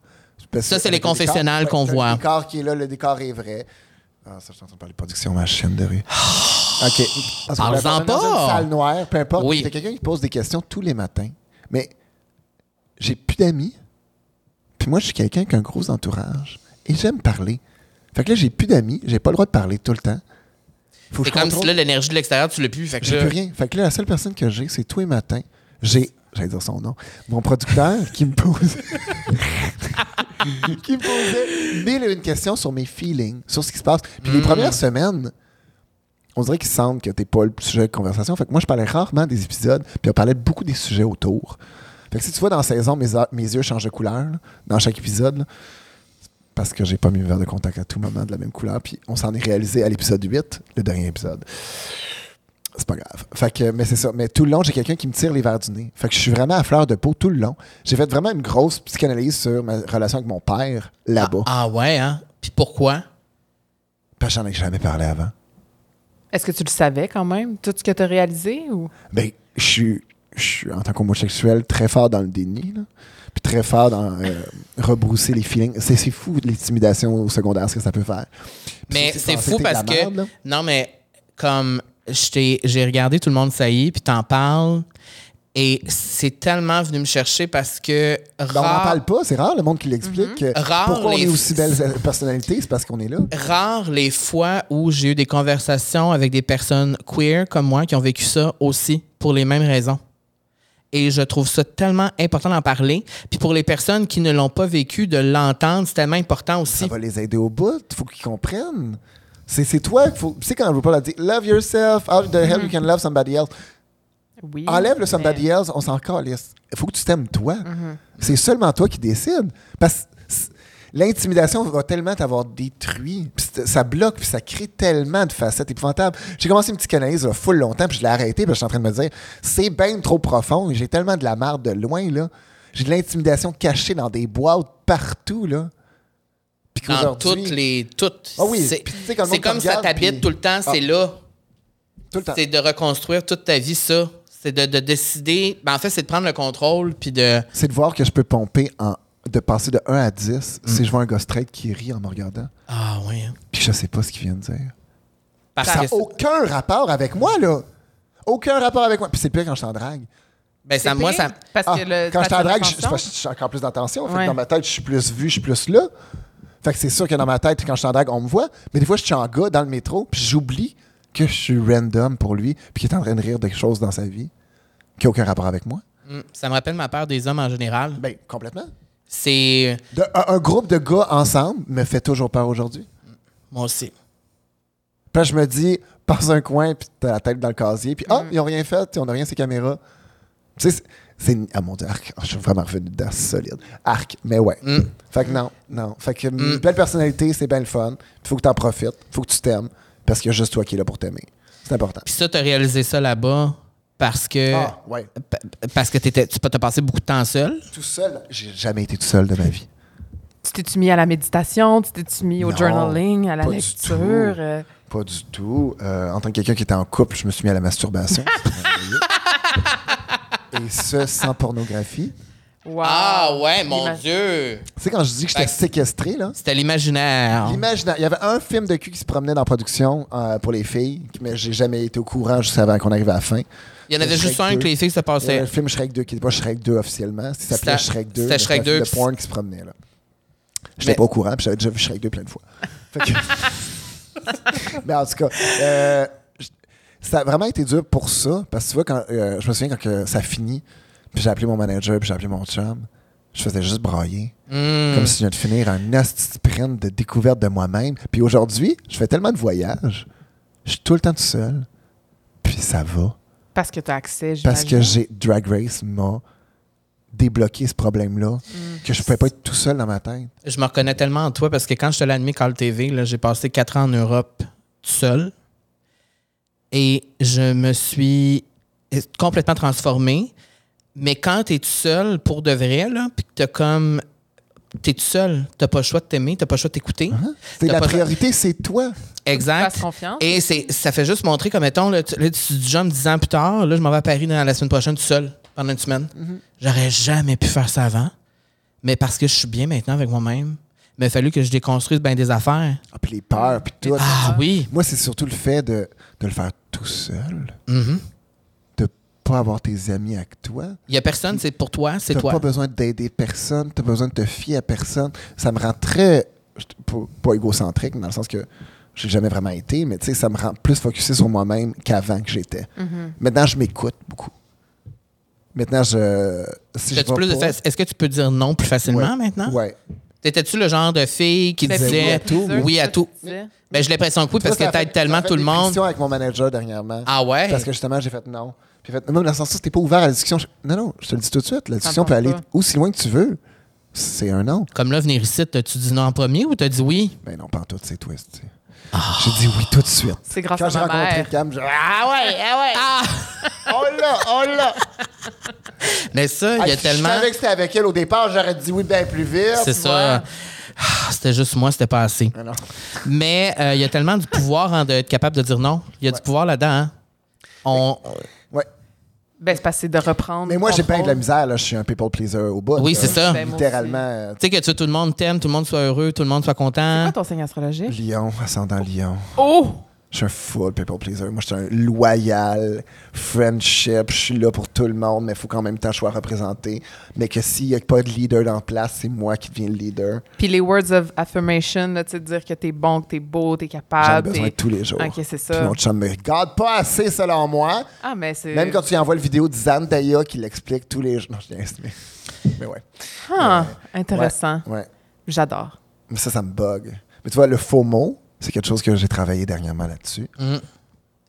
Speaker 3: Parce
Speaker 2: Ça,
Speaker 3: que
Speaker 2: c'est les
Speaker 3: avec le décor-
Speaker 2: confessionnels
Speaker 3: ouais,
Speaker 2: qu'on
Speaker 3: t'as
Speaker 2: voit.
Speaker 3: Le décor qui est là, le décor est vrai. Ah, ça, je suis en train de parler de production, ma chaîne de rue. OK. Parce que,
Speaker 2: Parle-en
Speaker 3: bref, on est Dans
Speaker 2: pas.
Speaker 3: une salle noire, peu importe.
Speaker 2: Oui.
Speaker 3: Il y a quelqu'un qui pose des questions tous les matins. Mais j'ai plus d'amis. Puis moi, je suis quelqu'un qui a un gros entourage. Et j'aime parler. Fait que là, j'ai plus d'amis. J'ai pas le droit de parler tout le temps. Faut que
Speaker 2: C'est
Speaker 3: je
Speaker 2: comme
Speaker 3: contrôle.
Speaker 2: si là, l'énergie de l'extérieur, tu l'as plus. Fait que
Speaker 3: J'ai
Speaker 2: là-
Speaker 3: plus rien. Fait que là, la seule personne que j'ai, c'est tous les matins. J'ai, j'allais dire son nom, mon producteur qui me pose. qui me posait mille et une questions sur mes feelings, sur ce qui se passe. Puis les premières semaines, on dirait qu'ils sentent que t'es pas le sujet de conversation. Fait que moi, je parlais rarement des épisodes, puis on parlait de beaucoup des sujets autour. Fait que si tu vois dans la saison, mes, a- mes yeux changent de couleur là, dans chaque épisode, là, c'est parce que j'ai pas mis mes verres de contact à tout moment de la même couleur. Puis on s'en est réalisé à l'épisode 8, le dernier épisode. C'est pas grave. Fait que, mais c'est ça. Mais tout le long, j'ai quelqu'un qui me tire les verres du nez. Fait que je suis vraiment à fleur de peau tout le long. J'ai fait vraiment une grosse psychanalyse sur ma relation avec mon père là-bas.
Speaker 2: Ah ouais, hein? Puis pourquoi?
Speaker 3: Parce que j'en ai jamais parlé avant.
Speaker 1: Est-ce que tu le savais quand même, tout ce que tu as réalisé? Ou...
Speaker 3: Ben, je suis, je suis, en tant qu'homosexuel, très fort dans le déni, là. puis très fort dans euh, rebrousser les feelings. C'est c'est fou, l'intimidation au secondaire, ce que ça peut faire. Puis
Speaker 2: Mais
Speaker 3: si tu
Speaker 2: c'est
Speaker 3: penses
Speaker 2: fou
Speaker 3: t'es de la
Speaker 2: parce que.
Speaker 3: merde, là, Ben,
Speaker 2: non, mais comme je t'ai- j'ai regardé Tout le monde ça y est, puis t'en parles. Et c'est tellement venu me chercher parce que.
Speaker 3: ben, on n'en
Speaker 2: rare- Mhm.
Speaker 3: parle pas, c'est rare le monde qui l'explique. que
Speaker 2: Rare,
Speaker 3: Pourquoi on
Speaker 2: les-
Speaker 3: est aussi belle personnalité, c'est parce qu'on est là.
Speaker 2: rares les fois où j'ai eu des conversations avec des personnes queer comme moi qui ont vécu ça aussi pour les mêmes raisons. Et je trouve ça tellement important d'en parler. Puis pour les personnes qui ne l'ont pas vécu, de l'entendre, c'est tellement important
Speaker 3: Ça
Speaker 2: aussi.
Speaker 3: va les aider au bout, faut qu'ils comprennent. C'est c'est toi qu'il faut. Tu sais, quand RuPaul a dit Love yourself, how the
Speaker 2: Mhm.
Speaker 3: hell you can love somebody else.
Speaker 1: Oui.
Speaker 3: Enlève le
Speaker 1: mais-
Speaker 3: somebody else, on s'en calisse. Il faut que tu t'aimes toi. C'est seulement toi qui décides. Parce que c- l'intimidation va tellement t'avoir détruit. Puis c'est- ça bloque, puis ça crée tellement de facettes épouvantables. J'ai commencé une petite analyse là, full longtemps, puis je l'ai arrêté, parce que je suis en train de me dire c'est bien trop profond, et j'ai tellement de la marde de loin, là. J'ai de l'intimidation cachée dans des boîtes partout, là. Puis
Speaker 2: Dans
Speaker 3: qu'aujourd'hui,
Speaker 2: toutes les. Toutes.
Speaker 3: Ah oui,
Speaker 2: C'est
Speaker 3: puis tu sais, quand le
Speaker 2: c'est
Speaker 3: monde te
Speaker 2: comme ça
Speaker 3: regarde,
Speaker 2: t'habite
Speaker 3: puis- Ah.
Speaker 2: tout le temps, c'est là.
Speaker 3: tout le temps.
Speaker 2: C'est de reconstruire toute ta vie, ça. C'est de, de décider. Ben, en fait, c'est de prendre le contrôle, puis de.
Speaker 3: c'est de voir que je peux pomper en de passer de 1 à 10
Speaker 2: Mm.
Speaker 3: si je vois un gars straight qui rit en me regardant
Speaker 2: Ah oui. hein.
Speaker 3: puis je sais pas ce qu'il vient de dire.
Speaker 2: Parce
Speaker 3: Ça n'a
Speaker 2: que.
Speaker 3: aucun rapport avec moi là. Aucun rapport avec moi. Puis c'est pire quand je t'en drague.
Speaker 2: Ben, ça,
Speaker 1: C'est
Speaker 2: moi,
Speaker 1: pire,
Speaker 2: ça.
Speaker 1: Parce
Speaker 3: Ah,
Speaker 1: que le,
Speaker 3: quand je t'en
Speaker 1: ta
Speaker 3: drague, je,
Speaker 1: attention-
Speaker 3: parce que je suis encore plus d'attention. Fait que
Speaker 1: Ouais.
Speaker 3: dans ma tête, je suis plus vu, je suis plus là. Fait que c'est sûr que dans ma tête, quand je t'en drague, on me voit. Mais des fois, je suis en gars dans le métro, puis j'oublie que je suis random pour lui, puis qu'il est en train de rire de quelque chose dans sa vie qui n'a aucun rapport avec moi.
Speaker 2: Mm, Ça me rappelle ma peur des hommes en général.
Speaker 3: Ben, complètement.
Speaker 2: C'est.
Speaker 3: De- un, un groupe de gars ensemble me fait toujours peur aujourd'hui.
Speaker 2: Moi aussi.
Speaker 3: Puis là, je me dis,
Speaker 2: Mm.
Speaker 3: passe un coin, puis t'as la tête dans le casier, puis ah, ils ont rien fait, on n'a rien ces caméras. Tu sais, c'est- C'est. Ah mon dieu, arc. Ah, je suis vraiment revenu dedans, solide. Arc, mais ouais.
Speaker 2: Mm.
Speaker 3: Fait que non, non. Fait que hum, pleine personnalité, c'est bien le fun. Faut que t'en profites. Faut que tu t'aimes. Parce qu'il y a juste toi qui est là pour t'aimer. C'est important.
Speaker 2: Puis ça, t'as réalisé ça là-bas parce que.
Speaker 3: Ah, ouais.
Speaker 2: pa- Parce que t'étais- tu as passé beaucoup de temps seul.
Speaker 3: Tout seul, j'ai jamais été tout seul de ma vie.
Speaker 1: Tu t'es-tu mis à la méditation? Tu t'es-tu mis au
Speaker 3: Non,
Speaker 1: journaling, à la
Speaker 3: pas du
Speaker 1: lecture?
Speaker 3: tout.
Speaker 1: euh,
Speaker 3: Pas du tout. Euh, en tant que quelqu'un qui était en couple, je me suis mis à la masturbation. Et ce, sans pornographie.
Speaker 1: wow.
Speaker 2: Ah ouais, mon
Speaker 1: L'ima-
Speaker 2: Dieu!
Speaker 3: Tu sais, quand je dis que j'étais
Speaker 2: Ben-
Speaker 3: séquestré, là,
Speaker 2: C'était l'imaginaire.
Speaker 3: l'imaginaire- il y avait un film de cul qui se promenait dans la production euh, pour les filles, mais j'ai jamais été au courant juste avant qu'on arrive à la fin.
Speaker 2: Il y en avait
Speaker 3: Shrek
Speaker 2: juste un
Speaker 3: 2.
Speaker 2: que les filles se
Speaker 3: Il y avait
Speaker 2: passaient.
Speaker 3: le film Shrek 2 qui n'était pas Shrek 2 officiellement. Il
Speaker 2: C'était-
Speaker 3: s'appelait Shrek 2.
Speaker 2: c'était
Speaker 3: mais
Speaker 2: Shrek
Speaker 3: un film
Speaker 2: 2,
Speaker 3: de porn qui se promenait, là. J'étais
Speaker 2: Mais-
Speaker 3: pas au courant, puis j'avais déjà vu Shrek 2 plein de fois. Fait que- mais en tout cas, euh, j- ça a vraiment été dur pour ça, parce que tu vois, quand, euh, je me souviens quand que ça finit, puis j'ai appelé mon manager, puis j'ai appelé mon chum, je faisais juste brailler.
Speaker 2: Hmm.
Speaker 3: Comme si je venais de finir un asti de sprint de découverte de moi-même. Puis aujourd'hui, je fais tellement de voyages, je suis tout le temps tout seul, puis ça va.
Speaker 1: Parce que tu as accès,
Speaker 3: Parce que
Speaker 1: j'imagine.
Speaker 3: j'ai Drag Race m'a débloqué ce problème-là que je pouvais pas être tout seul dans ma tête.
Speaker 2: Je me reconnais tellement en toi parce que quand je te l'ai admis Call TV, là, j'ai passé quatre ans en Europe tout seul et je me suis complètement transformé. Mais quand t'es tout seul pour de vrai, là, puis que t'as comme. T'es tout seul, t'as pas le choix de t'aimer, t'as pas le choix de t'écouter.
Speaker 3: C'est
Speaker 2: T'as
Speaker 3: la
Speaker 2: pas-
Speaker 3: priorité, c'est toi.
Speaker 1: Tu
Speaker 2: Exact.
Speaker 1: fasses confiance.
Speaker 2: Et c'est, ça fait juste montrer comme mettons, là, tu, là, tu- déjà me 10 ans plus tard, là, je m'en vais à Paris dans- la semaine prochaine tout seul pendant une semaine.
Speaker 3: Mm-hmm.
Speaker 2: J'aurais jamais pu faire ça avant. Mais parce que je suis bien maintenant avec moi-même, il m'a fallu que je déconstruise bien des affaires.
Speaker 3: Ah, puis les peurs, puis tout.
Speaker 2: Ah oui.
Speaker 3: Moi, c'est surtout le fait de, de le faire tout seul, de pas avoir tes amis avec toi.
Speaker 2: Il y a personne, c'est pour toi, c'est
Speaker 3: T'as
Speaker 2: toi.
Speaker 3: pas besoin d'aider personne, t'as besoin de te fier à personne. Ça me rend très, je- pas, pas égocentrique, mais dans le sens que j'ai jamais vraiment été, mais tu sais, ça me rend plus focusé sur moi-même qu'avant que j'étais. Maintenant, je m'écoute beaucoup. Maintenant, je. Si
Speaker 2: T'as-tu
Speaker 3: vais
Speaker 2: plus de
Speaker 3: pas-
Speaker 2: fa- Est-ce que tu peux dire non plus facilement
Speaker 3: Ouais.
Speaker 2: maintenant?
Speaker 3: Ouais.
Speaker 2: T'étais-tu le genre de fille qui
Speaker 1: Mais
Speaker 2: disait
Speaker 3: Ben oui à tout,
Speaker 1: teaser,
Speaker 2: oui à
Speaker 1: ça,
Speaker 2: tout?
Speaker 1: tu disais.
Speaker 2: Ben, j'ai l'impression que oui, parce
Speaker 3: Ça, ça
Speaker 2: que
Speaker 3: a fait-
Speaker 2: t'aides tellement
Speaker 3: ça a fait
Speaker 2: tout le
Speaker 3: des
Speaker 2: monde.
Speaker 3: discussions avec mon manager dernièrement.
Speaker 2: Ah ouais?
Speaker 3: Parce que justement, j'ai fait non. Puis j'ai fait, même dans le sens où t'es pas ouvert à la discussion. Je- Non, non, je te le dis tout de suite. La discussion peut
Speaker 1: importe
Speaker 3: aller
Speaker 1: pas.
Speaker 3: aussi loin que tu veux. C'est un non.
Speaker 2: Comme là, venir ici, t'as-tu dit non en premier ou t'as dit oui?
Speaker 3: Ben non, pas en tout, c'est twist. tu sais. J'ai dit oui tout de suite.
Speaker 1: C'est grâce
Speaker 3: Quand j'ai
Speaker 1: à Ah, ma
Speaker 3: rencontré
Speaker 1: mère.
Speaker 3: Cam, j'ai
Speaker 2: Ah ouais, ah ouais!
Speaker 3: Oh là, oh là! Ah,
Speaker 2: Mais ça, il y a tellement.
Speaker 3: Je savais que c'était avec elle au départ, j'aurais dit oui bien plus vite.
Speaker 2: C'est ça. Ah, C'était juste moi, c'était pas assez.
Speaker 3: Ah non.
Speaker 2: Mais euh, il y a tellement du pouvoir hein, d'être capable de dire non. Il y a du pouvoir là-dedans. hein. On...
Speaker 3: Ouais.
Speaker 1: Ben, c'est passé de reprendre.
Speaker 3: Mais moi, j'ai bien
Speaker 1: contrôle.
Speaker 3: de la misère. Là. Je suis un people pleaser au bout.
Speaker 2: Oui,
Speaker 3: là.
Speaker 2: c'est ça.
Speaker 1: Ben, moi
Speaker 3: Littéralement,
Speaker 1: aussi.
Speaker 3: euh,
Speaker 2: Tu sais que tu veux tout le monde t'aime, tout le monde soit heureux, tout le monde soit
Speaker 1: C'est
Speaker 2: content.
Speaker 1: quoi ton signe astrologique?
Speaker 3: Lion, ascendant Lion.
Speaker 1: Oh!
Speaker 3: Je suis un full people pleaser. Moi, je suis un loyal, friendship. Je suis là pour tout le monde, mais il faut qu'en même temps, je sois représenté. Mais que s'il n'y a pas de leader dans la place, c'est moi qui deviens le leader.
Speaker 1: Puis les words of affirmation, là, tu sais, de dire que t'es bon, que t'es beau, t'es
Speaker 3: J'en ai
Speaker 1: capable.
Speaker 3: besoin
Speaker 1: Ah, t'es-
Speaker 3: tous les jours.
Speaker 1: Ok, c'est ça.
Speaker 3: Puis mon chum me regarde pas assez, selon moi.
Speaker 1: Ah, mais c'est.
Speaker 3: Même quand tu lui envoies le vidéo de Zandaya qui l'explique tous les jours. Non, je niaise, mais... mais ouais.
Speaker 1: Ah, intéressant.
Speaker 3: Ouais.
Speaker 1: J'adore.
Speaker 3: Mais ça, ça me bug. Mais tu vois, le faux mot, c'est quelque chose que j'ai travaillé dernièrement là-dessus.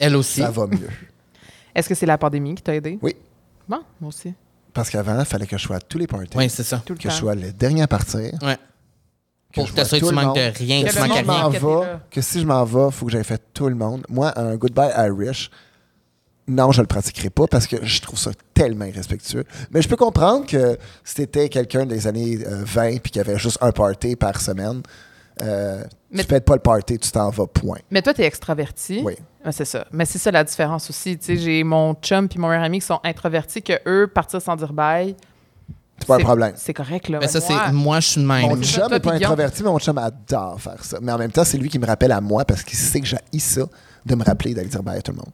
Speaker 2: Elle aussi.
Speaker 3: Ça va mieux.
Speaker 1: Est-ce que c'est la pandémie qui t'a aidé?
Speaker 3: Oui.
Speaker 1: Bon, moi aussi.
Speaker 3: Parce qu'avant, il fallait que je sois à tous les parties,
Speaker 2: Oui, c'est ça.
Speaker 1: Tout le
Speaker 3: que je
Speaker 1: temps.
Speaker 3: sois le dernier à partir.
Speaker 2: Ouais. Pour
Speaker 3: je vois
Speaker 2: t'assurer que
Speaker 3: tout
Speaker 2: tu
Speaker 3: le
Speaker 2: manques de
Speaker 3: monde.
Speaker 2: rien,
Speaker 1: Que
Speaker 2: que tu
Speaker 1: le
Speaker 2: manques à
Speaker 1: monde
Speaker 2: rien.
Speaker 1: manque.
Speaker 3: je
Speaker 1: que
Speaker 3: m'en
Speaker 1: t'es
Speaker 3: vais,
Speaker 1: là.
Speaker 3: que si je m'en vais, faut que j'aille fait tout le monde. Moi, un goodbye Irish, non, je le pratiquerai pas parce que je trouve ça tellement irrespectueux. Mais je peux comprendre que si t'étais quelqu'un des années euh, 20 puis qui avait juste un party par semaine, euh,
Speaker 1: Mais-
Speaker 3: tu fais pas le party, tu t'en vas, point.
Speaker 1: Mais toi, t'es extraverti.
Speaker 3: Oui.
Speaker 1: Ah, c'est ça. Mais c'est ça la différence aussi. Tu sais, j'ai mon chum puis mon meilleur ami qui sont introvertis, que eux, partir sans dire bye.
Speaker 3: C'est pas un problème.
Speaker 1: C'est correct, là.
Speaker 2: Mais ça, c'est
Speaker 1: moi,
Speaker 2: moi, je suis de
Speaker 3: Mon
Speaker 2: même.
Speaker 1: Dieu.
Speaker 3: chum
Speaker 1: Toi,
Speaker 3: n'est pas
Speaker 1: puis Guillaume.
Speaker 3: introverti, mais mon chum adore faire ça. Mais en même temps, c'est lui qui me rappelle à moi parce qu'il sait que j'ai ça de me rappeler d'aller dire bye à tout le monde.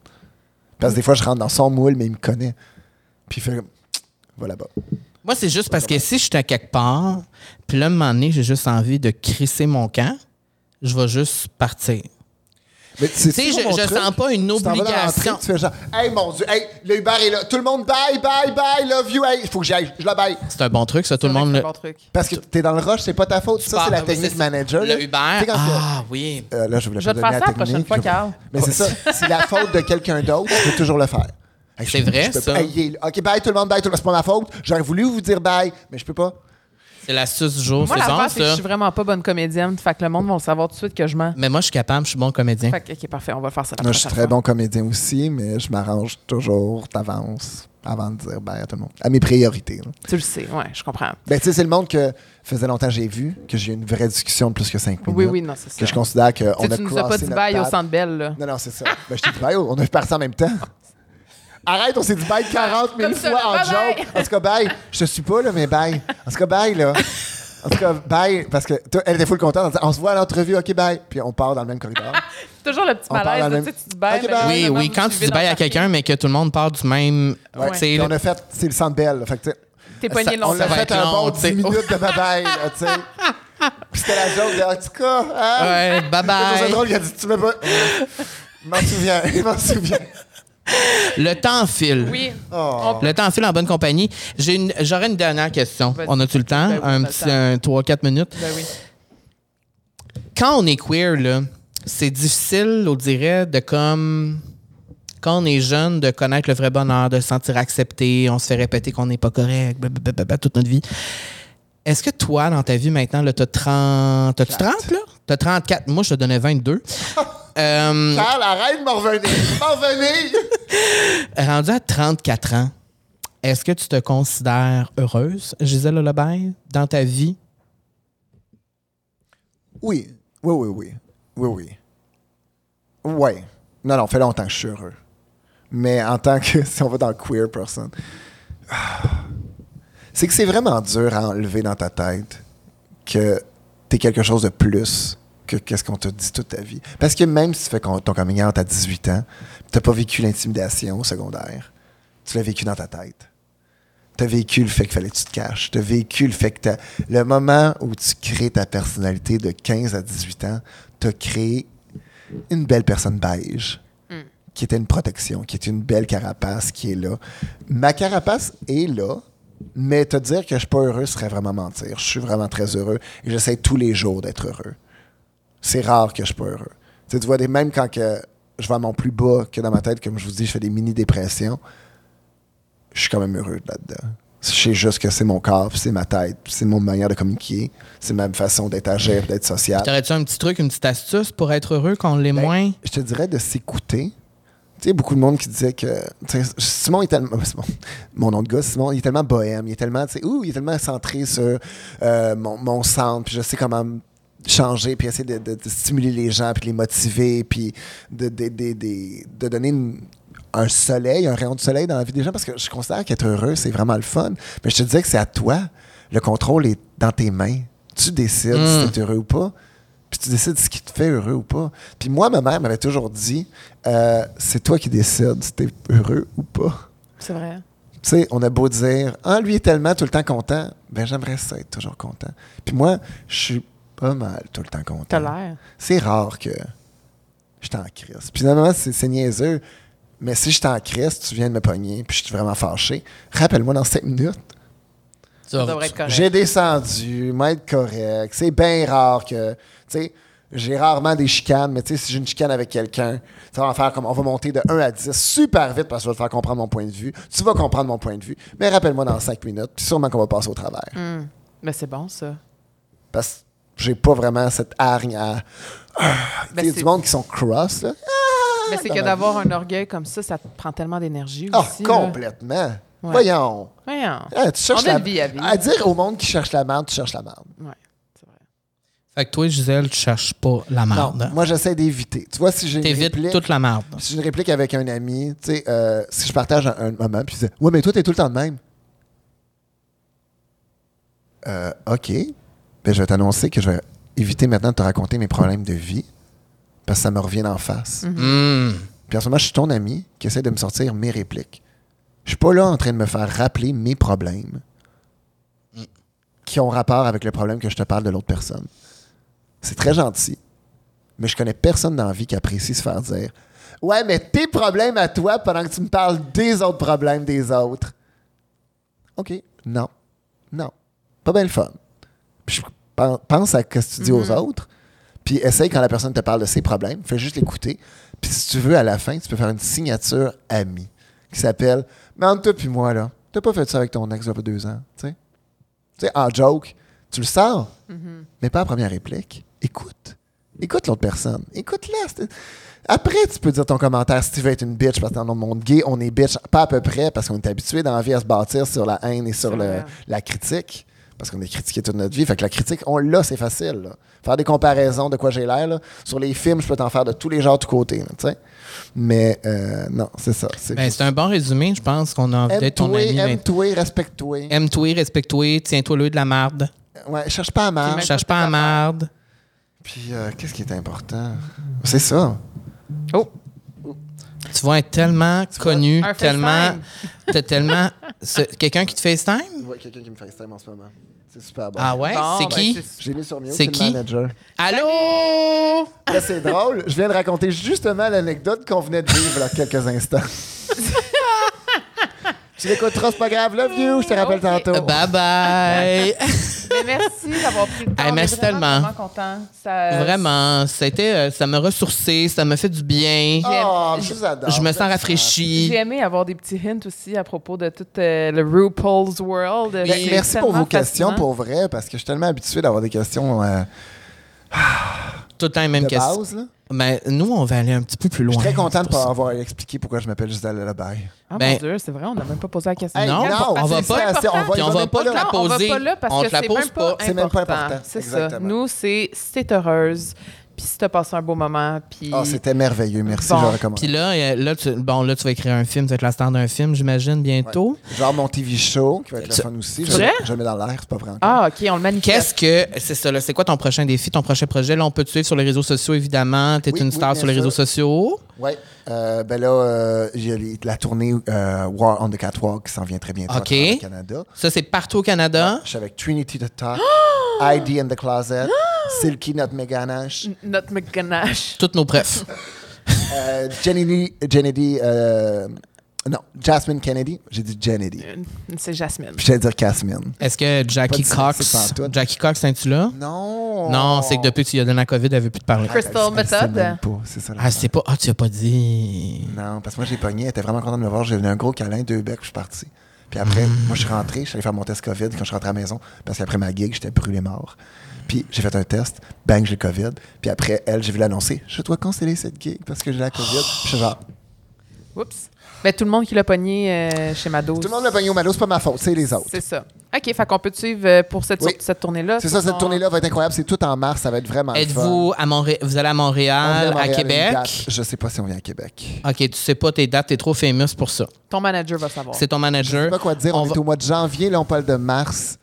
Speaker 3: Parce que des fois, je rentre dans son moule, mais il me connaît. Puis il fait comme, va là-bas.
Speaker 2: Moi, c'est juste parce que si je suis à quelque part, puis là, un moment donné, j'ai juste envie de crisser mon camp, je vais juste partir.
Speaker 3: Mais tu
Speaker 2: sais, je- je sens pas une
Speaker 3: Tu t'en vas dans l'entrée,
Speaker 2: obligation.
Speaker 3: Tu fais genre, hey mon Dieu, hey, le Uber est là. Tout le monde, bye, bye, bye, love you, hey, faut que j'aille, je la bye.
Speaker 2: C'est un bon truc, ça, tout le monde.
Speaker 1: C'est
Speaker 2: le-
Speaker 1: un bon truc.
Speaker 3: Parce que t'es dans le rush, c'est pas ta faute. Ça,
Speaker 2: Ah,
Speaker 3: c'est la
Speaker 2: oui,
Speaker 3: technique
Speaker 2: c'est-
Speaker 3: manager. là.
Speaker 2: Le Uber.
Speaker 3: Tu sais, quand que-
Speaker 2: Ah oui.
Speaker 3: Euh, là, je voulais
Speaker 1: Je vais te
Speaker 3: pas donner
Speaker 1: faire ça la
Speaker 3: technique,
Speaker 1: prochaine fois,
Speaker 3: je-
Speaker 1: Carl.
Speaker 3: Mais c'est ça. C'est la faute de quelqu'un d'autre, tu peux toujours le faire. Hey, je
Speaker 2: C'est
Speaker 3: peux-
Speaker 2: vrai,
Speaker 3: je peux
Speaker 2: ça?
Speaker 3: pas- hey, il est- OK, bye tout le monde, bye tout le monde. C'est pas ma faute. J'aurais voulu vous dire bye, mais je peux pas.
Speaker 2: C'est la suce du jour,
Speaker 1: Moi,
Speaker 2: c'est
Speaker 1: la
Speaker 2: genre
Speaker 1: face, c'est que je
Speaker 2: ça.
Speaker 1: suis vraiment pas bonne comédienne. Fait que le monde va le savoir tout de suite que je mens.
Speaker 2: Mais moi, je suis capable, je suis bon comédien.
Speaker 1: Fait que, OK, parfait, on va faire ça. la
Speaker 3: Moi, je suis
Speaker 1: prochaine
Speaker 3: très
Speaker 1: fois.
Speaker 3: bon comédien aussi, mais je m'arrange toujours d'avance avant de dire bye à tout le monde. À mes priorités. là.
Speaker 1: Tu le sais, ouais, je comprends.
Speaker 3: Ben, tu sais, c'est le monde que faisait longtemps que j'ai vu, que j'ai eu une vraie discussion de plus que cinq minutes.
Speaker 1: Oui, oui, non, c'est ça.
Speaker 3: Que je considère qu'on
Speaker 1: Tu sais,
Speaker 3: a
Speaker 1: tu nous as pas
Speaker 3: crossé
Speaker 1: dit
Speaker 3: notre
Speaker 1: bye au
Speaker 3: table.
Speaker 1: centre belle, là.
Speaker 3: Non, non, c'est ça. Ben, je t'ai dit bye, on a parti en même temps. Arrête, on s'est dit bye 40 000
Speaker 1: Comme ça,
Speaker 3: fois
Speaker 1: là,
Speaker 3: en
Speaker 1: bye
Speaker 3: joke. En tout cas, bye. Je te suis pas, là, mais bye. En tout cas, bye, là. En tout cas, bye. Parce que toi, elle était full contente. Elle disait, on se voit à l'entrevue, OK, bye. Puis on part dans le même corridor.
Speaker 1: Toujours le petit
Speaker 3: On parle
Speaker 1: malaise,
Speaker 3: la
Speaker 1: là,
Speaker 3: même-
Speaker 1: tu sais, tu dis bye. mais
Speaker 3: Ok, ben bye.
Speaker 2: Oui,
Speaker 1: finalement,
Speaker 2: oui,
Speaker 1: vous
Speaker 2: quand tu
Speaker 1: suivez
Speaker 2: dis
Speaker 1: dans
Speaker 2: bail à
Speaker 1: euh, le parking,
Speaker 2: quelqu'un, mais que tout le monde part du même.
Speaker 3: Ouais.
Speaker 2: tu sais,
Speaker 3: Puis on a fait, c'est le centre belle. Fait que, tu sais,
Speaker 1: T'es poigné
Speaker 3: on
Speaker 1: longtemps.
Speaker 3: l'a
Speaker 2: va
Speaker 3: fait
Speaker 2: être
Speaker 3: un
Speaker 2: long,
Speaker 3: bon
Speaker 2: tu
Speaker 3: 10
Speaker 2: sais.
Speaker 3: minutes de bye-bye, là, tu sais. Puis c'était la joke de, en tout cas, hein?
Speaker 2: Ouais, bye
Speaker 3: C'est
Speaker 2: bye.
Speaker 3: drôle, il a dit, tu veux pas. Je m'en souviens, je m'en souviens.
Speaker 2: Le temps file.
Speaker 1: Oui.
Speaker 3: Oh.
Speaker 2: Le temps file en bonne compagnie. J'ai une- J'aurais une dernière question.
Speaker 1: Vas-y.
Speaker 2: On a-tu le temps?
Speaker 1: Ben oui,
Speaker 2: un
Speaker 1: on a
Speaker 2: petit
Speaker 1: le temps.
Speaker 2: 3-4 minutes.
Speaker 1: Ben oui.
Speaker 2: Quand on est queer, là, c'est difficile, on dirait, de comme. Quand on est jeune, de connaître le vrai bonheur, de se sentir accepté, on se fait répéter qu'on n'est pas correct, blablabla, toute notre vie. Est-ce que toi, dans ta vie maintenant, là, t'as 30. T'as-tu 30, là? T'as 34. Moi, je te donnais 22. Euh,
Speaker 3: Charles, arrête de m'en revenir. M'en revenir!
Speaker 2: Rendu à 34 ans, est-ce que tu te considères heureuse, Gisèle Lobin, dans ta vie?
Speaker 3: Oui, oui, oui, oui. Oui, oui. Ouais. Non, non, fait longtemps que je suis heureux. Mais en tant que, si on va dans queer person, ah, c'est que c'est vraiment dur à enlever dans ta tête que t'es quelque chose de plus que qu'est-ce qu'on te dit toute ta vie. Parce que même si tu fais con- ton coming out à 18 ans, t'as pas vécu l'intimidation au secondaire, tu l'as vécu dans ta tête. T'as vécu le fait qu'il fallait que tu te caches. T'as vécu le fait que t'as- le moment où tu crées ta personnalité de 15 à 18 ans, t'as créé une belle personne beige qui était une protection, qui est une belle carapace qui est là. Ma carapace est là, mais te dire que je suis pas heureux serait vraiment mentir. Je suis vraiment très heureux et j'essaie tous les jours d'être heureux. C'est rare que je suis pas heureux. Tu, sais, tu vois, des, même quand que je vais à mon plus bas, que dans ma tête, comme je vous dis, je fais des mini-dépressions, je suis quand même heureux là-dedans. Je sais juste que c'est mon corps, puis c'est ma tête, puis c'est mon manière de communiquer, c'est ma façon d'interagir, d'être social.
Speaker 2: T'aurais-tu un petit truc, une petite astuce pour être heureux quand on l'est
Speaker 3: Ben,
Speaker 2: moins?
Speaker 3: Je te dirais de s'écouter. Tu sais, beaucoup de monde qui disait que. tu sais, Simon est tellement. Simon, mon nom de gars, Simon, il est tellement bohème. Il est tellement. tu sais, ouh, il est tellement centré sur euh, mon, mon centre. Puis je sais comment me changer. Puis essayer de, de- de stimuler les gens. Puis de les motiver. Puis de, de, de- de- de donner une- un soleil, un rayon de soleil dans la vie des gens. Parce que je considère qu'être heureux, c'est vraiment le fun. Mais je te disais que c'est à toi. Le contrôle est dans tes mains. Tu décides
Speaker 2: Mm.
Speaker 3: si t'es heureux ou pas. Puis tu décides ce qui te fait heureux ou pas. Puis moi, ma mère m'avait toujours dit euh, c'est toi qui décides si t'es heureux ou pas.
Speaker 1: C'est vrai.
Speaker 3: Tu sais, on a beau dire Ah, lui est tellement tout le temps content. Ben, j'aimerais ça être toujours content. Puis moi, je suis pas mal tout le temps
Speaker 1: T'as
Speaker 3: content.
Speaker 1: l'air.
Speaker 3: C'est rare que je t'en crisse. Puis normalement, c'est c'est niaiseux. Mais si je t'en crisse, tu viens de me pogner, puis je suis vraiment fâché. Rappelle-moi dans 5 minutes.
Speaker 2: Tu
Speaker 1: Ça
Speaker 2: aurais-
Speaker 1: devrait être correct.
Speaker 3: J'ai descendu, m'être correct. C'est bien rare que. Tu sais, j'ai rarement des chicanes, mais tu sais, si j'ai une chicane avec quelqu'un, ça va en faire comme. On va monter de 1 à 10 super vite parce que je vais te faire comprendre mon point de vue. Tu vas comprendre mon point de vue. Mais rappelle-moi dans 5 minutes, puis sûrement qu'on va passer au travers.
Speaker 1: Mm. Mais Ben, c'est bon, ça.
Speaker 3: Parce que j'ai pas vraiment cette hargne à.
Speaker 1: Ben,
Speaker 3: Il y a
Speaker 1: c'est-
Speaker 3: Ah, du monde qui sont cross, là.
Speaker 1: Mais c'est
Speaker 3: dans
Speaker 1: que
Speaker 3: ma
Speaker 1: d'avoir un orgueil comme ça, ça te prend tellement d'énergie
Speaker 3: Ah,
Speaker 1: aussi. là.
Speaker 3: complètement. Voyons.
Speaker 1: Voyons.
Speaker 3: Ah, tu cherches
Speaker 1: On a
Speaker 3: la-
Speaker 1: une vie à vivre.
Speaker 3: à dire au monde qui cherche la merde, tu cherches la merde.
Speaker 1: Ouais, c'est vrai.
Speaker 2: Fait que toi, Gisèle, tu cherches pas la
Speaker 3: Non,
Speaker 2: merde.
Speaker 3: moi j'essaie d'éviter. Tu vois, si j'ai une
Speaker 2: Ah, T'évites
Speaker 3: réplique-
Speaker 2: toute la merde.
Speaker 3: Si j'ai une réplique avec un ami, tu sais, euh, si je partage un, un moment, puis il dit Ouais, mais toi, t'es tout le temps de même. Euh, OK. Ben, je vais t'annoncer que je vais éviter maintenant de te raconter mes problèmes de vie parce que ça me revient en face.
Speaker 2: Hmm.
Speaker 3: Puis en ce moment, je suis ton ami qui essaie de me sortir mes répliques. Je suis pas là en train de me faire rappeler mes problèmes qui ont rapport avec le problème que je te parle de l'autre personne. C'est très gentil, mais je connais personne dans la vie qui apprécie se faire dire Ouais, mais tes problèmes à toi pendant que tu me parles des autres problèmes des autres. OK. Non. Non. Pas bien le fun. Puis je pen- pense à ce que tu dis aux autres, puis essaye quand la personne te parle de ses problèmes, fais juste l'écouter. Puis si tu veux, à la fin, tu peux faire une signature amie. qui s'appelle Mais entre toi puis moi, là, t'as pas fait ça avec ton ex il y a pas deux ans. Tu sais, Tu sais, en joke, tu le sors, mais pas en première réplique. Écoute. Écoute l'autre personne. Écoute-la. c'est- Après, tu peux dire ton commentaire si tu veux être une bitch parce que dans le monde gay, on est bitch pas à peu près parce qu'on est habitué dans la vie à se bâtir sur la haine et sur
Speaker 1: C'est
Speaker 3: le-
Speaker 1: vrai.
Speaker 3: la critique. Parce qu'on est critiqué toute notre vie. Fait que la critique, on l'a, c'est facile. là. Faire des comparaisons de quoi j'ai l'air. là. Sur les films, je peux t'en faire de tous les genres, de tous côtés. là, tu sais. Mais euh, non, c'est ça. C'est
Speaker 2: Ben, c'est un bon résumé, je pense qu'on a envie d'être ton
Speaker 3: Aime-toi,
Speaker 2: ami. maintenant.
Speaker 3: aime-toi, respecte-toi.
Speaker 2: Aime-toi, respecte-toi, tiens-toi le de la marde.
Speaker 3: Ouais, cherche pas à marre.
Speaker 2: Cherche pas à marde.
Speaker 3: Puis euh, qu'est-ce qui est important? C'est ça.
Speaker 2: Tu vas être tellement connu,
Speaker 1: un
Speaker 2: tellement.
Speaker 1: FaceTime.
Speaker 2: T'as tellement. ce- Quelqu'un qui te FaceTime?
Speaker 3: Je vois quelqu'un qui me FaceTime en ce moment. Hein, C'est super bon.
Speaker 2: Ah ouais?
Speaker 1: Bon,
Speaker 2: c'est
Speaker 1: ben,
Speaker 2: qui?
Speaker 1: c'est-
Speaker 3: J'ai mis sur Mio,
Speaker 2: C'est
Speaker 3: c'est le
Speaker 2: qui?
Speaker 3: manager.
Speaker 2: Allô?
Speaker 3: Là, c'est drôle. Je viens de raconter justement l'anecdote qu'on venait de vivre là quelques instants. tu l'écouteras, c'est pas grave. Love you, je te rappelle
Speaker 1: Ok.
Speaker 3: tantôt.
Speaker 2: Euh, Bye bye!
Speaker 1: Mais Ben, merci d'avoir pris le temps.
Speaker 2: Hey,
Speaker 1: On est
Speaker 2: merci
Speaker 1: vraiment,
Speaker 2: tellement.
Speaker 1: vraiment content. Ça,
Speaker 2: Vraiment, c'était, euh, ça m'a ressourcé, ça m'a fait du bien.
Speaker 3: Oh, je vous adore.
Speaker 2: je me sens
Speaker 1: J'ai
Speaker 2: rafraîchi.
Speaker 1: aimé avoir des petits hints aussi à propos de tout euh, le RuPaul's World.
Speaker 3: Ben,
Speaker 1: C'est
Speaker 3: merci pour vos
Speaker 1: tellement
Speaker 3: questions,
Speaker 1: fascinant.
Speaker 3: pour vrai, parce que je suis tellement habitué d'avoir des questions euh,
Speaker 2: Tout le temps, les mêmes
Speaker 3: de
Speaker 2: questions.
Speaker 3: base. là.
Speaker 2: Mais nous, on va aller un petit peu plus
Speaker 3: Je
Speaker 2: loin.
Speaker 3: suis très content
Speaker 2: C'est
Speaker 3: de
Speaker 2: pour ça.
Speaker 3: pas avoir expliqué pourquoi je m'appelle Gisèle Lebaille.
Speaker 1: Ah
Speaker 2: Ben-
Speaker 1: mon Dieu, c'est vrai, on n'a même pas posé la question.
Speaker 3: Hey,
Speaker 2: non,
Speaker 3: non,
Speaker 2: on va
Speaker 3: c'est
Speaker 2: pas.
Speaker 3: important. On va-
Speaker 2: Puis on
Speaker 3: ils vont
Speaker 2: va
Speaker 3: même
Speaker 2: pas
Speaker 3: pas
Speaker 2: te la
Speaker 3: là.
Speaker 1: Non,
Speaker 2: poser.
Speaker 1: On va pas là parce
Speaker 2: On
Speaker 1: que
Speaker 2: te la
Speaker 1: c'est
Speaker 2: pose
Speaker 1: même
Speaker 2: pas.
Speaker 1: pas.
Speaker 3: C'est même pas
Speaker 1: important.
Speaker 3: important,
Speaker 1: C'est ça.
Speaker 3: exactement.
Speaker 1: Nous, c'est c'est heureuse. Puis si t'as passé un beau moment, puis.
Speaker 3: Oh, c'était merveilleux. Merci,
Speaker 1: Bon.
Speaker 3: je le recommande.
Speaker 2: Puis là, euh, là tu, bon, là, tu vas écrire un film, tu vas être la star d'un film, j'imagine, bientôt.
Speaker 3: Genre mon TV show, qui va être le
Speaker 2: Tu-
Speaker 3: fun aussi.
Speaker 1: tu
Speaker 3: Je,
Speaker 1: vrai?
Speaker 3: je le mets dans l'air, c'est pas vrai encore.
Speaker 1: ah, OK, on le manifeste.
Speaker 2: Qu'est-ce que. C'est ça, là. C'est quoi ton prochain défi, ton prochain projet? Là, on peut te suivre sur les réseaux sociaux, évidemment. Tu es
Speaker 3: Oui,
Speaker 2: une
Speaker 3: oui,
Speaker 2: star
Speaker 3: bien
Speaker 2: sur les
Speaker 3: sûr.
Speaker 2: réseaux sociaux.
Speaker 3: Oui. ben là, euh, il y a les- la tournée euh, War on the Catwalk qui s'en vient très bientôt
Speaker 2: OK. Ah.
Speaker 3: au Canada.
Speaker 2: Ça, c'est partout au Canada.
Speaker 3: Je suis avec Trinity the Talk, ID in the Closet,
Speaker 2: Ah.
Speaker 3: Silky Not Meganache,
Speaker 1: Notre McGanache.
Speaker 2: Toutes nos prefs.
Speaker 3: euh, Jenny, Lee- Jenny Lee, euh, non, Jasmine Kennedy. J'ai dit Kennedy.
Speaker 1: C'est Jasmine.
Speaker 3: Puis j'allais dire Casmine.
Speaker 2: Est-ce que Jackie
Speaker 3: Pas de synopsis
Speaker 2: Cox.
Speaker 3: en tout.
Speaker 2: Jackie Cox, es-tu là?
Speaker 3: Non.
Speaker 2: Non, c'est que depuis que tu lui as donné la COVID, elle veut plus te parler.
Speaker 1: Crystal
Speaker 3: Elle sait
Speaker 1: Method.
Speaker 3: même pas, C'est ça. la
Speaker 2: Ah, c'est pas. Ah, tu as pas dit.
Speaker 3: Non, parce que moi, j'ai pogné. Elle était vraiment contente de me voir. J'ai donné un gros câlin, deux becs, puis je suis parti. Puis après,
Speaker 2: Mm.
Speaker 3: moi, je suis rentré. Je suis allé faire mon test COVID quand je suis rentré à la maison. Parce qu'après ma gig, j'étais brûlé mort. Puis j'ai fait un test. Bang, j'ai le COVID. Puis après, elle, j'ai vu l'annoncer. Je dois canceller cette gig parce que j'ai la COVID. Puis je suis genre,
Speaker 1: Oups. Mais tout le monde qui l'a pogné euh, chez Mado.
Speaker 3: tout le monde l'a pogné au malo, c'est pas ma faute, c'est les autres.
Speaker 1: C'est ça. OK, fait qu'on peut te suivre euh, pour cette,
Speaker 3: Oui.
Speaker 1: sur- cette tournée-là.
Speaker 3: C'est ça,
Speaker 1: Sur
Speaker 3: cette
Speaker 1: ton-
Speaker 3: tournée-là va être incroyable. C'est tout en mars, ça va être vraiment le fun.
Speaker 2: Êtes-vous à Montréal? Vous allez à
Speaker 3: On vient
Speaker 2: Montréal, à,
Speaker 3: Montréal, une date.
Speaker 2: Québec?
Speaker 3: Je sais pas si on vient à Québec.
Speaker 2: Ok, tu sais pas tes dates, t'es trop famous pour ça.
Speaker 1: Ton manager va savoir.
Speaker 2: C'est ton
Speaker 3: Je sais
Speaker 2: manager.
Speaker 3: pas quoi te dire. On,
Speaker 2: On
Speaker 3: est
Speaker 2: va-
Speaker 3: au mois de janvier, là, on parle de mars.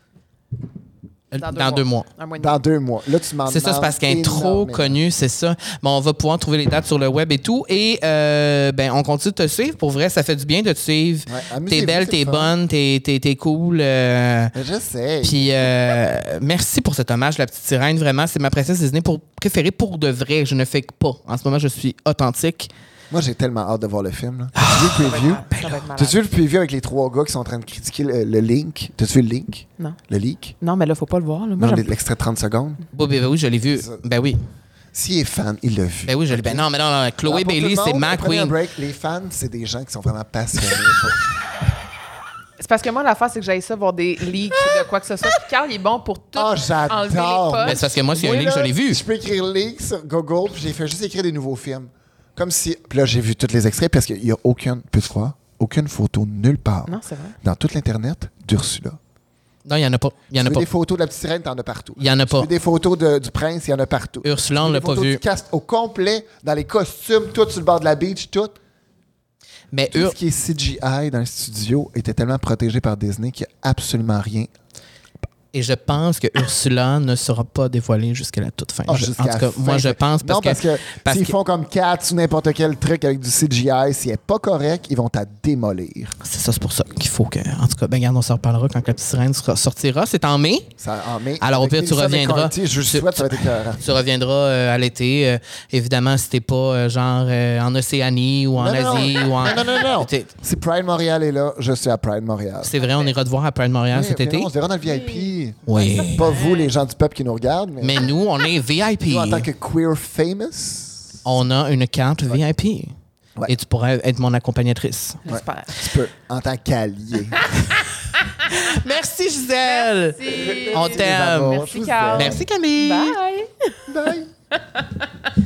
Speaker 2: Dans, deux mois.
Speaker 1: Un mois et demi.
Speaker 3: Dans deux mois. Là, tu m'en
Speaker 2: C'est ça, c'est parce qu'elle est trop
Speaker 3: énormément.
Speaker 2: connue, c'est ça. Bon, on va pouvoir trouver les dates sur le web et tout. Et euh, ben, on continue de te suivre. Pour vrai, ça fait du bien de te suivre.
Speaker 3: Ouais,
Speaker 2: t'es
Speaker 3: amusez-vous,
Speaker 2: belle,
Speaker 3: c'est
Speaker 2: t'es
Speaker 3: le fun.
Speaker 2: bonne, t'es, t'es- t'es cool. euh,
Speaker 3: Je sais.
Speaker 2: Puis euh, merci pour cet hommage, la petite sirène. Vraiment, c'est ma princesse Disney pour, préférée pour de vrai. Je ne fais que pas. En ce moment, je suis authentique.
Speaker 3: Moi, j'ai tellement hâte de voir le film.
Speaker 2: Ah,
Speaker 3: là. T'as-tu vu le preview?
Speaker 1: Ça va être malade.
Speaker 3: T'as-tu vu le preview avec les trois gars qui sont en train de critiquer le, le link? T'as-tu vu le link?
Speaker 1: Non.
Speaker 3: Le leak?
Speaker 1: Non, mais là, faut pas le voir. là. Moi,
Speaker 3: Non,
Speaker 1: j'aime-
Speaker 3: l'extrait de 30 secondes.
Speaker 2: Bon, ben, ben oui, je l'ai vu.
Speaker 3: C'est ça.
Speaker 2: Ben oui.
Speaker 3: S'il est fan, il l'a vu.
Speaker 2: Ben oui, je l'ai. Ben non, mais non, non,
Speaker 3: Alors,
Speaker 2: Chloé
Speaker 3: pour tout
Speaker 2: Bailey,
Speaker 3: le
Speaker 2: c'est
Speaker 3: monde,
Speaker 2: ma
Speaker 3: prenez un
Speaker 2: queen.
Speaker 3: break. Les fans, c'est des gens qui sont vraiment passionnés.
Speaker 1: C'est parce que moi, l'affaire, c'est que j'aille ça voir des leaks de quoi que ce soit. Puis Carl, il est bon pour tout
Speaker 3: Oh,
Speaker 1: enlever les
Speaker 3: j'adore.
Speaker 1: potes.
Speaker 2: Ben, c'est parce que moi, c'est un
Speaker 3: Moi,
Speaker 2: livre, je
Speaker 3: là,
Speaker 2: l'ai vu.
Speaker 3: Je peux écrire leak sur Google, puis j'ai fait juste écrire des nouveaux films. Comme si. Puis là, j'ai vu tous les extraits parce qu'il n'y a aucune, peux-tu croire, aucune photo nulle part
Speaker 1: Non, c'est vrai.
Speaker 3: dans toute l'Internet d'Ursula.
Speaker 2: Non, il n'y en a pas. Il n'y en
Speaker 3: Tu
Speaker 2: a
Speaker 3: veux
Speaker 2: pas.
Speaker 3: des photos de la petite sirène, t'en as partout.
Speaker 2: Il y en a
Speaker 3: Tu
Speaker 2: pas.
Speaker 3: veux des photos de- du prince, il y en a partout.
Speaker 2: Oh. Ursula, on
Speaker 3: Tu veux
Speaker 2: l'a
Speaker 3: des
Speaker 2: pas
Speaker 3: photos
Speaker 2: vu.
Speaker 3: du cast au complet, dans les costumes, tout sur le bord de la beach, tout.
Speaker 2: Mais
Speaker 3: Tout
Speaker 2: Ur-
Speaker 3: ce qui est CGI dans le studio était tellement protégé par Disney qu'il n'y a absolument rien.
Speaker 2: et je pense que Ursula ne sera pas dévoilée jusqu'à la toute fin.
Speaker 3: Ah,
Speaker 2: Je-
Speaker 3: jusqu'à
Speaker 2: en tout
Speaker 3: la
Speaker 2: cas,
Speaker 3: fin.
Speaker 2: moi, je pense parce
Speaker 3: non, parce que,
Speaker 2: parce
Speaker 3: s'ils
Speaker 2: que-
Speaker 3: font comme Cats ou n'importe quel truc avec du CGI, s'il n'est pas correct, ils vont t'a démolir.
Speaker 2: c'est ça, c'est pour ça qu'il faut que. En tout cas, ben, regarde, on s'en reparlera quand la petite sirène sera- sortira. C'est en mai.
Speaker 3: Ça, en mai,
Speaker 2: Alors, au
Speaker 3: avec
Speaker 2: pire, tu
Speaker 3: Melissa
Speaker 2: reviendras.
Speaker 3: McCarthy, Je
Speaker 2: Tu-
Speaker 3: le souhaite, ça va être écœurant.
Speaker 2: Tu reviendras euh, à l'été. euh, évidemment, si t'es pas euh, genre euh, en Océanie ou en
Speaker 3: Non, non,
Speaker 2: Asie
Speaker 3: non.
Speaker 2: ou en.
Speaker 3: Non, non, non, non.
Speaker 2: T'es-
Speaker 3: Si Pride Montréal est là, je suis à Pride Montréal.
Speaker 2: C'est vrai, on ira te voir à Pride Montréal
Speaker 3: Oui,
Speaker 2: cet
Speaker 3: mais
Speaker 2: été.
Speaker 3: non, On se verra dans le VIP.
Speaker 2: Oui.
Speaker 3: Pas vous, les gens du peuple qui nous regardent, mais,
Speaker 2: Mais nous, on est VIP.
Speaker 3: nous, en tant que queer famous.
Speaker 2: On a une carte VIP.
Speaker 3: Ouais.
Speaker 2: Et tu pourrais être mon accompagnatrice.
Speaker 1: J'espère.
Speaker 3: Tu peux, en tant qu'allié.
Speaker 2: Merci, Gisèle.
Speaker 1: Merci.
Speaker 2: On
Speaker 3: Bravo,
Speaker 2: t'aime.
Speaker 1: Merci,
Speaker 3: je vous
Speaker 1: Carl.
Speaker 3: aime.
Speaker 2: Merci, Camille.
Speaker 1: Bye.
Speaker 3: Bye.